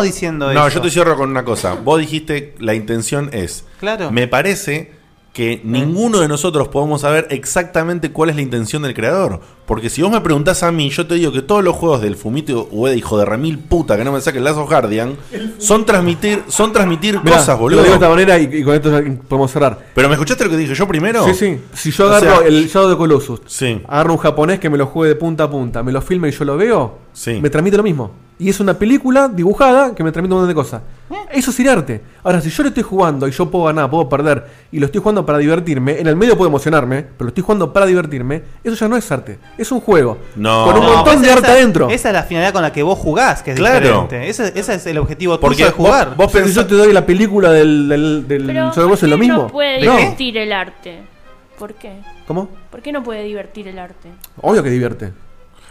A: no, yo te cierro con una cosa. Vos dijiste la intención es.
B: Claro.
A: Me parece que ninguno de nosotros podemos saber exactamente cuál es la intención del creador. Porque si vos me preguntás a mí, yo te digo que todos los juegos del Fumito Ueda, hijo de remil puta, que no me saque el lazo Guardian, son transmitir, son transmitir
F: Mirá,
A: cosas,
F: Lo
A: boludo.
F: digo de esta manera y, y con esto ya podemos cerrar.
A: Pero me escuchaste lo que dije yo primero.
F: Sí, sí. Si yo
A: O
F: agarro
A: sea,
F: el Shadow de Colossus,
A: Sí.
F: agarro un japonés que me lo juegue de punta a punta, me lo filme y yo lo veo,
A: Sí.
F: me transmite lo mismo. Y es una película dibujada que me transmite un montón de cosas. Eso es ir arte. Ahora, si yo lo estoy jugando y yo puedo ganar, puedo perder, y lo estoy jugando para divertirme, en el medio puedo emocionarme, pero lo estoy jugando para divertirme, eso ya no es arte. Es un juego.
A: No.
F: Con un montón
B: pues
F: de
B: esa-
F: arte adentro.
B: Esa es la finalidad con la que vos jugás, que es
F: Claro.
B: diferente. Ese, ese es el objetivo
F: Porque
B: tuyo de jugar.
F: Vos, vos pensás, yo te doy la película del, del, del
C: Pero
F: Shadow de Colossus, es lo
C: ¿por qué
F: mismo.
C: No puede
F: No.
C: divertir el arte. ¿Por qué?
F: ¿Cómo?
C: ¿Por qué no puede divertir el arte?
F: Obvio que divierte.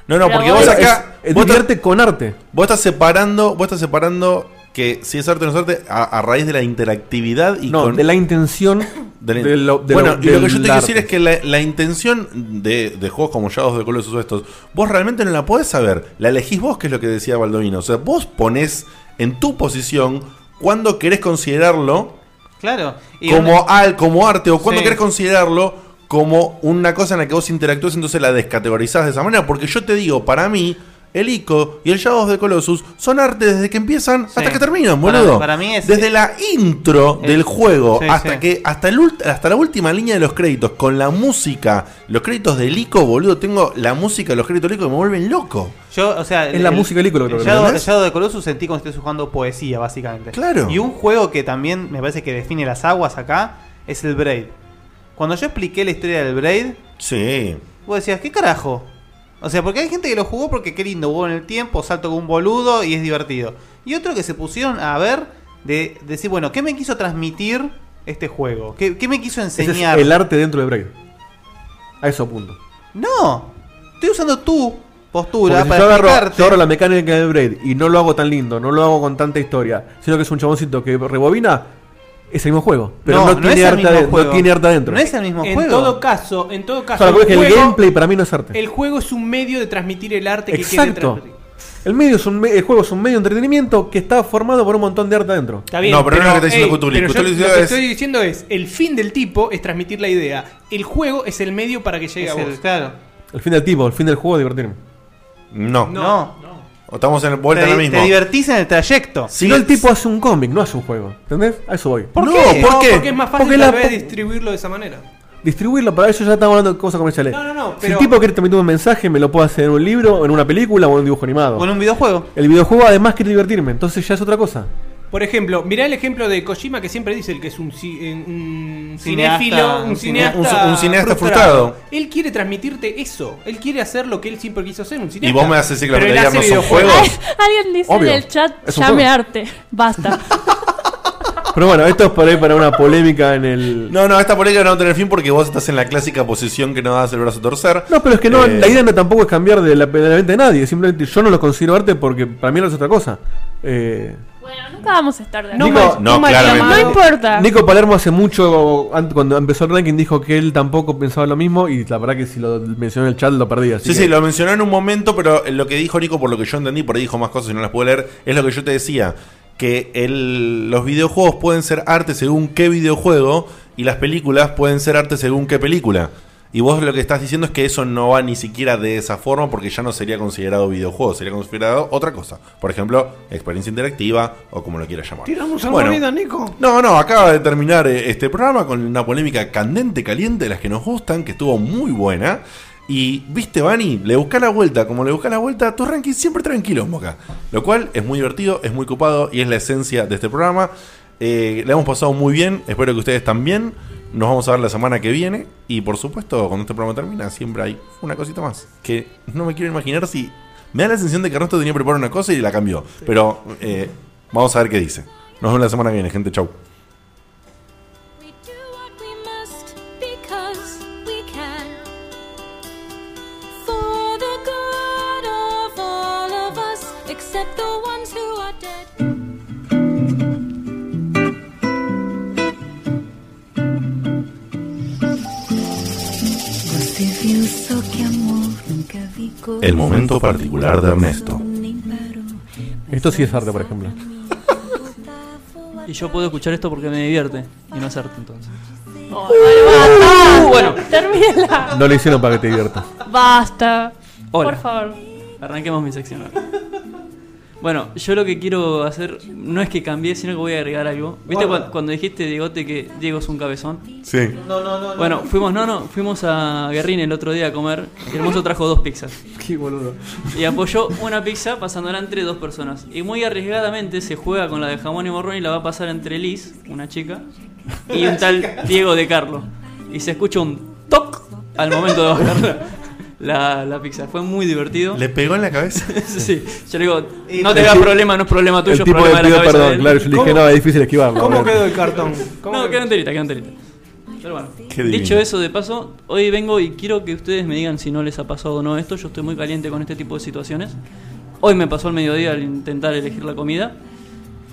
A: No, no,
C: Pero
A: porque
C: vos-
A: vos acá.
F: Es- es
A: vos
F: divierte con arte.
A: Vos estás separando, vos estás separando que si es arte o no es arte a, a raíz de la interactividad y
F: No,
A: con-
F: de la intención
A: de-
F: de lo- de
A: bueno,
F: lo-
A: y lo
F: del
A: que yo te quiero
F: arte.
A: decir es que la, la intención de, de juegos como Shadows de Colossus o estos, vos realmente no la podés saber. La elegís vos, que es lo que decía Baldovino. O sea, vos ponés en tu posición cuando querés considerarlo
B: Claro. Y
A: como,
B: una-
A: al, como arte o cuando
B: Sí.
A: querés considerarlo como una cosa en la que vos interactúas, entonces la descategorizás de esa manera. Porque yo te digo, para mí, el ICO y el Shadows de Colossus son arte desde que empiezan hasta que terminan,
B: Para-
A: boludo.
B: para mí es-
A: desde la intro
B: es-
A: del juego
B: sí,
A: hasta
B: sí.
A: que hasta el ult- hasta la última línea de los créditos con la música, los créditos del ICO, boludo, tengo la música de los créditos del ICO que me vuelven loco.
B: Yo, o sea,
A: Es la música del ícono,
B: el
A: creo que
B: Shadow,
A: lo
B: el
A: ves.
B: Shadow de Colossus sentí como si estuviese jugando poesía, básicamente.
A: Claro.
B: Y un juego que también me parece que define las aguas acá es el Braid. Cuando yo expliqué la historia del Braid,
A: Sí.
B: vos decías, ¿qué carajo? O sea, porque hay gente que lo jugó porque qué lindo, jugó en el tiempo, salto con un boludo y es divertido. Y otro que se pusieron a ver de decir, bueno, ¿qué me quiso transmitir este juego? ¿Qué, qué me quiso
F: Ese es
B: enseñar?
F: el arte dentro de Break. A eso punto.
B: No, estoy usando tu
F: Porque
B: postura
F: si
B: para
F: yo agarro,
B: explicarte.
F: yo agarro la mecánica de Braid y no lo hago tan lindo, no lo hago con tanta historia, sino que es un chaboncito que rebobina, es el mismo juego. Pero no, tiene,
B: es el
F: arte
B: mismo
F: ade- no
B: juego.
F: tiene arte adentro.
B: No es el mismo
M: en
B: juego.
M: todo caso, en todo caso,
F: Ahora, porque el
M: juego-
F: gameplay para mí no es arte.
M: el juego es un medio de transmitir el arte que quiere
F: Exacto.
M: transmitir.
F: El, medio es un me- el juego es un medio de entretenimiento que está formado por un montón de arte adentro.
M: Está bien,
A: No, pero no es lo que está diciendo
M: ey,
A: Cthulhu.
M: pero yo
A: Cthulhu
M: lo
A: dice
M: que
A: es-
M: estoy diciendo es, el fin del tipo es transmitir la idea. El juego es el medio para que llegue
B: Es
M: a vos.
B: el- claro.
F: El fin del tipo, el fin del juego es divertirme.
A: No.
B: No.
A: O estamos en vuelta
B: Te-
A: en lo mismo.
B: te divertís en el trayecto.
F: Si no, el tipo hace un cómic, no hace un juego. ¿Entendés? A eso voy.
M: ¿Por
F: no,
M: qué?
F: ¿por qué?
M: Porque es más fácil
F: Porque
M: tal
F: la
M: vez
F: po-
M: distribuirlo de esa manera.
F: Distribuirlo, para eso ya estamos hablando de cosas comerciales.
M: No, no, no,
F: Si el
M: pero-
F: tipo quiere transmitir un mensaje, me lo puede hacer en un libro, en una película o en un dibujo animado.
B: O en un videojuego.
F: El videojuego además quiere divertirme, entonces ya es otra cosa.
M: Por ejemplo, mirá el ejemplo de Kojima que siempre dice el que es un, ci- eh, un
B: Cineasta,
M: cinéfilo, un
B: un
M: cineasta,
A: cine- un cineasta frustrado.
M: Él quiere transmitirte eso. Él quiere hacer lo que él siempre quiso hacer, un cineasta.
A: vos me haces decir que la
M: Pero él
A: pantalla
M: hace
A: no es un
M: videojuegos.
B: <laughs>
A: juego.
C: Alguien dice
F: Obvio.
C: en el chat,
F: Es un
C: llame
F: juego.
C: arte.
F: <laughs>
C: Basta.
F: Pero bueno, esto es por ahí para una polémica en el.
A: No, no, esta polémica no va a tener fin porque vos estás en la clásica posición que no das el brazo a torcer.
F: No, pero es que no,
A: Eh,
F: la idea no tampoco es cambiar de la, de la venta de nadie. Simplemente yo no lo considero arte porque para mí no es otra cosa. Eh,
C: Nunca vamos a estar de
F: No,
C: acuerdo.
F: Nico- no, claramente.
C: No importa.
F: Nico Palermo hace mucho, an- cuando empezó el ranking, dijo que él tampoco pensaba lo mismo y la verdad que si lo mencionó en el chat lo perdí. así
A: Sí,
F: que-
A: sí, lo mencionó en un momento, pero lo que dijo Nico, por lo que yo entendí, por ahí dijo más cosas y no las puedo leer, es lo que yo te decía, que el- los videojuegos pueden ser arte según qué videojuego y las películas pueden ser arte según qué película. Y vos lo que estás diciendo es que eso no va ni siquiera de esa forma porque ya no sería considerado videojuego, sería considerado otra cosa. Por ejemplo, experiencia interactiva o como lo quieras llamar.
M: Tiramos al
A: Bueno,
M: ruido, Nico.
A: no, no, acaba de terminar eh, este programa con una polémica candente, caliente, de las que nos gustan, que estuvo muy buena. Y, viste, Vani, le busca la vuelta. Como le busca la vuelta, tu ranking siempre tranquilo, Moca. Lo cual es muy divertido, es muy copado y es la esencia de este programa. Eh, la hemos pasado muy bien, espero que ustedes también. Nos vamos a ver la semana que viene. Y, por supuesto, cuando este programa termina, siempre hay una cosita más. Que no me quiero imaginar si... Me da la sensación de que Ernesto tenía preparado una cosa y la cambió. Pero eh, Vamos a ver qué dice. Nos vemos la semana que viene, gente. Chau.
O: because we can. For the good of all of us, except the ones who are dead.
P: Você viu só que amor nunca vi cor.
A: El momento particular de Ernesto.
F: Esto sí es arte, por ejemplo.
G: Y yo puedo escuchar esto porque me divierte. Y no es arte entonces. Oh,
C: Basta.
G: bueno.
C: Termínala.
F: No lo hicieron para que te diviertas.
C: Basta.
G: Hola.
C: Por favor.
G: Arranquemos mi sección. ahora. Bueno, yo lo que quiero hacer no es que cambie, sino que voy a agregar algo. ¿Viste
B: Hola.
G: cuan- cuando dijiste, Diegote, que Diego es un cabezón?
A: Sí.
B: No, no, no, no.
G: Bueno, fuimos, no, no, fuimos a Guerrín el otro día a comer. Y el mozo trajo dos pizzas.
F: <laughs> Qué boludo.
G: Y apoyó una pizza pasándola entre dos personas. Y muy arriesgadamente se juega con la de jamón y morrón y la va a pasar entre Liz, una chica, y un
F: <laughs>
G: tal Diego de Carlo. Y se escucha un toc al momento de bajar la, la- la pizza. Fue muy divertido.
A: ¿Le pegó en la cabeza?
G: <laughs> sí. Yo le digo,
B: Y-
G: no te
B: El
G: hagas
B: tipo-
G: problema, no es problema tuyo,
F: El tipo
G: es
F: le
G: problema de la
F: pidió
G: cabeza de
F: perdón,
G: él.
F: claro. Yo le dije,
G: ¿Cómo?
F: no, es difícil esquivarlo.
G: ¿Cómo
F: boludo.
G: quedó
E: el cartón?
B: <laughs>
G: No, quedó enterita, quedó enterita. Pero bueno.
F: Qué divino.
G: Dicho eso, de paso, hoy vengo y quiero que ustedes me digan si no les ha pasado o no esto. Yo estoy muy caliente con este tipo de situaciones. Hoy me pasó al mediodía al intentar elegir la comida.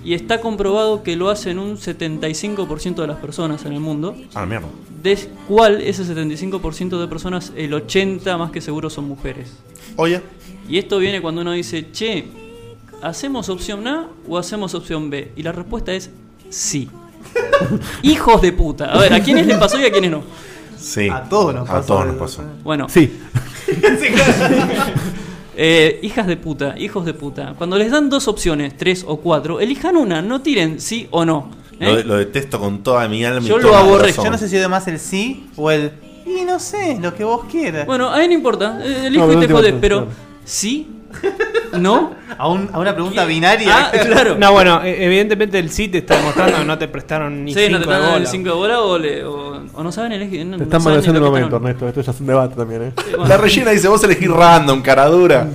G: Y está comprobado que lo hacen un 75% de las personas en el mundo.
A: Ah, mierda.
G: De cual ese 75% de personas, el 80% más que seguro son mujeres.
A: Oye.
G: Y esto viene cuando uno dice, che, ¿hacemos opción A o hacemos opción B? Y la respuesta es sí. <laughs> Hijos de puta. A ver, ¿a quiénes les pasó y a quiénes no?
A: Sí.
G: A todos nos
A: A
G: pasó,
A: todos nos
G: eh,
A: pasó.
G: Bueno.
F: Sí.
G: Eh, hijas de puta, hijos de puta. Cuando les dan dos opciones, tres o cuatro, elijan una, no tiren sí o no. ¿eh?
A: Lo, de- lo detesto con toda mi alma. y
G: Yo
A: todo
G: lo
A: mi
G: aborrezco.
A: corazón.
B: Yo no sé si doy más el sí o el. Y no sé, lo que vos quieras.
G: Bueno, a mí no importa, eh,
B: No,
G: elijo
B: pero
G: y te
B: última
G: jodes,
B: opción,
G: pero
B: claro.
G: sí, no.
B: A, un- a una pregunta binaria.
G: Ah,
B: <laughs>
G: claro.
E: No, bueno, e- evidentemente el sí te está demostrando que no te prestaron ni
G: Sí,
E: cinco
G: no te dan
E: de
G: el
E: bola.
G: 5 de bola o, le- o- o no saben elegir. No,
F: Te están
G: no saben ni
F: balanceando el
G: lo que
F: momento,
G: están-
F: Ernesto. Esto ya es un debate también, ¿eh?
G: bueno.
A: La rellena dice, vos elegís random, cara dura.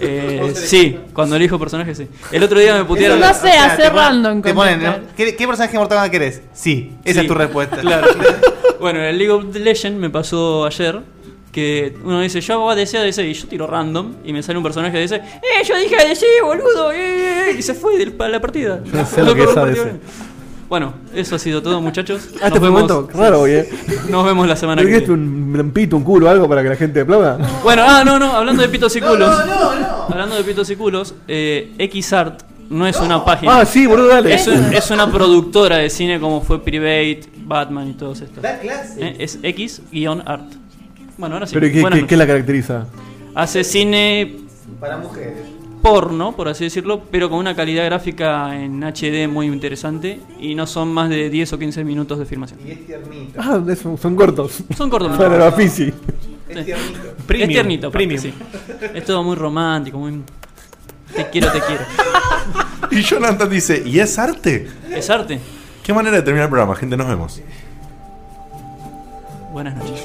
G: Eh, sí, cuando elijo personaje, sí. El otro día me putearon.
C: No sé, hace
B: te ponen-
C: random
B: Te ponen, ¿no?
C: comentar.
B: ¿Qué, qué personaje de Mortal Kombat querés? Sí, esa
G: Sí,
B: es tu respuesta.
G: Claro. bueno, en el League of Legends me pasó ayer que uno dice, yo hago DC, DC, y yo tiro random, y me sale un personaje de DC, ¡eh, yo dije DC, boludo! eh, eh", y se fue de la
F: <laughs>
G: partida.
F: No sé lo que
G: corro
F: es
G: partido.
F: ADC.
G: Bueno, eso ha sido todo, muchachos.
F: Ah, este fue un momento raro hoy, ¿eh?
G: Nos vemos la semana
F: ¿No
G: que
F: querías
G: viene.
F: un, un pito, un culo, algo para que la gente aplauda?
G: Bueno, ah, no, no, hablando de pitos y culos. Hablando de pitos y culos, eh, XArt no es una página.
F: Ah, sí, boludo, dale.
G: Es, un- es una productora de cine como fue Private, Batman y todos estos.
B: <laughs> Da clases.
G: Eh, es X-Art. Bueno, ahora sí.
F: ¿Pero ¿qué,
G: Buenas
F: qué, qué la caracteriza?
G: noches. Hace cine
B: Para mujeres.
G: porno, por así decirlo, pero con una calidad gráfica en HD muy interesante y no son más de 10 o 15 minutos de filmación.
B: Y es tiernito.
F: Ah, es- son cortos.
G: Son cortos.
F: Para la Fisi.
B: Es tiernito.
G: es tiernito, aparte, sí. Es todo muy romántico, muy... Te quiero, te quiero.
A: Y Jonathan dice, ¿y es arte?
G: Es arte.
A: Qué manera de terminar el programa, gente. Nos vemos.
G: Buenas noches.